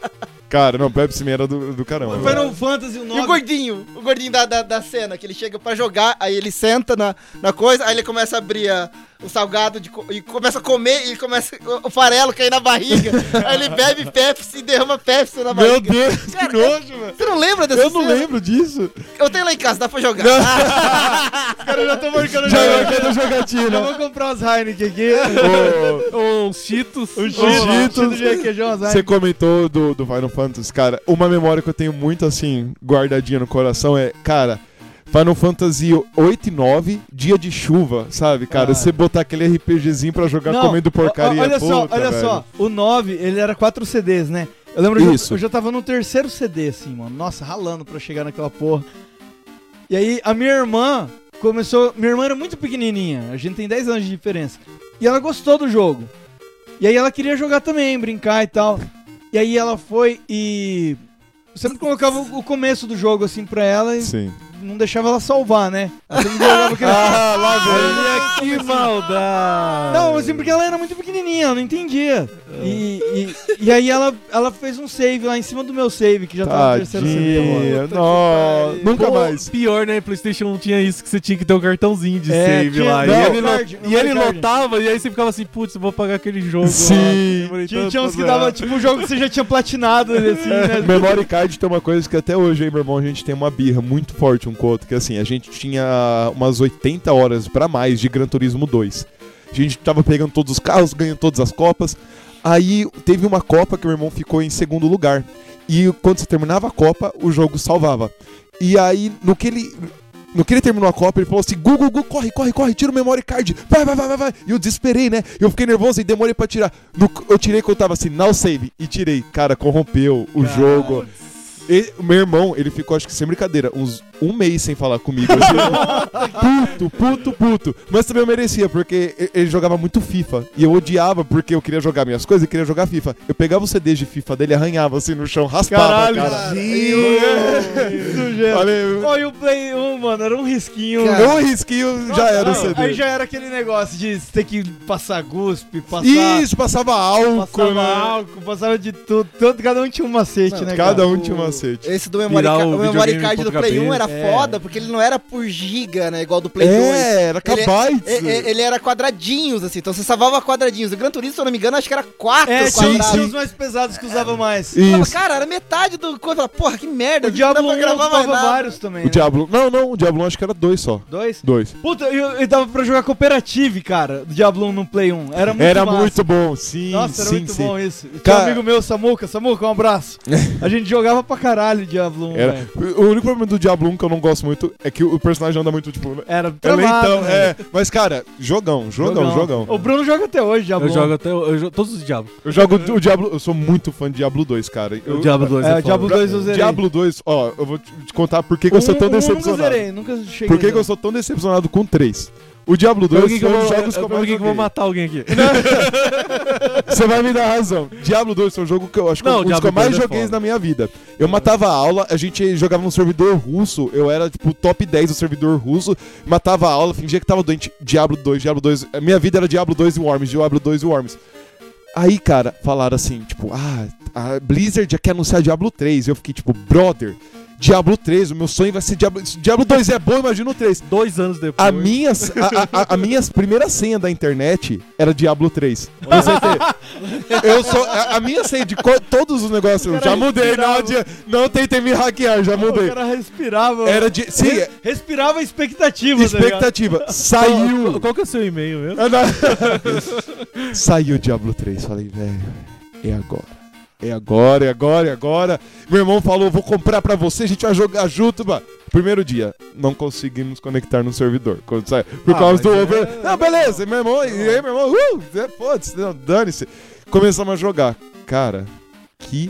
cara, não, Pepsi Man era do, do caramba. Foi no Fantasy o E o 9. gordinho, o gordinho da, da, da cena, que ele chega pra jogar, aí ele senta na, na coisa, aí ele começa a abrir a- o salgado de co- e começa a comer e começa o, o farelo cair [laughs] na barriga. aí ele bebe Pepsi e derrama Pepsi na Meu barriga. Deus, que Cara, nojo, mano. Você não lembra dessa Eu não cena? lembro disso. Eu tenho lá em casa, dá pra jogar. Cara, eu já tô marcando Já já. é aquela Eu jogatina. vou comprar os Heineken [laughs] aqui. É, Ô, Ou Cheetos. Os Cheetos. de requeijão, as Você Heineken. comentou do, do Final Fantasy, cara. Uma memória que eu tenho muito, assim, guardadinha no coração é, cara, Final Fantasy 8 e 9, dia de chuva, sabe, cara? Ah. Você botar aquele RPGzinho pra jogar Não, comendo porcaria. o- Olha só, puta, olha velho. só. O 9, ele era 4 CDs, né? Eu lembro eu já, Isso. eu já tava no terceiro CD, assim, mano. Nossa, ralando pra chegar naquela porra. E aí, a minha irmã começou. Minha irmã era muito pequenininha. A gente tem 10 anos de diferença. E ela gostou do jogo. E aí, ela queria jogar também, brincar e tal. E aí, ela foi e. eu Sempre colocava o o começo do jogo assim pra ela e Sim. não deixava ela salvar, né? Ela sempre [laughs] jogava aquele. Ah, lá vem. Olha que maldade. Não, assim, porque ela era muito pequenininha, eu não entendia. E, e, e aí ela, ela fez um save lá em cima do meu save, que já tava no terceiro CD, mano. Tadinha. Nossa, nunca Pô, mais. Pior, né? PlayStation não tinha isso, que você tinha que ter um cartãozinho de É, save tinha- lá. não, e ele, lo- card, e ele card. lotava, e aí você ficava assim, putz, eu vou pagar aquele jogo. Sim. Lá, demorei Tinha, tanto tinha uns pra que zerar. dava, tipo, um jogo que você já tinha platinado, assim, né? Memory card tem uma coisa que até hoje, hein, meu irmão, a gente tem uma birra muito forte um com o outro, que assim, a gente tinha umas 80 horas pra mais de Gran Turismo 2. A gente tava pegando todos os carros, ganhando todas as copas. Aí teve uma copa que meu irmão ficou em segundo lugar. E quando você terminava a copa, o jogo salvava. E aí, no que ele no que ele terminou a Copa, ele falou assim: Gu, Gu, Gu, corre, corre, corre, tira o memory card. Vai, vai, vai, vai, vai. E eu desesperei, né? Eu fiquei nervoso e demorei pra tirar. No- eu tirei quando tava assim, now save. E tirei. Cara, corrompeu o jogo. Ele- o meu irmão, ele ficou, acho que sem brincadeira, uns um mês sem falar comigo. assim. puto, puto, puto. Mas também eu merecia, porque e- ele jogava muito FIFA. E eu odiava, porque eu queria jogar minhas coisas e queria jogar FIFA. Eu pegava os CDs de FIFA dele, arranhava assim no chão, raspava. Caralho, cara. Olha Olha, eu- e o Play 1, mano, era um risquinho. Cara, eu risquinho já era o Não, CD. Aí já era aquele negócio de você ter que passar guspe, passar... Isso, passava álcool, Passava né? álcool, passava de tudo. Tanto, cada um tinha um macete, né, cara? Cada um tinha um macete. Esse do memory, Virar ca- o o memory videogame card do contra Play cabeça. 1 era É. foda, porque ele não era por giga, né? Igual do Play 2. É, era Ele- kbytes. E- e- Ele era quadradinhos, assim, então você salvava quadradinhos. O Gran Turismo, se eu não me engano, acho que era quatro um É, tinha quadrados. tinha os mais pesados que usava mais. Eu falava, Isso. cara, era metade do coisa. Eu falava, Porra, que merda. O Diablo 1 ocupava nada. vários também, O né? Diablo. Não, não, o Diablo acho que era dois só. Dois? Dois. Puta, eu, eu dava pra jogar cooperative, cara, do Diablo 1 no Play 1. Era muito era massa. muito bom, sim. Nossa, era sim, muito sim. bom isso. Tinha Cara- um amigo meu, [laughs] Samuca. Samuca, um abraço. A gente jogava pra caralho Diablo 1, Era. velho. O único problema do Diablo 1 que eu não gosto muito é que o personagem anda muito, tipo... Era É travado, lentão, né? é. Mas, cara, jogão, jogão, jogão. O Bruno joga até hoje, um. já Eu jogo até. Eu jogo todos os diabos. Eu jogo o Diablo... Eu sou muito fã de Diablo 2, cara. Eu, O Diablo 2 É, é, o Diablo foda. 2 eu zerei. Diablo 2, ó, eu vou te te contar por que, que eu sou tão Um- um Nunca decepcionado. zerei, nunca cheguei. Por que, que não. eu sou tão decepcionado com o 3? O Diablo Pra 2 alguém que foi eu um vou- dos jogos que eu- eu pra mais alguém que eu vou joguei. matar alguém aqui. Você vai me dar razão. Diablo 2 foi um jogo que eu acho que Não, um dos que Diablo eu mais 2 é joguei foda. na minha vida. Eu matava a aula, a gente jogava num servidor russo, eu era tipo top 10 do servidor russo, matava a aula, fingia que tava doente. Diablo 2, Diablo 2. A minha vida era Diablo 2 e Worms, Diablo 2 e Worms. Aí, cara, falaram assim, tipo, ah, a Blizzard já quer anunciar Diablo 3. Eu fiquei tipo, brother, Diablo 3, o meu sonho vai ser Diablo. Se Diablo 2 é bom, imagina o 3. Dois anos depois. A minha, a, a- a- a minha primeira senha da internet era Diablo 3. Com certeza. Eu sou. A, a minha senha de co- todos os negócios. eu já mudei, não, adi- não tentem me hackear, já O mudei. cara respirava. Era de. Sim, é. Res- respirava expectativa, tá ligado? expectativa. Saiu. Qual que é o seu e-mail mesmo? Ah, não. [laughs] Saiu Diablo 3. Falei, velho, é agora. É agora, é agora, é agora. Meu irmão falou, vou comprar pra você, a gente vai jogar junto, mano. Primeiro dia, não conseguimos conectar no servidor. Quando sai- por Ah, causa do mas é- over. Não, beleza, meu irmão. E aí, meu irmão, uh, é, foda-se, não, dane-se. Começamos a jogar. Cara, que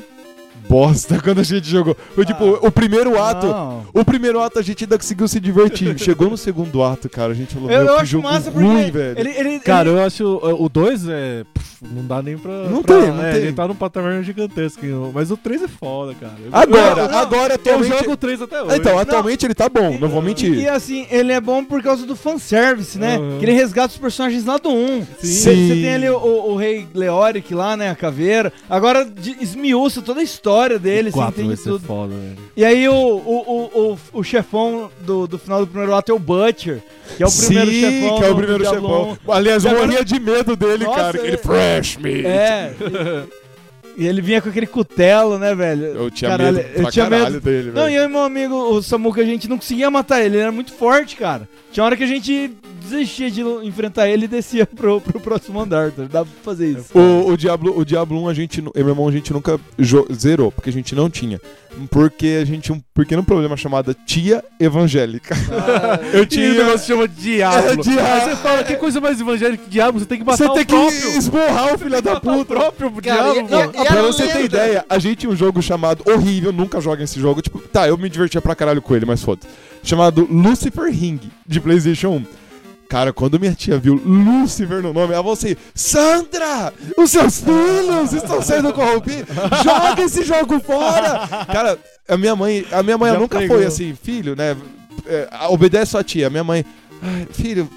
bosta [laughs] quando a gente jogou. Foi tipo, o primeiro ato. Não. O primeiro ato a gente ainda conseguiu se divertir. Chegou no segundo ato, cara, a gente falou, Eu, meu, eu que acho jogo massa porque ruim, velho. ele, ele, Cara, ele- eu acho o 2 é. pff, Não dá nem pra. Não pra, tem, não é, tem. Ele tá num patamar gigantesco. hein, Mas o 3 é foda, cara. Eu- Agora, Não, não, agora Eu, eu atualmente. jogo o 3 até hoje. Então, atualmente ele tá bom, não vou mentir. E, e assim, ele é bom por causa do fanservice, né? Uhum. Que ele resgata os personagens lá do 1. Você Sim. tem ali o, o- o rei Leoric lá, né? A caveira. Agora de- esmiuça toda a história dele, O assim, 4 entende vai ser tudo. foda, velho. E aí o, o, o, o, o chefão do, do final do primeiro ato é o Butcher, que é o primeiro Sim, chefão. que do- é o do primeiro Diablo um. chefão. Aliás, eu Agora- morria de medo dele, Nossa, cara. que Ele é- fresh me. 1. [laughs] É. E e ele vinha com aquele cutelo, né, velho? Eu tinha Caralho, medo pra caralho dele, Não, e velho. eu e meu amigo, o Samuca, a gente não conseguia matar ele, ele era muito forte, cara. Tinha hora que a gente desistia de enfrentar ele e descia pro, pro próximo andar, tá? dá pra fazer isso. O, o Diablo, o Diablo 1, a gente, nu- eu e meu irmão, a gente nunca jo- zerou, porque a gente não tinha. Porque a gente tinha um pequeno problema chamado tia evangélica. eu Tinha um tinha. negócio que chama Diablo. É, Diablo. Aí você fala, que coisa mais evangélica que Diablo? Você tem que matar Você o tem que próprio. esborrar o filho da Matar [laughs] o puta. próprio Cara, Diablo. e- e- mano. e a pra você ter lenda? ideia, a gente tinha um jogo chamado horrível, nunca joga esse jogo. Tipo, tá, eu me divertia pra caralho com ele, mas foda. Chamado Lucifer Ring, de PlayStation 1. Cara, quando minha tia viu Lucifer no nome, ela falou assim: Sandra, os seus filhos estão sendo corrompidos, joga esse jogo fora! Cara, a minha mãe, a minha mãe Já ela nunca pegou. foi assim, filho, né? é, obedece sua tia. Minha mãe, "Ai, filho,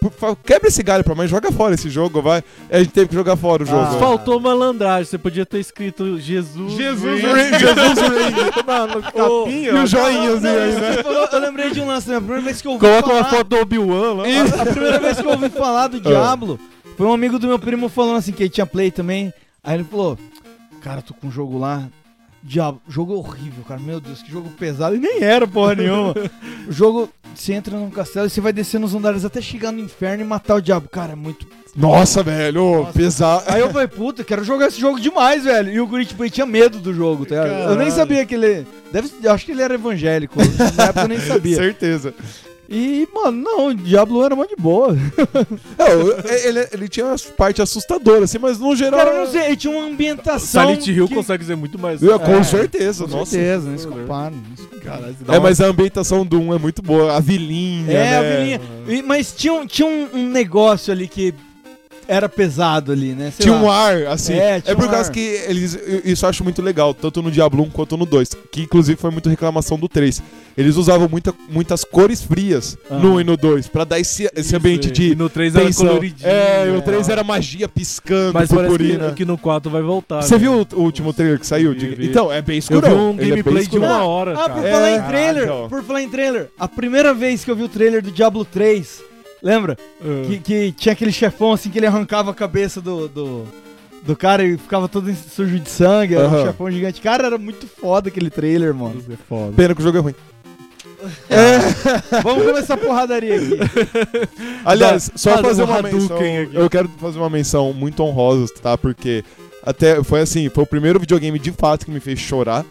por favor, quebra esse galho pra mãe, joga fora esse jogo, vai. A gente teve que jogar fora o jogo. Faltou malandragem. Você podia ter escrito Jesus. Jesus Ring. Ring, Jesus Ring. Na- no capinha, E o ó. joinhazinho aí, né? Você falou, eu lembrei de um lance, né? A primeira vez que eu ouvi Coloca falar, uma foto do Obi-Wan lá. É. a primeira vez que eu ouvi falar [laughs] do Diablo, foi um amigo do meu primo falando assim, que ele tinha play também. Aí ele falou, cara, tô com um jogo lá. Diablo, jogo horrível, cara. Meu Deus, que jogo pesado. E nem era porra [laughs] nenhuma. o jogo, você entra num castelo e você vai descer nos andares até chegar no inferno e matar o diabo. Cara, é muito Nossa, velho, pesado. Aí eu falei, puta, quero jogar esse jogo demais, velho. E o Guri, tipo, ele tinha medo do jogo, tá? ligado? Eu nem Caralho. sabia que ele. Deve, eu acho que ele era evangélico. Na época eu nem sabia. Certeza. E, mano, não, o Diablo era mó de boa. É, o- é, ele, ele tinha uma parte assustadora, assim, mas no geral. Cara, eu não sei, ele tinha uma ambientação. Silent Hill um que... consegue ser muito mais. É, com É, certeza, Com nossa. certeza, né? não se compara. não se compara. Caralho, você dá É, uma- mas a ambientação do 1 é muito boa. A vilinha. É, a né? vilinha. E- Mas tinha, um- tinha um, um negócio ali que era pesado ali, né? Sei Tinha lá. um ar, assim. É, É, tinha por um causa ar. que eles. Isso eu acho muito legal, tanto no Diablo 1 quanto no 2. Que inclusive foi muito reclamação do 3. Eles usavam muita, muitas cores frias no 1 e no 2 pra dar esse, esse Isso, é. ambiente e- de. e No 3 era Tensão. coloridinho. É, né? o 3 era magia piscando, Mas parece que, purpurina. que no 4 vai voltar. Você né? viu o, o último trailer que saiu? Vi, De- vi. Então, é bem Eu escuro. vi um gameplay de uma hora. Ah, cara. por É, falar em caralho, trailer, ó. por falar em trailer, a primeira vez que eu vi o trailer do Diablo 3, lembra? É. Que, que tinha aquele chefão assim que ele arrancava a cabeça do, do, do cara e ficava todo sujo de sangue, era um Aham. chefão gigante. Cara, era muito foda aquele trailer, [laughs] mano. Isso é foda. Pena que o jogo é ruim. Vamos começar a porradaria aqui. Aliás, Dá- só dá fazer um uma Hadouken menção. aqui. Eu quero fazer uma menção muito honrosa, tá? Porque até foi assim, foi o primeiro videogame de fato que me fez chorar.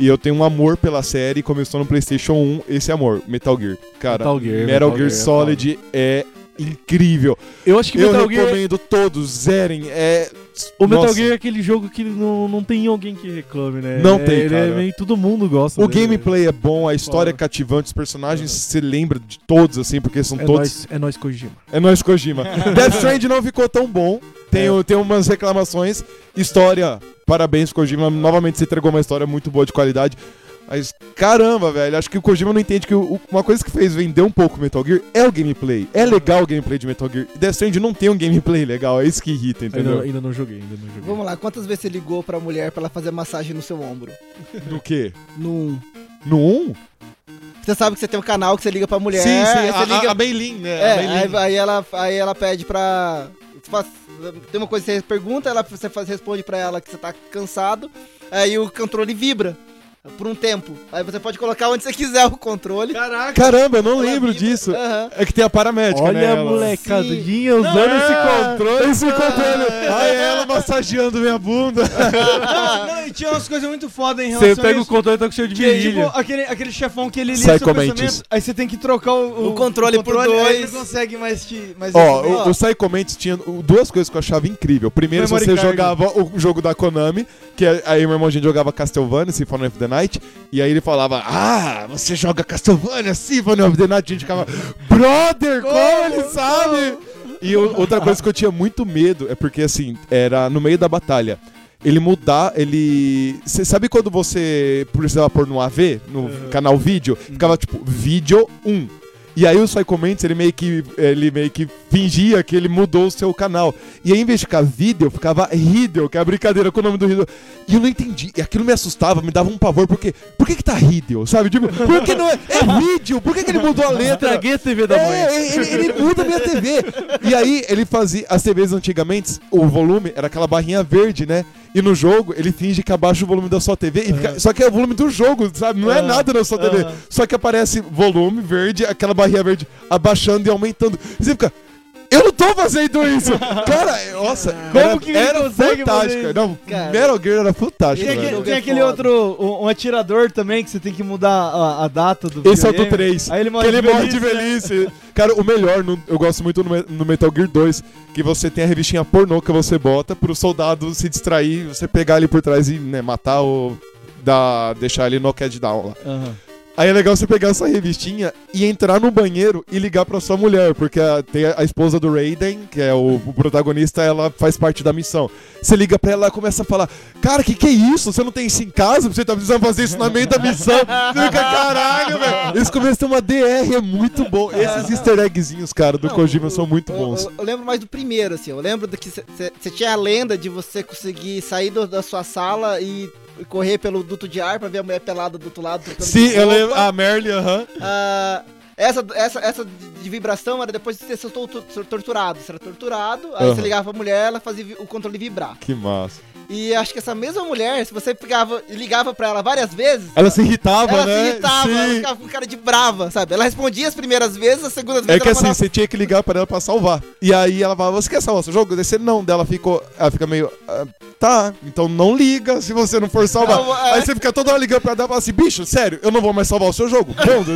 E eu tenho um amor pela série, começou no PlayStation 1, esse é amor, Metal Gear. Cara, Metal Gear, Metal Metal Gear Gear, Solid é incrível. Eu acho que eu Metal Gear. é? recomendo todos, zerem. É. O Metal Nossa, Gear é aquele jogo que não, não tem alguém que reclame, né? Não É- tem, ele cara. É meio, todo mundo gosta. O dele. gameplay é bom, a história é né? Foda. cativante, os personagens se lembra de todos, assim, porque são é todos. nóis, é nóis, Kojima. É nóis, [laughs] Kojima. Death Strand não ficou tão bom. Tem, É. o- tem umas reclamações. História, parabéns, Kojima. Novamente você entregou uma história muito boa de qualidade. Mas caramba, velho, acho que o Kojima não entende que o- uma coisa que fez vender um pouco Metal Gear é o gameplay. Uhum. É legal o gameplay de Metal Gear. Death Strand não tem um gameplay legal, é isso que irrita, entendeu? Ainda, ainda não joguei, ainda não joguei. Vamos lá, quantas vezes você ligou pra mulher pra ela fazer massagem no seu ombro? Do quê? um. Num. No 1? Você sabe que você tem um canal que você liga pra mulher. aí você liga- Beilin, né? É, aí, aí ela, aí ela pede pra. você faz- Tem uma coisa que você pergunta, ela, você faz- responde pra ela que você tá cansado, aí o controle vibra por um tempo. Aí você pode colocar onde você quiser o controle. Caramba, eu não Ela lembro vibra, [laughs] disso. aham. É que tem a paramédica, né? Olha a ela. molecadinha usando é. esse controle. É. Esse controle. Aí ela massageando minha bunda. Não, não, e tinha umas coisas muito foda em relação Você pega a o isso. controle e tá cheio de Que é tipo virilha. aquele, aquele chefão que ele lê Sai seu comentes. pensamento, aí você tem que trocar o, O controle por aí dois. não consegue mais te... Mas Ó, Ó. o, o Sai Comentes tinha uh, duas coisas que eu achava incrível. Primeiro, Memory você card. jogava o jogo da Konami, que aí aí meu irmão a gente jogava Castlevania, Symphony of the Night, e aí ele falava, ah, você joga Castlevania, Symphony of the Night, a gente ficava, brother, como, ele sabe? E o- outra coisa que eu tinha muito medo é porque, assim, era no meio da batalha. Ele mudar, ele. Você sabe quando você precisava pôr no AV, no Uhum. canal vídeo? Ficava tipo, vídeo 1. E aí o Sai Comentes, ele meio que. Ele meio que fingia que ele mudou o seu canal. E aí, em vez de ficar vídeo, ficava Riddle, que é a brincadeira com o nome do Riddle. E eu não entendi. E aquilo me assustava, me dava um pavor, porque. Por que, que tá Riddle? Sabe? Tipo, por que não é. É vídeo! Por que, que ele mudou a letra? Estraguei a TV da É, mãe. ele, ele muda a minha TV. E aí, ele fazia. As TVs antigamente, o volume era aquela barrinha verde, né? E no jogo, ele finge que abaixa o volume da sua TV. e fica- Só que é o volume do jogo, sabe? Não é nada na sua TV. Só que aparece volume verde, aquela barrinha verde abaixando e aumentando. E você fica. Eu não tô fazendo isso! Cara, é, nossa, era, que ele era consegue fazer fantástico. isso? Não, Cara. Metal Gear era fantástico. Tem Esse aquele, velho. jogo tem é aquele foda. outro, um, um atirador também, que você tem que mudar a, a data do Esse é o do videogame. 3. Aí ele morre que ele de morre de velhice, né? velhice. Cara, o melhor, no- eu gosto muito no, Me- no Metal Gear 2, que você tem a revistinha pornô que você bota pro soldado se distrair, você pegar ele por trás e né, matar ou dar, deixar ele no cat down lá. Aham. Aí é legal você pegar essa revistinha e entrar no banheiro e ligar pra sua mulher, porque a, tem a, a esposa do Raiden, que é o, o protagonista, ela faz parte da missão. Você liga pra ela e começa a falar: Cara, que que é isso? Você não tem isso em casa? Você tá precisando fazer isso na meio da missão? Você fica, caralho, velho. Eles começam a ter uma DR, é muito bom. Esses easter eggzinhos, cara, do Não, Kojima o- são muito eu- bons. Eu, eu lembro mais do primeiro, assim. Eu lembro do que você tinha a lenda de você conseguir sair do- da sua sala e correr pelo duto de ar pra ver a mulher pelada do outro lado. trocando Sim, de eu roupa. lembro. A Merle, aham. Ah, essa, essa, essa de vibração era depois de ter sido tortu- ser torturado. Você era torturado, aí Aham. você ligava pra mulher, ela fazia vi- o controle vibrar. Que massa. E acho que essa mesma mulher, se você pegava e ligava pra ela várias vezes, Ela se irritava, ela né? se irritava, ela Sim. ficava com cara de brava, sabe? Ela respondia as primeiras vezes, as segundas É vezes que ela assim, você tinha que ligar pra ela pra salvar. E aí ela falava, você quer salvar seu jogo? Daí você não. Daí ela ficou. Ela fica meio. "Ah, tá, então não liga se você não for salvar. Não, é. Aí você fica toda hora ligando pra ela e fala assim, bicho, sério, eu não vou mais salvar o seu jogo. Ponto.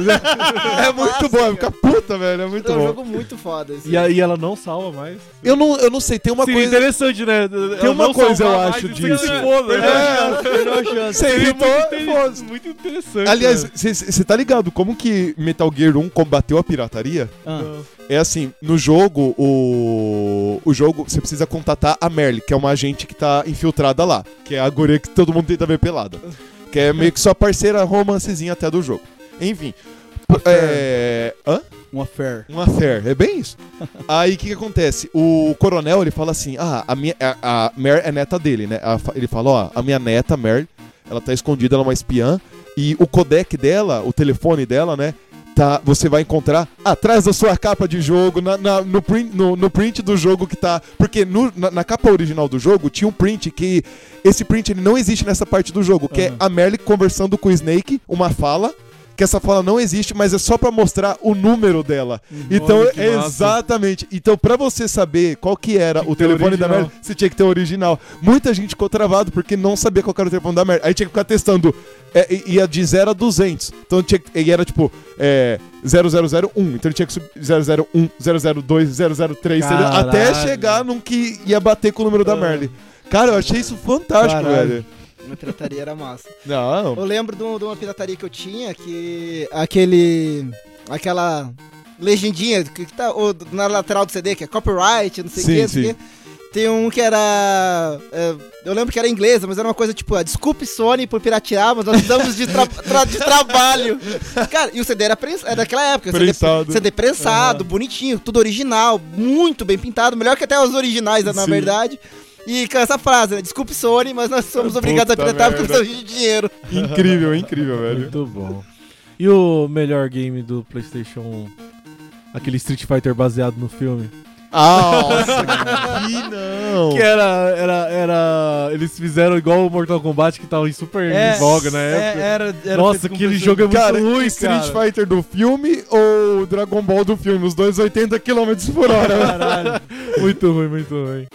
é muito bom, fica puta, velho. É muito É um bom. jogo muito foda. assim. E aí ela não salva mais. Eu não, eu não sei, tem uma Seria coisa. interessante, né? Tem uma coisa, eu acho, disso. Se foda, né? É, você Seria irritou, muito inte- foda-se. muito interessante. Aliás, né? você tá ligado como que Metal Gear 1 combateu a pirataria? Ah. É assim, no jogo, o, o jogo, você precisa contatar a Merle, que é uma agente que tá infiltrada lá, que é a guria que todo mundo tenta ver pelada. Que é meio que sua parceira romancezinha até do jogo. Enfim. por- É. Hã? Uma fair. Uma fé, é bem isso. Aí o que, que acontece? O coronel ele fala assim: Ah, a, minha, a, a Mer é neta dele, né? A fa- ele fala: Ó, a minha neta, Mer, ela tá escondida, ela é uma espiã. E o codec dela, o telefone dela, né? Tá, você vai encontrar atrás da sua capa de jogo, na, na- no, print, no, no print do jogo que tá. Porque no- na, na capa original do jogo tinha um print que. Esse print ele não existe nessa parte do jogo, que é a Merle conversando com o Snake, uma fala que essa fala não existe, mas é só pra mostrar o número dela. então, Uhum. olha que é massa. exatamente. Então, pra você saber qual que era que o ter o telefone da original. Mary, você tinha que ter o original. Muita gente ficou travado porque não sabia qual que era o telefone da Mary. Aí tinha que ficar testando. é, i- ia de 0 a 200. Então tinha, que- e era tipo é, 0001. Então ele tinha que subir 001, 002, 003, entendeu? Caralho. Ah. até chegar num que ia bater com o número da Merle. Cara, eu achei isso fantástico, Caralho. velho. Uma pirataria era massa. Não. Eu lembro de, um- de uma pirataria que eu tinha que. aquele. aquela legendinha que que tá o- na lateral do CD, que é copyright, não sei o Sim, que, não sei sim. o que. Tem um que era. é, eu lembro que era inglesa, mas era uma coisa tipo, ah, desculpe Sony por piratear, mas nós damos de, tra- tra- de trabalho. Cara, e o CD era, prens- era daquela época, CD Prensado. CD prensado, bonitinho, tudo original, muito bem pintado, melhor que até os originais, na Sim. verdade. E com essa frase, né? Desculpe, Sony, mas nós somos obrigados a Puta piratar porque merda. precisamos de dinheiro. Incrível, incrível, velho. Muito bom. E o melhor game do PlayStation 1? Aquele Street Fighter baseado no filme? Nossa, Ah, [laughs] que não. Que era, era, era. Eles fizeram igual o Mortal Kombat que tava em super em voga na época. É, era, era Nossa, feito com aquele pessoas- jogo é muito Cara, ruim, cara. Street Fighter do filme ou Dragon Ball do filme? Os dois 80 km por hora. né? Caralho. muito ruim, muito ruim.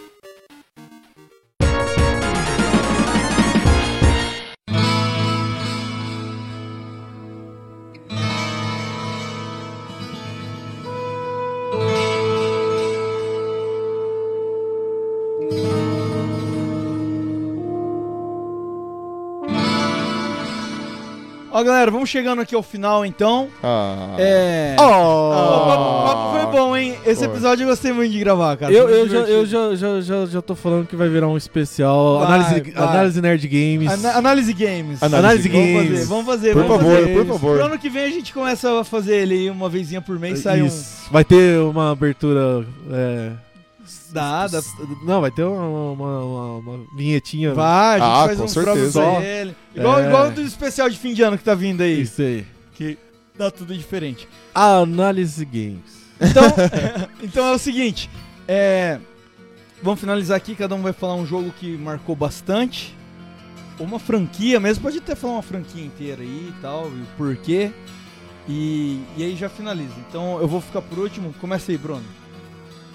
Ó, galera, vamos chegando aqui ao final, então. Ah. É... Oh, Ó, O papo, o papo foi bom, hein? Esse Foi. episódio eu gostei muito de gravar, cara. Eu, Foi eu, muito já, eu divertido. já, já, já, já tô falando que vai virar um especial. Vai, análise, vai. análise Nerd Games. Ana- análise Games. Análise Análise Vamos Games. fazer, vamos fazer. Por vamos favor, fazer. por favor. Pro ano que vem a gente começa a fazer ele aí uma vezinha por mês, sai um... É Isso. Vai ter uma abertura. É... Dá, dá- Não, vai ter uma, uma, uma- uma vinhetinha. Vai, a gente Ah, faz com uns certeza. provas Só- pra ele. Igual, É. igual do especial de fim de ano que tá vindo aí. Isso aí. Que dá tudo diferente. Análise Games. Então, [laughs] então é o seguinte. é, vamos finalizar aqui, cada um vai falar um jogo que marcou bastante. Ou Uma franquia mesmo, pode até falar uma franquia inteira aí e tal, e o porquê. E, e aí já finaliza. Então eu vou ficar por último. Começa aí, Bruno.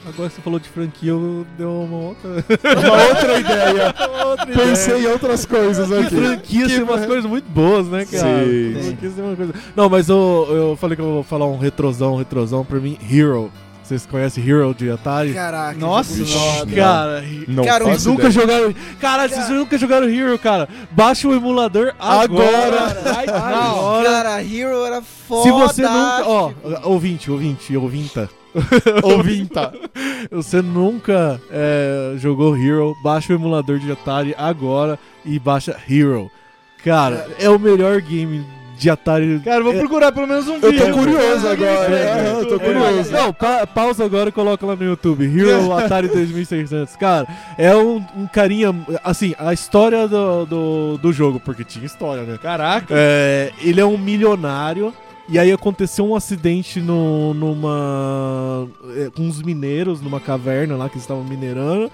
Agora que você falou de franquia, eu deu uma [laughs] outra. Uma outra ideia. outra Pensei em outras coisas Que aqui. franquias Que tem umas mar- coisas muito boas, né, cara? Sim. Franquias tem uma coisa. Não, mas eu, eu falei que eu vou falar um retrosão, um retrosão pra mim, Hero. Vocês conhecem Hero de Atari? Caraca, Nossa, jogo Vixe, foda. Cara, He- Não Cara, vocês faço nunca ideia. jogaram. Caralho, vocês nunca jogaram Hero, cara. Baixa o emulador agora. Agora. Vai, Bruno. Cara, Hero era foda. Se você nunca. Ó, ouvinte, ouvinte, ouvinta. [laughs] Ouvinta. Você nunca é, jogou Hero, baixa o emulador de Atari agora e baixa Hero. Cara, é o melhor game de Atari. Cara, eu vou É- procurar pelo menos um Eu vídeo. tô curioso agora. É, Aham, eu tô é, curioso. Não, pa- pausa agora e coloca lá no YouTube. [laughs] Hero Atari 2600. Cara, é um, um carinha. Assim, a história do, do, do jogo, porque tinha história, né? Caraca. É, ele é um milionário. E aí aconteceu um acidente no, numa. é, com uns mineiros numa caverna lá que eles estavam minerando.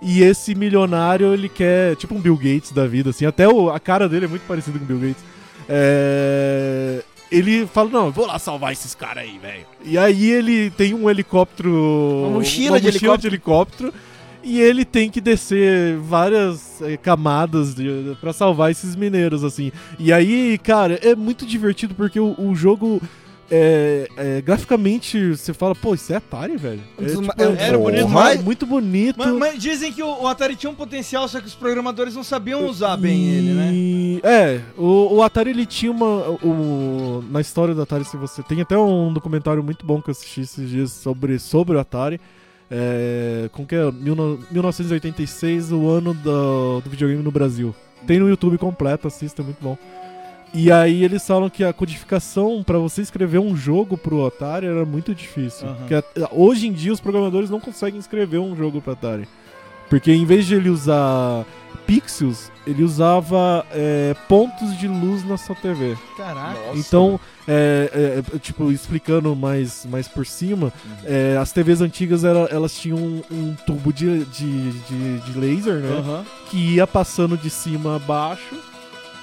E esse milionário, ele quer. Tipo um Bill Gates da vida, assim. Até o- a cara dele é muito parecida com o Bill Gates. É, ele fala: Não, eu vou lá salvar esses caras aí, velho. E aí ele tem um helicóptero. Uma mochila de de helicóptero. E ele tem que descer várias eh, camadas de, pra salvar esses mineiros, assim. E aí, cara, é muito divertido porque o, o jogo. É, é, graficamente, você fala, pô, isso é Atari, velho. Um É, dos ma- tipo, é, era bonito, porra, mas- muito bonito. Mas, mas dizem que o, o Atari tinha um potencial, só que os programadores não sabiam usar bem ele, né? E- É, o, o Atari ele tinha uma. o- na história do Atari, se você. Tem até um documentário muito bom que eu assisti esses dias sobre, sobre o Atari. É, como que é? 19- 1986, o ano do, do videogame no Brasil. Tem no YouTube completo, assista, é muito bom. E aí eles falam que a codificação pra você escrever um jogo pro Atari era muito difícil. Aham. Porque a- hoje em dia os programadores não conseguem escrever um jogo pro Atari. Porque em vez de ele usar pixels, ele usava é, pontos de luz na sua TV. Caraca. Então, né? é, é, é, tipo, explicando mais, mais por cima, Uhum. é, as TVs antigas era- elas tinham um, um tubo de, de, de, de laser, né? Aham. que ia passando de cima a baixo.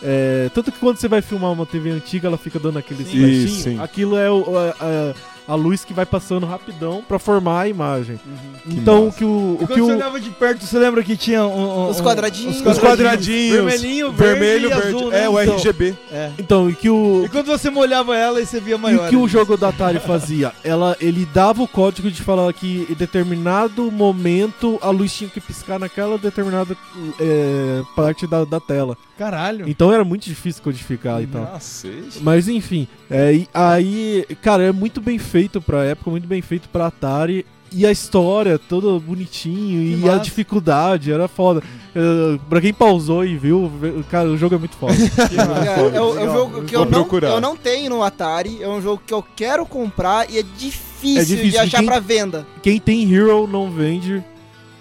É, tanto que quando você vai filmar uma TV antiga, ela fica dando aquele Sim. flechinho. Isso, sim. Aquilo é o- a, a luz que vai passando rapidão pra formar a imagem. então o massa. que o, Uhum. E o quando que você o olhava de perto, você lembra que tinha um- um- Os um- quadradinhos. os Os quadradinhos. Vermelhinho, verde vermelho, e azul, né, É, o então? RGB. então e que o E quando você molhava ela e você via E maior. o que o né? jogo da [laughs] Atari fazia? Ela, ele dava o código de falar que em determinado momento a luz tinha que piscar naquela determinada eh, parte da, da tela. Caralho. Então era muito difícil codificar Uhum. e Então. tal. Cacete. Mas enfim, é, e aí, cara, é muito bem feito pra época, muito bem feito pra Atari. E a história, toda bonitinho, Que e a massa. dificuldade, era foda. Eh, pra quem pausou e viu, vê- cara, o jogo é muito foda. É, é o é o jogo que eu não, procurar. eu não tenho no Atari. É um jogo que eu quero comprar e é difícil, É difícil, de achar ninguém- pra venda. quem tem Hero não vende.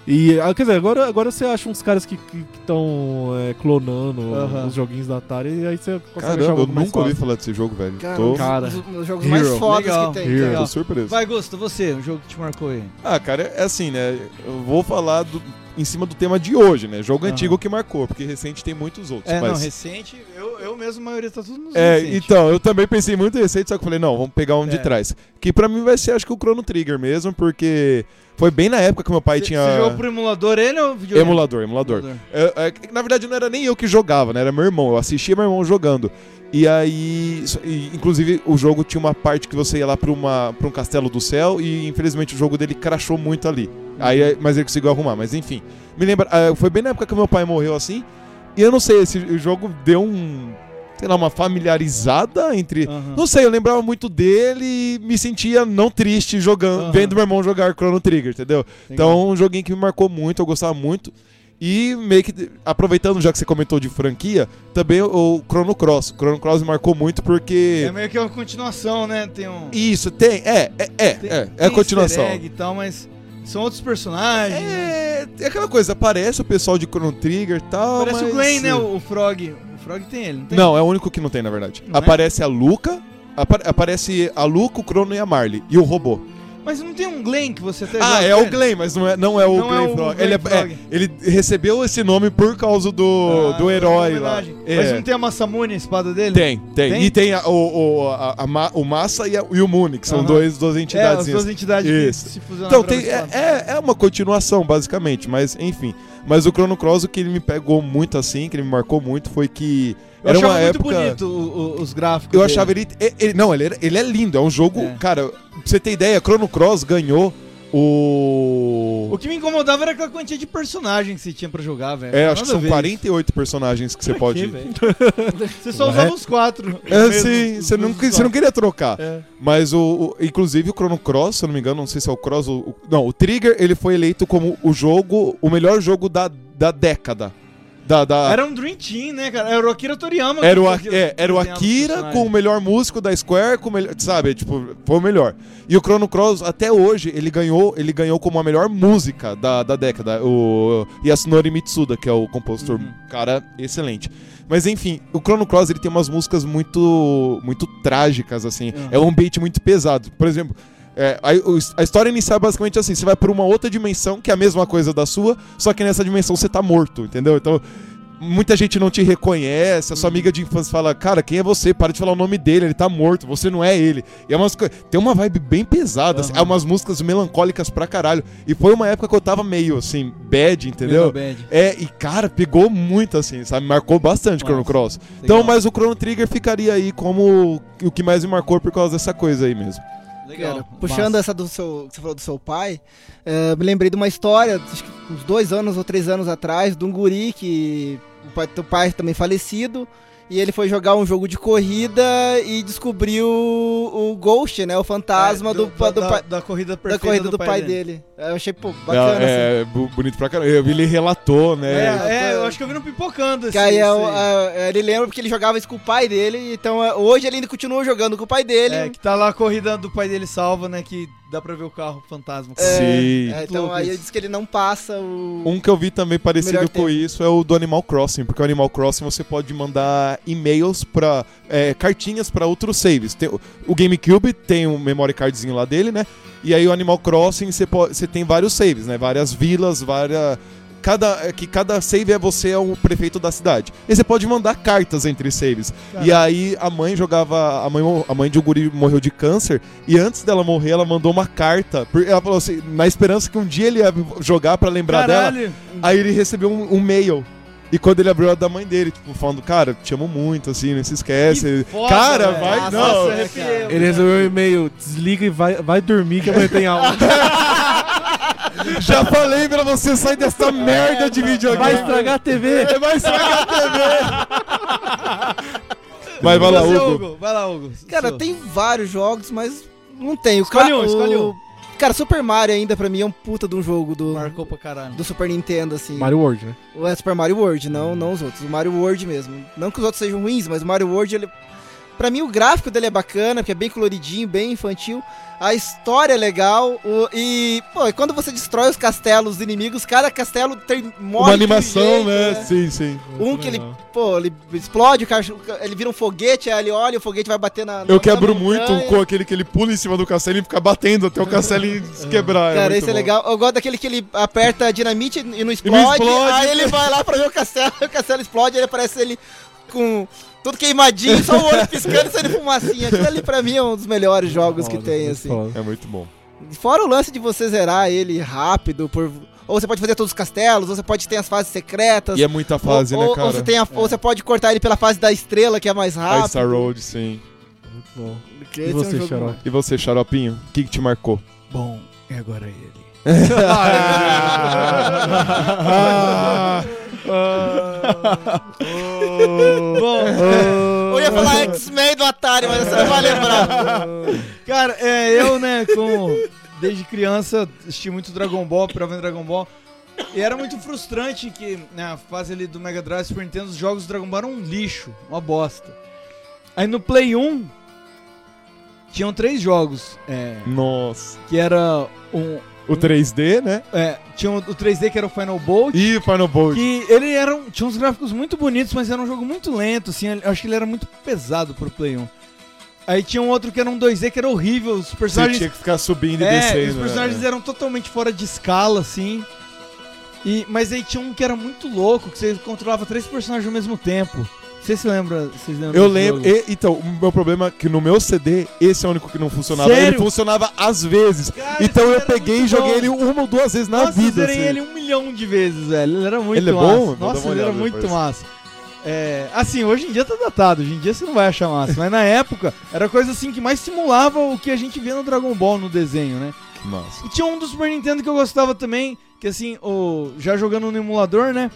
E, ah, quer dizer, agora, agora você acha uns caras que estão clonando Aham. os joguinhos da Atari e aí você consegue achar Caramba, eu algo mais nunca ouvi fácil. falar desse jogo, velho. Cara, Tô, um dos- Cara. um dos, jogos Hero. mais fodas Legal. que tem. Hero. tô Legal. surpreso. Vai, Gusto, você, um jogo que te marcou aí. Ah, cara, é assim, né? Eu vou falar do- em cima do tema de hoje, né? Jogo Aham. antigo que marcou, porque recente tem muitos outros. É, mas... não, recente, eu, eu mesmo, a maioria tá tudo nos É, recente. então, eu também pensei muito em recente, só que eu falei, não, vamos pegar um de É. trás. Que pra mim vai ser, acho que o Chrono Trigger mesmo, porque foi bem na época que meu pai Cê- tinha... Você jogou né? pro emulador ele ou videogame? Emulador, emulador. É, é, que, na verdade, não era nem eu que jogava, né? Era meu irmão. Eu assistia meu irmão jogando. E aí, isso- e, inclusive, o jogo tinha uma parte que você ia lá pra, uma, pra um castelo do céu e, infelizmente, o jogo dele crashou muito ali. Aí, é, mas ele conseguiu arrumar, mas enfim. Me lembra, ah, foi bem na época que meu pai morreu assim. E eu não sei, esse jogo deu um. Sei lá, uma familiarizada entre. Aham. Não sei, eu lembrava muito dele e me sentia não triste jogando, Aham. vendo meu irmão jogar Chrono Trigger, entendeu? Legal. Então, um joguinho que me marcou muito, eu gostava muito. E meio que, aproveitando já que você comentou de franquia, também o, o Chrono Cross. O Chrono Cross me marcou muito porque. É meio que uma continuação, né? Tem um. Isso, tem. É, é, é. tem- é, é tem a continuação. easter egg e tal, mas são outros personagens. né? É, é aquela coisa, parece o pessoal de Chrono Trigger e tal. Parece mas- é. o Glenn, né? O, o Frog. O Frog tem ele, não tem? Não, é o único que não tem, na verdade. Não é? aparece a Luca. apa- aparece a Luca, o Crono e a Marley. E o robô. Mas não tem um Glenn que você até Ah, joga é com o ele? Glenn, mas não é, não é o Não é Glenn o Frog. Glenn Ele, é- Frog. é, ele recebeu esse nome por causa do, Ah, do herói uma lá. homenagem. É. Mas um não tem a Massamune, a espada dele? Tem, tem. Tem? E tem a- o, o, a- a Ma- o Massa e, a- e o Muni, que são Aham. dois, duas É, as entidades. duas entidades que Isso. se fusionam. então, pra tem, é, espada. é, é uma continuação, basicamente, mas enfim. Mas o Chrono Cross, o que ele me pegou muito assim, que ele me marcou muito, foi que Eu era achava uma muito época. bonito o- o- os gráficos. Eu dele. achava ele, e- ele- Não, ele, era- ele é lindo, é um jogo. É. Cara, pra você ter ideia, Chrono Cross ganhou o. O que me incomodava era aquela quantia de personagem que você tinha pra jogar, velho. É, acho que Nada a são ver. 48 personagens que você pode. [laughs] Você só usava os quatro. É, Mesmo, sim, os você não, mesmos você não queria trocar. É. Mas o, o- Inclusive o Chrono Cross, se eu não me engano, não sei se é o Cross. ou o- não, o Trigger ele foi eleito como o jogo, o melhor jogo da, da década. Da, da- Era um Dream Team, né, cara? Era o Akira Toriyama. era o, que A- fazia é, era desenhava o os Akira com o personagens. melhor músico da Square, com o melhor, sabe, tipo, foi o melhor. E o Chrono Cross até hoje ele ganhou, ele ganhou como a melhor música da, da década, o Yasunori Mitsuda, que é o compositor, cara, excelente. Mas enfim, o Chrono Cross ele tem umas músicas muito muito trágicas assim. Uhum. É um ambiente muito pesado. Por exemplo, é, a, o- a história inicial é basicamente assim: você vai pra uma outra dimensão, que é a mesma coisa da sua, só que nessa dimensão você tá morto, entendeu? Então, muita gente não te reconhece, a sua amiga de infância fala, cara, quem é você? Para de falar o nome dele, ele tá morto, você não é ele. E é umas coi- Tem uma vibe bem pesada, assim, é umas músicas melancólicas pra caralho. E foi uma época que eu tava meio assim, bad, entendeu? Metal Band. É, e cara, pegou muito assim, sabe? Marcou bastante o Chrono Nossa, Cross. Legal. Então, mas o Chrono Trigger ficaria aí como o que mais me marcou por causa dessa coisa aí mesmo. Legal. Cara, puxando essa do seu, que você falou do seu pai, eh, me lembrei de uma história, acho que uns dois anos ou três anos atrás, de um guri que o pai, teu pai também falecido, e ele foi jogar um jogo de corrida e descobriu o, o Ghost, né, o fantasma É, do, pa- do da, pai- da corrida da perfeita corrida do, pai dele. Eu achei, pô, Não, bacana, assim. é, bu- bonito pra caramba. Eu- Ele relatou, né? É, é, eu acho que eu vi no pipocando assim, esse- Que aí, é o- esse- é, ele lembra porque ele jogava isso com o pai dele, então é, hoje ele ainda continua jogando com o pai dele. É, que tá lá a corrida do pai dele salva, né? Que dá pra ver o carro fantasma. Sim. É, então Lucas. aí ele diz que ele não passa o. Um que eu vi também parecido Melhor com tempo. isso é o do Animal Crossing, porque o Animal Crossing você pode mandar e-mails para cartinhas para outros saves. Tem o- o GameCube tem um memory cardzinho lá dele, né? E aí o Animal Crossing você, po- você tem vários saves, né? Várias vilas, várias cada, é que cada save é você é o prefeito da cidade. E você pode mandar cartas entre saves. E aí a mãe jogava. A mãe, a mãe de um guri morreu de câncer. E antes dela morrer, ela mandou uma carta. por- Ela falou assim, na esperança que um dia ele ia jogar pra lembrar dela. Caralho! Aí ele recebeu um, um mail. E quando ele abriu a da mãe dele, tipo, falando, cara, te amo muito, assim, não se esquece. foda, cara, velho. vai. Nossa, não. é, cara. Ele recebeu um e-mail, desliga e vai, vai dormir que amanhã tem aula. [laughs] Já falei pra você sair dessa merda de videogame. Vai estragar a TV. É, vai estragar a TV. [laughs] Vai, vai lá, Você, Hugo. Vai lá, Hugo. Cara, Seu. tem vários jogos, mas não tem. O Escolhe ca- um, o- escolhe um. Cara, Super Mario ainda pra mim é um puta de um jogo do, Marcou pra caralho. do Super Nintendo, assim. Mario World, né? O é Super Mario World, Hum. não, não os outros. O Mario World mesmo. Não que os outros sejam ruins, mas o Mario World, ele... Pra mim o gráfico dele é bacana, porque é bem coloridinho, bem infantil. A história é legal. o- E, pô, e quando você destrói os castelos dos inimigos, cada castelo tem morre de Uma um animação, jeito, né? Sim, sim. Um que ele, pô, ele explode, o cara, ele vira um foguete, aí ele olha, o foguete vai bater na. na- Eu quebro na muito montanha. com aquele que ele pula em cima do castelo e fica batendo até o castelo se quebrar. Cara, muito esse é bom. legal. Eu gosto daquele que ele aperta a dinamite e não explode. explode. Aí ele vai lá pra ver o castelo, [laughs] o castelo explode, aí aparece ele com tudo queimadinho, só o olho piscando e saindo fumacinha. Aquilo ali pra mim é um dos melhores jogos que tem, assim. É muito bom. Fora o lance de você zerar ele rápido, por... ou você pode fazer todos os castelos, ou você pode ter as fases secretas. E é muita fase, ou, né, ou- cara? Ou você, tem a- ou você pode cortar ele pela fase da estrela, que é a mais A rápida. Star Road, sim. Muito bom. Que E esse é um você, jogo Xarol? E você, Xaropinho? O que, que te marcou? Bom, e agora é ele. Ah. Eu ia falar X-Men do Atari, mas você não vai lembrar. [laughs] Cara, é, eu, né, como desde criança assisti muito Dragon Ball, pra ver Dragon Ball. E era muito frustrante que na fase ali do Mega Drive Super Nintendo, os jogos do Dragon Ball eram um lixo, uma bosta. Aí no Play 1 tinham três jogos, é, [laughs] Nossa. que era um O 3D, né? é, tinha o 3D que era o Final Bolt, E Final Bolt. que ele era um, tinha uns gráficos muito bonitos, mas era um jogo muito lento, assim, eu acho que ele era muito pesado pro Play 1. Aí tinha um outro que era um 2D que era horrível, os Você personagens tinha que ficar subindo e é, descendo. os personagens né? eram totalmente fora de escala, assim. E, mas aí tinha um que era muito louco, que você controlava três personagens ao mesmo tempo. Você se lembra? Vocês lembram Eu desse lembro. jogo? e- então, o meu problema é que no meu CD, esse é o único que não funcionava. Ele Sério? funcionava às vezes. Cara, então esse eu era peguei muito e joguei bom. ele uma ou duas vezes na Nossa, vida. eu zerei assim. ele um milhão de vezes, velho. Ele era muito Ele é massa. bom? Vou dar Nossa, uma ele era olhada muito depois. massa. É, assim, hoje em dia tá datado, hoje em dia você não vai achar massa, mas na época era a coisa assim que mais simulava o que a gente via no Dragon Ball no desenho, né? Nossa. E tinha um do Super Nintendo que eu gostava também, que assim, o, já jogando no emulador, né?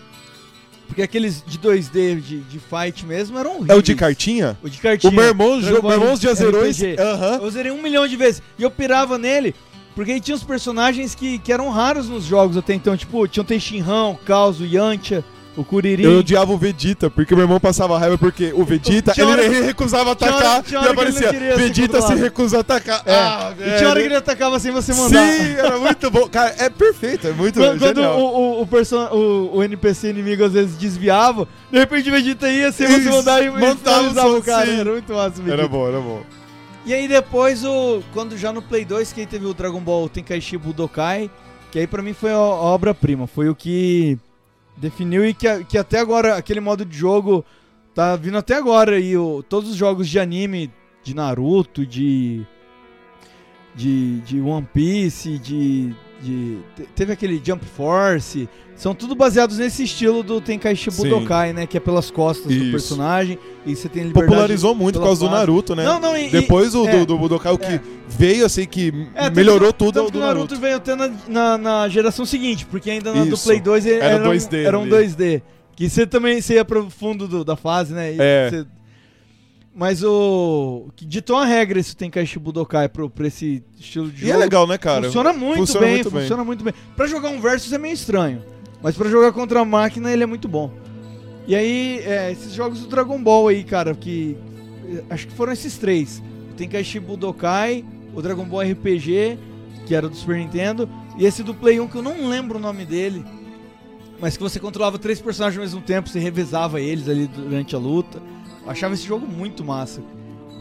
Porque aqueles de 2D, de, de fight mesmo, eram horríveis. É o de cartinha? O de cartinha. O meu irmão, Dragon jo- meu irmão Ball já zerou esse. RPG. Aham. Eu zerei um milhão de vezes. E eu pirava nele, porque aí tinha os personagens que, que eram raros nos jogos até então. Tipo, tinha o Teixinrão, o Caos, o Yantia, o Kuririn. Eu odiava o Vegeta, porque meu irmão passava raiva porque o Vegeta, Tinha ele hora- re- [laughs] recusava tinha hora- atacar tinha hora e que ele não aparecia, queria ser Vegeta se controlado." recusa a atacar. É. Ah, E tinha hora que velho. ele atacava sem você mandar. Sim, era muito bom. Cara, é perfeito, é muito Quando, quando genial. o, o, o person- o- o NPC inimigo às vezes desviava, de repente o Vegeta ia sem você Isso, mandar e mandava o finalizava o som, cara. sim. Era muito massa o Era Vegeta. bom, era bom. E aí depois, o, quando já no Play 2, que aí teve o Dragon Ball Tenkaichi Budokai, que aí pra mim foi a, a obra-prima, foi o que definiu e que, a- que até agora, aquele modo de jogo tá vindo até agora e o, todos os jogos de anime, de Naruto, de... de, de One Piece, de... de- te- teve aquele Jump Force, são tudo baseados nesse estilo do Tenkaichi Sim. Budokai, né? Que é pelas costas Isso. do personagem e você tem liberdade... Popularizou muito por pela causa do fase. Naruto, né? Não, não, e- Depois o e- do, é. do Budokai, o que É. veio assim, que É, tanto melhorou que- tudo é o tanto que do o Naruto, Naruto. veio até na, na, na geração seguinte, porque ainda na do Isso. Play 2 ele Era era, um- 2D era um ali. 2D. Que você também você ia pro fundo do- da fase, né? E É. você- Mas o. Que ditou uma regra isso tem Kaishi Budokai pro, pra esse estilo de E jogo. é legal, né, cara? [laughs] funciona muito funciona bem, muito bem. funciona muito bem. Pra jogar um versus é meio estranho. Mas pra jogar contra a máquina ele é muito bom. E aí, é, esses jogos do Dragon Ball aí, cara, que. eh, Acho que foram esses três. O Tenkaichi Budokai, o Dragon Ball RPG, que era do Super Nintendo, e esse do Play 1, que eu não lembro o nome dele. Mas que você controlava três personagens ao mesmo tempo, você revezava eles ali durante a luta. Eu achava esse jogo muito massa.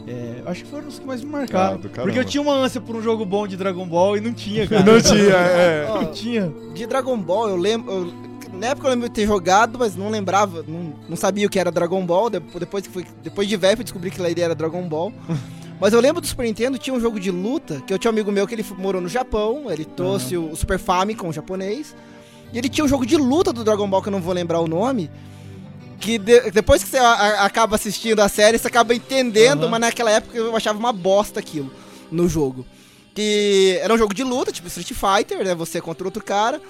É, eu acho que foram os que mais me marcaram. Ah, do caramba. porque eu tinha uma ânsia por um jogo bom de Dragon Ball e não tinha, cara. Não tinha, é. Não tinha. De Dragon Ball, eu lembro. eu- Na época eu lembro de ter jogado, mas não lembrava, não, não sabia o que era Dragon Ball. de- Depois, que fui, depois de velho, eu descobri que lá ele era Dragon Ball. Mas eu lembro do Super Nintendo, tinha um jogo de luta, que eu tinha um amigo meu que ele f- morou no Japão, ele trouxe o- o Super Famicom japonês. E ele tinha um jogo de luta do Dragon Ball, que eu não vou lembrar o nome. Que de- depois que você a- a- acaba assistindo a série, você acaba entendendo, mas naquela época eu achava uma bosta aquilo no jogo. Que era um jogo de luta, tipo Street Fighter, né? Você contra outro cara.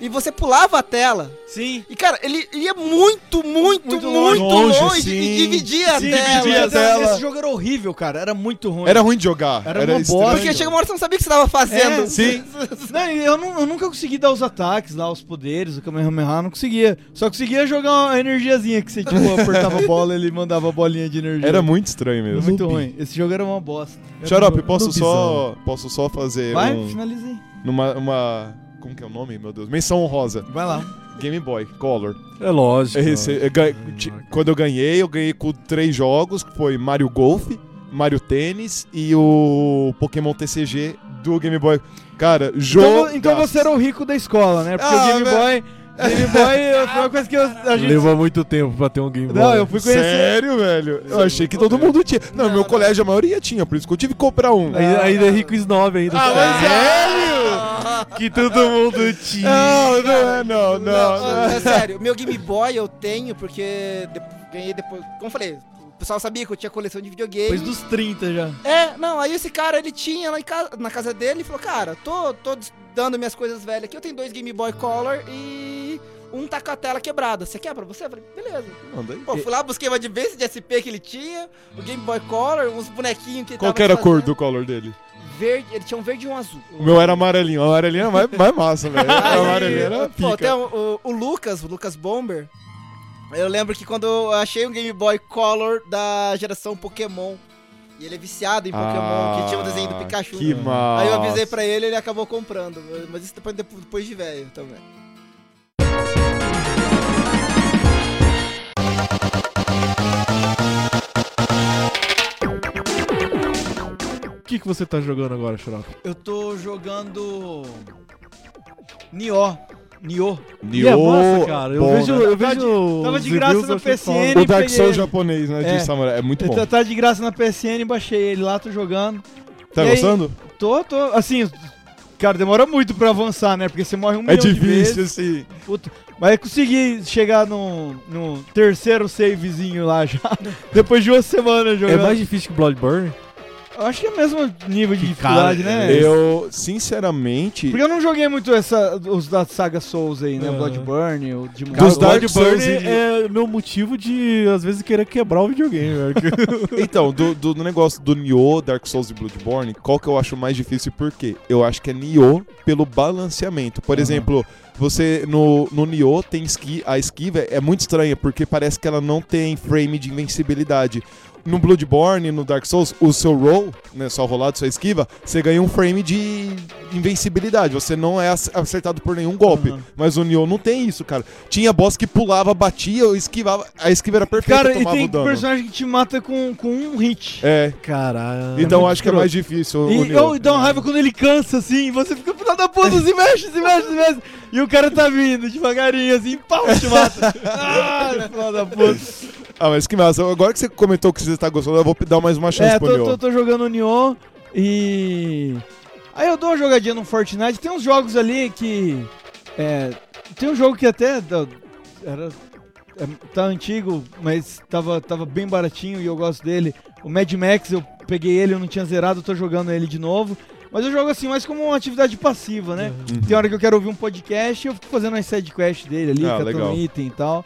E você pulava a tela. Sim. E, cara, ele ele ia muito, muito, muito, Muito longe. longe, Longe, sim. e dividia a Sim, tela. dividia a tela. tela. Esse jogo era horrível, cara. Era muito ruim. Era ruim de jogar. Era uma estranho. bosta. Porque chega uma hora que você não sabia o que você tava fazendo. É, sim. Não, e eu, nu- eu nunca consegui dar os ataques lá, os poderes, o Kamehameha, eu não conseguia. Só conseguia jogar uma energiazinha que você, [laughs] tipo, apertava a bola ele mandava a bolinha de energia. Era muito estranho mesmo. muito ruim. Esse jogo era uma bosta. Era Xarope, uma- posso Nubizão. só, posso só fazer Vai, né? um- finaliza aí. numa, uma... Como que é o nome, meu Deus? Menção honrosa. Vai lá. Game Boy Color. É lógico. Esse- eu ganhei- ti- quando eu ganhei, eu ganhei com três jogos, que foi Mario Golf, Mario Tênis e o Pokémon TCG do Game Boy. Cara, jogo... Então, vo- então você era um o rico da escola, né? Porque Ah, o Game velho. Boy. Game Boy foi uma coisa que eu, a gente. Levou muito tempo pra ter um Game Boy. Não, eu fui conhecer. Sério, velho? Eu achei que todo mundo tinha. Não, meu colégio, a maioria tinha, por isso que eu tive que comprar um. Aí- Ainda é rico snob ainda. Ah, mas Que todo mundo tinha. Não, não, é, não, não. Não, não. é sério, meu Game Boy eu tenho porque de- ganhei depois. Como eu falei, o pessoal sabia que eu tinha coleção de videogame. Depois dos 30 já. É, não, aí esse cara ele tinha lá em casa, na casa dele e falou: Cara, tô, tô des- dando minhas coisas velhas aqui. Eu tenho dois Game Boy Color e um tá com a tela quebrada. Você quer pra você? Eu falei: Beleza. Não, daí- Pô, fui lá, busquei uma advance de SP que ele tinha, o Game Boy Color, uns bonequinhos que ele Qual tava que era a cor fazendo. do color dele? Verde, ele tinha um verde e [laughs] um azul. O meu era amarelinho. O amarelinho era mais, mais massa, velho. Aí, O amarelinho Ah, era Pô, um até pica. o, o, o Lucas, o Lucas Bomber. Eu lembro que quando eu achei um Game Boy Color da geração Pokémon. E ele é viciado em Pokémon, que tinha o desenho do Ah, Pikachu. né? Que massa. Aí eu avisei pra ele ele acabou comprando. Mas isso depois, depois de velho também. O que, que você tá jogando agora, Xarope? Eu tô jogando. Nioh. Nioh. E é massa, cara. Eu bom, vejo, né? eu Tava de- vejo tava os de graça reviews, no eu achei PCN. foda. O Dark peguei Souls ele. japonês, né? É. De Samurai. É muito bom. Eu tá de graça na PSN, baixei ele lá, tô jogando. Tá E aí? gostando? Tô, tô. Assim, cara, demora muito pra avançar, né? Porque você morre um É milhão de difícil, vezes. assim. Puta. Mas eu consegui chegar no, no terceiro savezinho lá já. [laughs] Depois de uma semana É jogando. mais difícil que Bloodborne? Eu acho que é o mesmo nível de Que dificuldade, cara, né? Eu, sinceramente. Porque eu não joguei muito essa, os da saga Souls aí, né? É. Aham. Bloodborne, o Demon Dos Souls. Dark Bloodborne Souls e- é meu motivo de, às vezes, querer quebrar o videogame. [laughs] velho. Então, do, do- do negócio do Nioh, Dark Souls e Bloodborne, qual que eu acho mais difícil e por quê? Eu acho que é Nioh pelo balanceamento. Por exemplo, você no, no Nioh tem esqui, a esquiva é muito estranha, porque parece que ela não tem frame de invencibilidade. No Bloodborne, no Dark Souls, o seu roll, né, sua rolada, sua esquiva, você ganha um frame de invencibilidade. Você não é ac- acertado por nenhum golpe. Aham. Mas o Nioh não tem isso, cara. Tinha boss que pulava, batia, eu esquivava. A esquiva era perfeita, Cara, e tomava tem o dano. personagem que te mata com, com um hit. Ah, É, Caralho. então muito acho que é escroto. mais difícil. o E Nioh. eu, dá uma raiva quando ele cansa, assim, e você fica filha da puta, se mexe, se mexe, se mexe. E o cara tá vindo devagarinho, assim, pau, te mata. Ah, filha da puta. Ah, mas que massa. Agora que você comentou que você tá gostando, eu vou dar mais uma chance É, pro tô, Nioh. tô, tô jogando Nioh e. Aí eu dou uma jogadinha no Fortnite. Tem uns jogos ali que. É, tem um jogo que até. da- Era. é, tá antigo, mas tava, tava bem baratinho e eu gosto dele. O Mad Max, eu peguei ele, eu não tinha zerado, eu tô jogando ele de novo. Mas eu jogo assim, mais como uma atividade passiva, né? Uhum. Tem hora que eu quero ouvir um podcast, eu fico fazendo as sidequests dele ali, Ah, catando um legal. item e tal.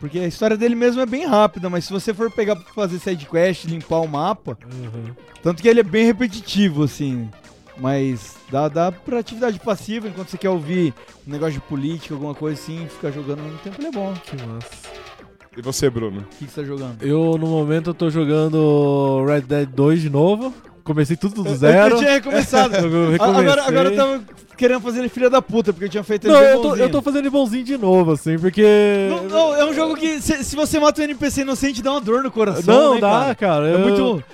Porque a história dele mesmo é bem rápida, mas se você for pegar pra fazer sidequest, limpar o mapa, Uhum. tanto que ele é bem repetitivo, assim. Mas dá, dá pra atividade passiva, enquanto você quer ouvir um negócio de política, alguma coisa assim, ficar jogando ao mesmo tempo, ele é bom. Que massa. E você, Bruno? O que, que você tá jogando? Eu, no momento, eu tô jogando Red Dead 2 de novo. Comecei tudo do Eu, zero. eu tinha recomeçado. [laughs] Eu A- agora, recomecei. agora eu tava querendo fazer ele filha da puta, porque eu tinha feito ele Não, bem eu tô, eu bonzinho. tô fazendo ele bonzinho de novo, assim, porque... Não, não, é um jogo que se, se você mata um NPC inocente, dá uma dor no coração, Não, né, dá, cara? cara. É Eu- muito...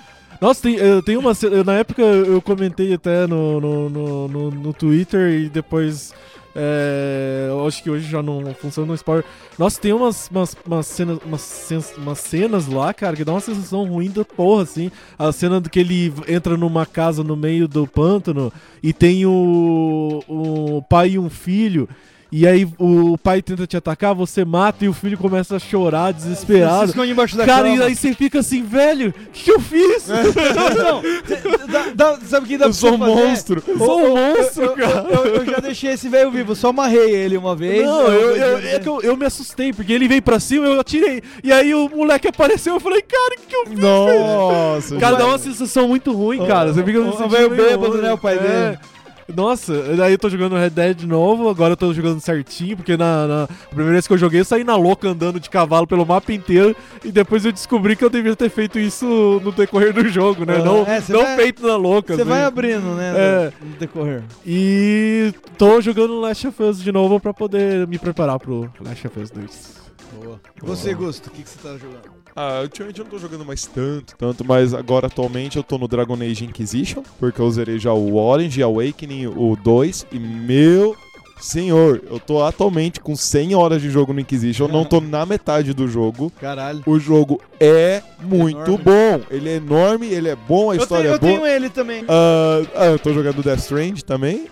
Nossa, tem, eu tenho uma. ce- eu- Na época eu comentei até no, no, no, no, no Twitter e depois É, eu acho que hoje já não funciona no spoiler. Nossa, tem umas, umas, umas cenas, umas, sens- umas cenas lá, cara, que dá uma sensação ruim da porra, assim. A cena do que ele entra numa casa no meio do pântano e tem o, o pai e um filho. E aí o pai tenta te atacar, você mata e o filho começa a chorar Se desesperado. esconde embaixo da Cara, cama. É. e aí você fica assim, velho, o que eu fiz? [laughs] Não, cê- dá- dá- sabe o que dá Eu pra você sou um fazer? monstro. Eu sou um monstro, eu, cara. Eu, eu já deixei esse velho vivo, só amarrei ele uma vez. Não, eu, eu- é que eu, eu me assustei, porque ele veio pra cima, eu atirei. E aí o moleque apareceu, eu falei, cara, o que que eu fiz? Nossa, Cara, dá é. gente. uma sensação muito ruim, cara. Você fica o- no o velho bêbado, né, o pai dele. é. Nossa, daí eu tô jogando Red Dead de novo, agora eu tô jogando certinho, porque na, na- a primeira vez que eu joguei, eu saí na louca andando de cavalo pelo mapa inteiro, e depois eu descobri que eu devia ter feito isso no decorrer do jogo, né? Ah, não é, cê não vai- feito na louca. Você assim. vai abrindo, né? É. No, no decorrer. E tô jogando Last of Us de novo pra poder me preparar pro Last of Us 2. Boa. Você, Gusto, o que, que você tá jogando? [laughs] Ah, ultimamente eu não tô jogando mais tanto, tanto, mas agora atualmente eu tô no Dragon Age Inquisition, porque eu zerei já o Orange, Awakening, o 2, e meu senhor, eu tô atualmente com 100 horas de jogo no Inquisition, não tô na metade do jogo. Caralho. O jogo é muito Enorme. bom, ele é enorme, ele é bom, a Eu, história tenho, eu é boa. tenho ele também. Ah, ah, eu tô jogando Death Strange também.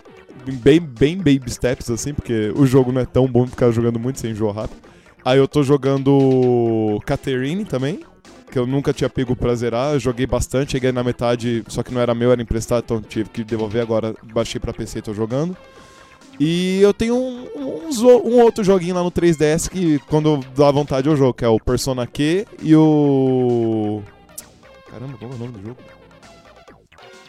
Bem, bem baby steps, assim, porque o jogo não é tão bom pra ficar jogando muito sem enjoar rápido. Aí eu tô jogando Catherine também, que eu nunca tinha pego pra zerar. Eu joguei bastante, cheguei na metade, só que não era meu, era emprestado, então tive que devolver agora. Baixei pra PC e tô jogando. E eu tenho um, uns o- um outro joguinho lá no 3DS que quando dá vontade eu jogo, que é o Persona Q e o. Caramba, qual é o nome do jogo?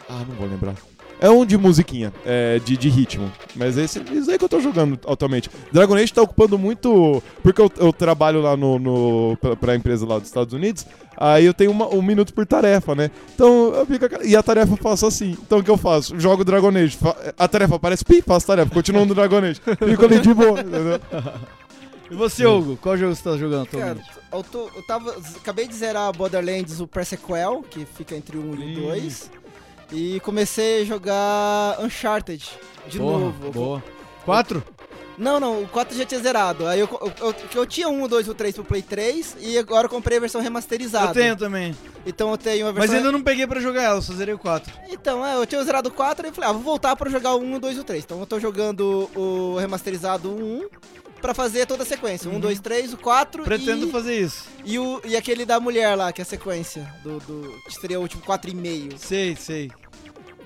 Ah, não vou lembrar. É um de musiquinha, é, de, de ritmo. Mas é esse, isso aí que eu tô jogando atualmente. Dragon Age tá ocupando muito. Porque eu, eu trabalho lá no, no, pra, pra empresa lá dos Estados Unidos. Aí eu tenho uma- um minuto por tarefa, né? Então eu fico. aquela- E a tarefa eu faço assim. Então o que eu faço? Jogo Dragon Age. fa- A tarefa aparece, pi, faço tarefa. Continuo no Dragon Age. Fico ali de boa, entendeu? E você, Hugo, qual jogo você tá jogando Cara, atualmente? eu, tô- eu tava, acabei de zerar Borderlands, o pré-sequel, que fica entre o 1 e o 2. E comecei a jogar Uncharted de Porra, novo. Boa. Quatro? Não, não, o 4 já tinha zerado. Aí eu, eu, eu, eu tinha um, o 2 e o 3 pro Play 3 e agora eu comprei a versão remasterizada. Eu tenho também. Então eu tenho a Mas versão. ainda não peguei pra jogar ela, só zerei o quatro. Então, é, eu tinha zerado o 4 e falei, ah, vou voltar pra jogar o 1, o 2 e o 3. Então eu tô jogando o remasterizado 1 pra fazer toda a sequência. 1, 2, 3, o 4 Uhum. Pretendo e, fazer isso. e, o, e aquele da mulher lá, que é a sequência do, do que seria o último 4,5. Sei, sei.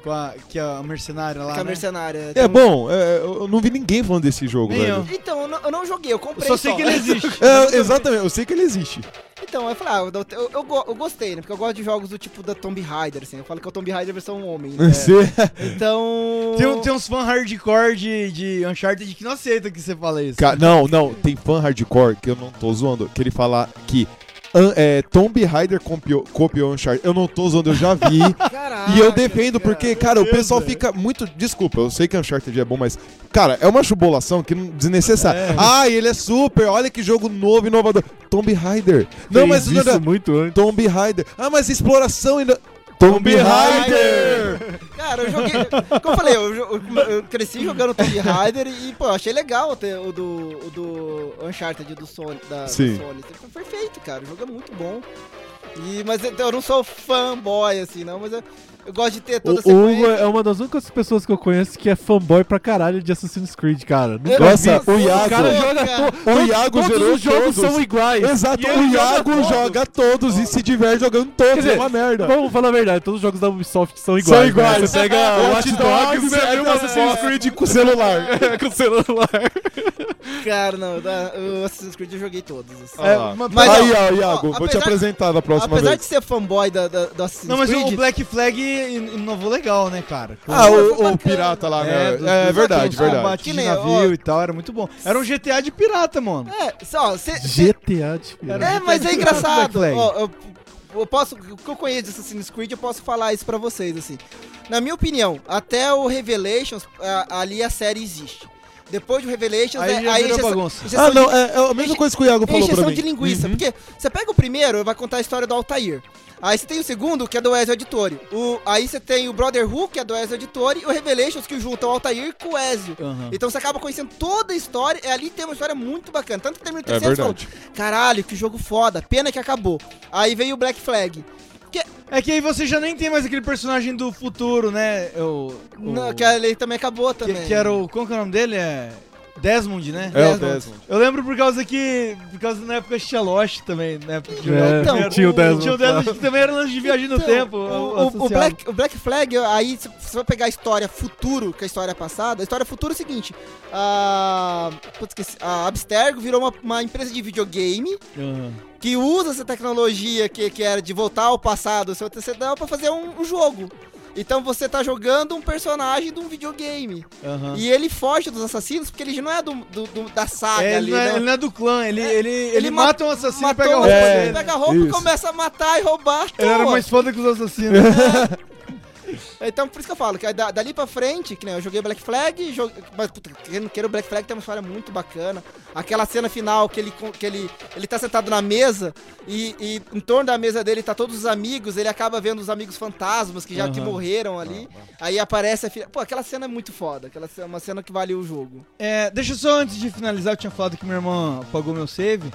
Com a, que a mercenária lá, Que é a né? mercenária. É Então- bom, é, eu eu não vi ninguém falando desse jogo, Nem velho. eu. Então, eu não, eu não joguei, eu Eu comprei só sei que ele existe. É, exatamente, eu sei que ele existe. [laughs] Então, eu falei, ah, eu, eu, eu go- eu gostei, né? Porque eu gosto de jogos do tipo da Tomb Raider, assim. Eu falo que é o Tomb Raider versão homem. [laughs] né? Você- Então... Tem, um- tem uns fãs hardcore de, de Uncharted que não aceita que você fala isso. Ca- não, não, tem fã hardcore que eu não tô zoando, que ele fala que an- é, Tomb Raider copiou, copiou Uncharted. Eu não tô zoando, eu já vi. Caraca, e eu defendo, cara. porque, cara, o pessoal fica muito. Desculpa, eu sei que Uncharted é bom, mas. Cara, é uma chubolação que não desnecessária. Ah, ele é super, olha que jogo novo, inovador. Tomb Raider. Não, Fez mas. isso muito antes. Tomb Raider. Ah, mas exploração ainda. Tomb Raider! Cara, eu joguei... Como eu falei, eu, jo- eu- eu cresci jogando Tomb Raider e, pô, achei legal ter o do, o do Uncharted do Sony, da, da Sim. Sony. assim, Foi perfeito, cara. O jogo é muito bom. E, mas eu, eu não sou fanboy, assim, não. Mas eu, eu gosto de ter toda a O o Hugo sequência. é uma das únicas pessoas que eu conheço que é fanboy pra caralho de Assassin's Creed, cara. Nunca Nossa, o vi. O cara é- Iago. joga Cara. to- O to- Iago todos zerou os jogos todos. são iguais. Exato, E ele o Iago todos. joga todos e se diverte jogando todos. dizer, é uma merda. Vamos falar a verdade, todos os jogos da Ubisoft são iguais. São iguais. Né? [laughs] Você pega o Watch Dogs, você é pega o Assassin's Creed É, com celular. [laughs] com o celular. Cara, não. da- O Assassin's Creed eu joguei todos, assim. É, Ah. mas- Mas, aí, ó, ó, Iago, vou ó, te apesar- apresentar da próxima Apesar vez. de ser fanboy da, da, do Assassin's Não, mas Creed... o Black Flag in- inovou legal, né, cara? Ah, Pô, foi o, bacana. o pirata lá, né? dos- É, dos- verdade, dos verdade. combates Que de nem, navio ó. e tal, era muito bom. Era um GTA de pirata, mano. É, só, cê, cê- GTA de pirata. é, mas é Black engraçado. Flag. Ó, eu, eu posso, o que eu conheço de Assassin's Creed, eu posso falar isso pra vocês, assim. Na minha opinião, até o Revelations, a- ali a série existe. Depois do Revelations, Aí é, já virou injeção- bagunça. injeção Ah, de- não, é, é a mesma Enche- coisa que o Iago É falou pra encheção mim. Uhum. de linguiça, porque você pega o primeiro, vai contar a história do Altair. Aí você tem o segundo, que é do Ezio Auditore. O, aí você tem o Brother Who, que é do Ezio Auditore, e o Revelations, que junta o Altair com o Ezio. Aham. Então você acaba conhecendo toda a história, e ali tem uma história muito bacana. Tanto que termina É o terceiro e fala, verdade. caralho, que jogo foda, pena que acabou. Aí veio o Black Flag, É que aí você já nem tem mais aquele personagem do futuro, né? O, o- na- que ele também acabou que, também. que era o. Como que é o nome dele? É. Desmond, né? É o Desmond. Desmond. Eu lembro por causa que. Por causa na época Xalosh também, na época que jogava. É, Então, tinha o o- Desmond. um, Tinha o Desmond que também era um lance de viagem no Então, tempo. um O, o- o associado. Black, o Black Flag, aí se você vai pegar a história futuro com a história passada, a história futuro é o seguinte: a. Putz, esqueci, a Abstergo virou uma, uma empresa de videogame Aham. que usa essa tecnologia que, que era de voltar ao passado, seu antecedente, pra fazer um, um jogo. Então você tá jogando um personagem de um videogame. Aham. E ele foge dos assassinos porque ele não é do, do- do- da saga É, ali, ele, não é, né? ele não é do clã, ele, ele, ele, ma- mata um assassino e Matou pega a um roupa assassino, dele. pega a roupa e Isso. começa a matar e roubar. à Ele era toa. mais foda que os assassinos. Então, por isso que eu falo, que da- dali pra frente, que nem eu joguei Black Flag, jo- mas puta, quem não queira o Black Flag tem uma história muito bacana. Aquela cena final que ele, com- que ele, ele tá sentado na mesa e, e em torno da mesa dele tá todos os amigos, ele acaba vendo os amigos fantasmas que já que Aham. morreram ali. Aí aparece a filha. Pô, aquela cena é muito foda, aquela cena, uma cena que vale o jogo. É, deixa eu só antes de finalizar, eu tinha falado que minha irmã apagou meu save.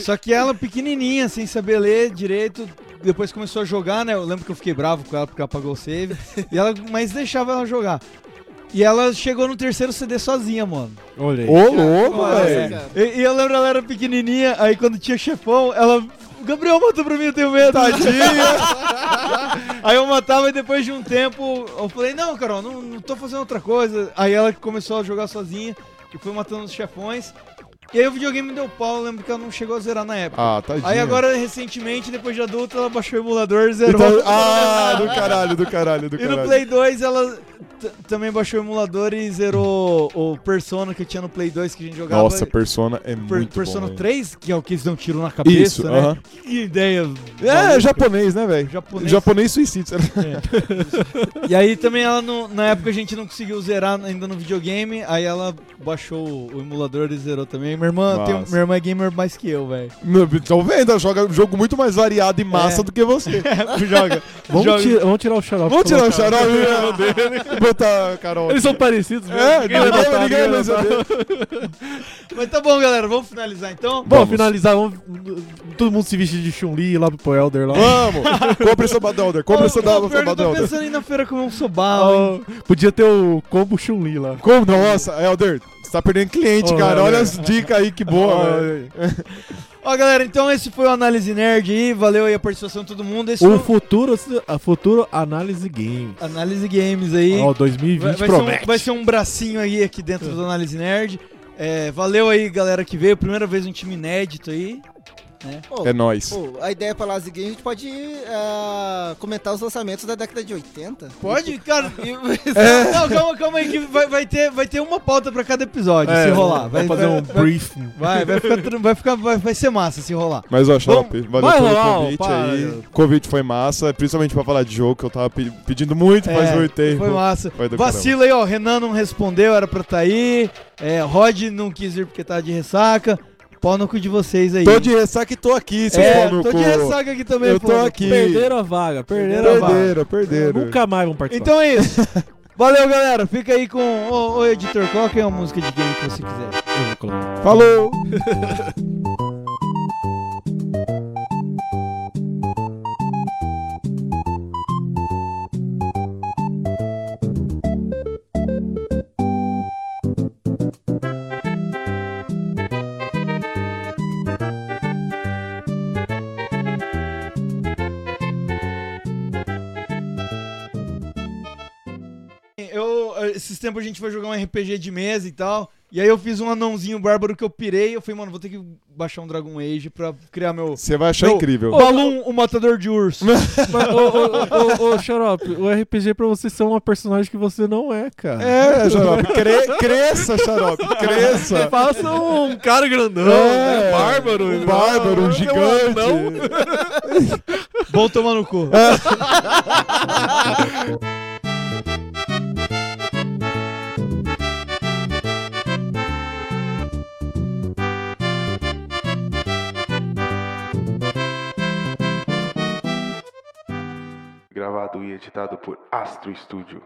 só que ela, pequenininha, sem saber ler direito, depois começou a jogar, né? Eu lembro que eu fiquei bravo com ela porque ela apagou o save. e ela, mas deixava ela jogar. E ela chegou no terceiro CD sozinha, mano. Olha aí. Ô, louco, Nossa, é velho. cara. E, e eu lembro, ela era pequenininha, aí quando tinha chefão, ela. Gabriel, mata pra mim, eu tenho medo. Tadinha. [laughs] aí eu matava e depois de um tempo eu falei: Não, Carol, não, não tô fazendo outra coisa. Aí ela começou a jogar sozinha e foi matando os chefões. E aí o videogame deu pau, eu lembro que ela não chegou a zerar na época. Ah, tadinho. aí agora, recentemente, depois de adulta, ela baixou o emulador e zerou. [laughs] Então, ah, do caralho, do caralho, do E caralho. no Play 2 ela t- também baixou o emulador e zerou o Persona que tinha no Play 2 que a gente jogava. Nossa, Persona Per- é muito Persona bom. velho. 3, que é o que eles dão tiro na cabeça, Isso, né? aham. Que ideia. É, maluca. japonês, né, velho? Japonês. Japonês suicídio. E aí também ela, não- na época a gente não conseguiu zerar ainda no videogame, aí ela baixou o emulador e zerou também. Minha irmã, tem, Massa. minha irmã é gamer mais que eu, velho. [laughs] Não, Estão vendo, ela joga um jogo muito mais variado e massa É. do que você. [laughs] Joga. joga. Vamos, tira- vamos tirar o xarope. Vamos tirar o colocar- xarope dele. Botar a Carol. Eles são parecidos mesmo. É, ninguém tá ninguém, vai notar, ninguém ninguém vai notar. vai saber. Mas tá bom, galera, vamos finalizar então. Bom, Vamos. finalizar, vamos, todo mundo se vestir de Chun-Li lá pro Elder lá. Vamos! Compre essa Badalder, compre essa Ô, ô, pior que eu tô Badalder. pensando em ir na feira comer um sobá. hein? Ah, podia ter o combo Chun-Li lá. Como? Nossa, Elder, você tá perdendo cliente, Ô, cara. Olha Elder. as dicas aí, que boa. Ó, velho. Ah. Ó, galera, então esse foi o Análise Nerd aí. Valeu aí a participação de todo mundo. Esse o foi o futuro, a futuro análise game. Análise Games aí. Ó, Vai, 2020 vai ser promete. um, vai ser um bracinho aí aqui dentro do Análise Nerd. É, valeu aí, galera que veio. Primeira vez um time inédito aí. Pô, É nóis. pô, a ideia pra Lazy Game, a gente pode ah, comentar os lançamentos da década de 80. Pode, cara. [laughs] Não, calma, calma aí, que vai, vai ter, vai ter uma pauta pra cada episódio, É, se rolar. Vai, fazer um briefing. Vai, vai ficar, tran- vai, ficar vai, vai ser massa se rolar. Mas, ó, Xarope, valeu vai pelo rolar, ó, convite para. aí. O convite foi massa, principalmente pra falar de jogo, que eu tava pe- pedindo muito, mas É, não tempo. Foi massa. um Vai do Vacila aí, ó. Renan não respondeu, era pra tá aí. É, Rod não quis ir porque tá de ressaca. Pau no cu de vocês aí. Tô de ressaca e tô aqui, seus é, pau no tô cu. de ressaca aqui também, Eu tô pô. aqui. Perderam a vaga, perderam a vaga. Perderam, perderam. Nunca mais vão participar. Então é isso. [laughs] Valeu, galera. Fica aí com o, editor. Coloca aí uma música de game que você quiser. Eu vou colocar. Falou! Eu, esses tempos a gente foi jogar um RPG de mesa e tal. E aí eu fiz um anãozinho bárbaro que eu pirei. Eu falei, mano, vou ter que baixar um Dragon Age pra criar meu. Você vai achar Não. incrível. Balloon, o matador de urso. Então, Mas, ô, ô, [laughs] ô, ô, ô, Xarope, o RPG é pra você ser uma personagem que você não é, cara. É, Xarope, cre- cresça, Xarope, cresça. Faça um cara grandão, É, né? bárbaro. um bárbaro, um gigante. Bom tomar no cu. gravado e editado por Astro Studio.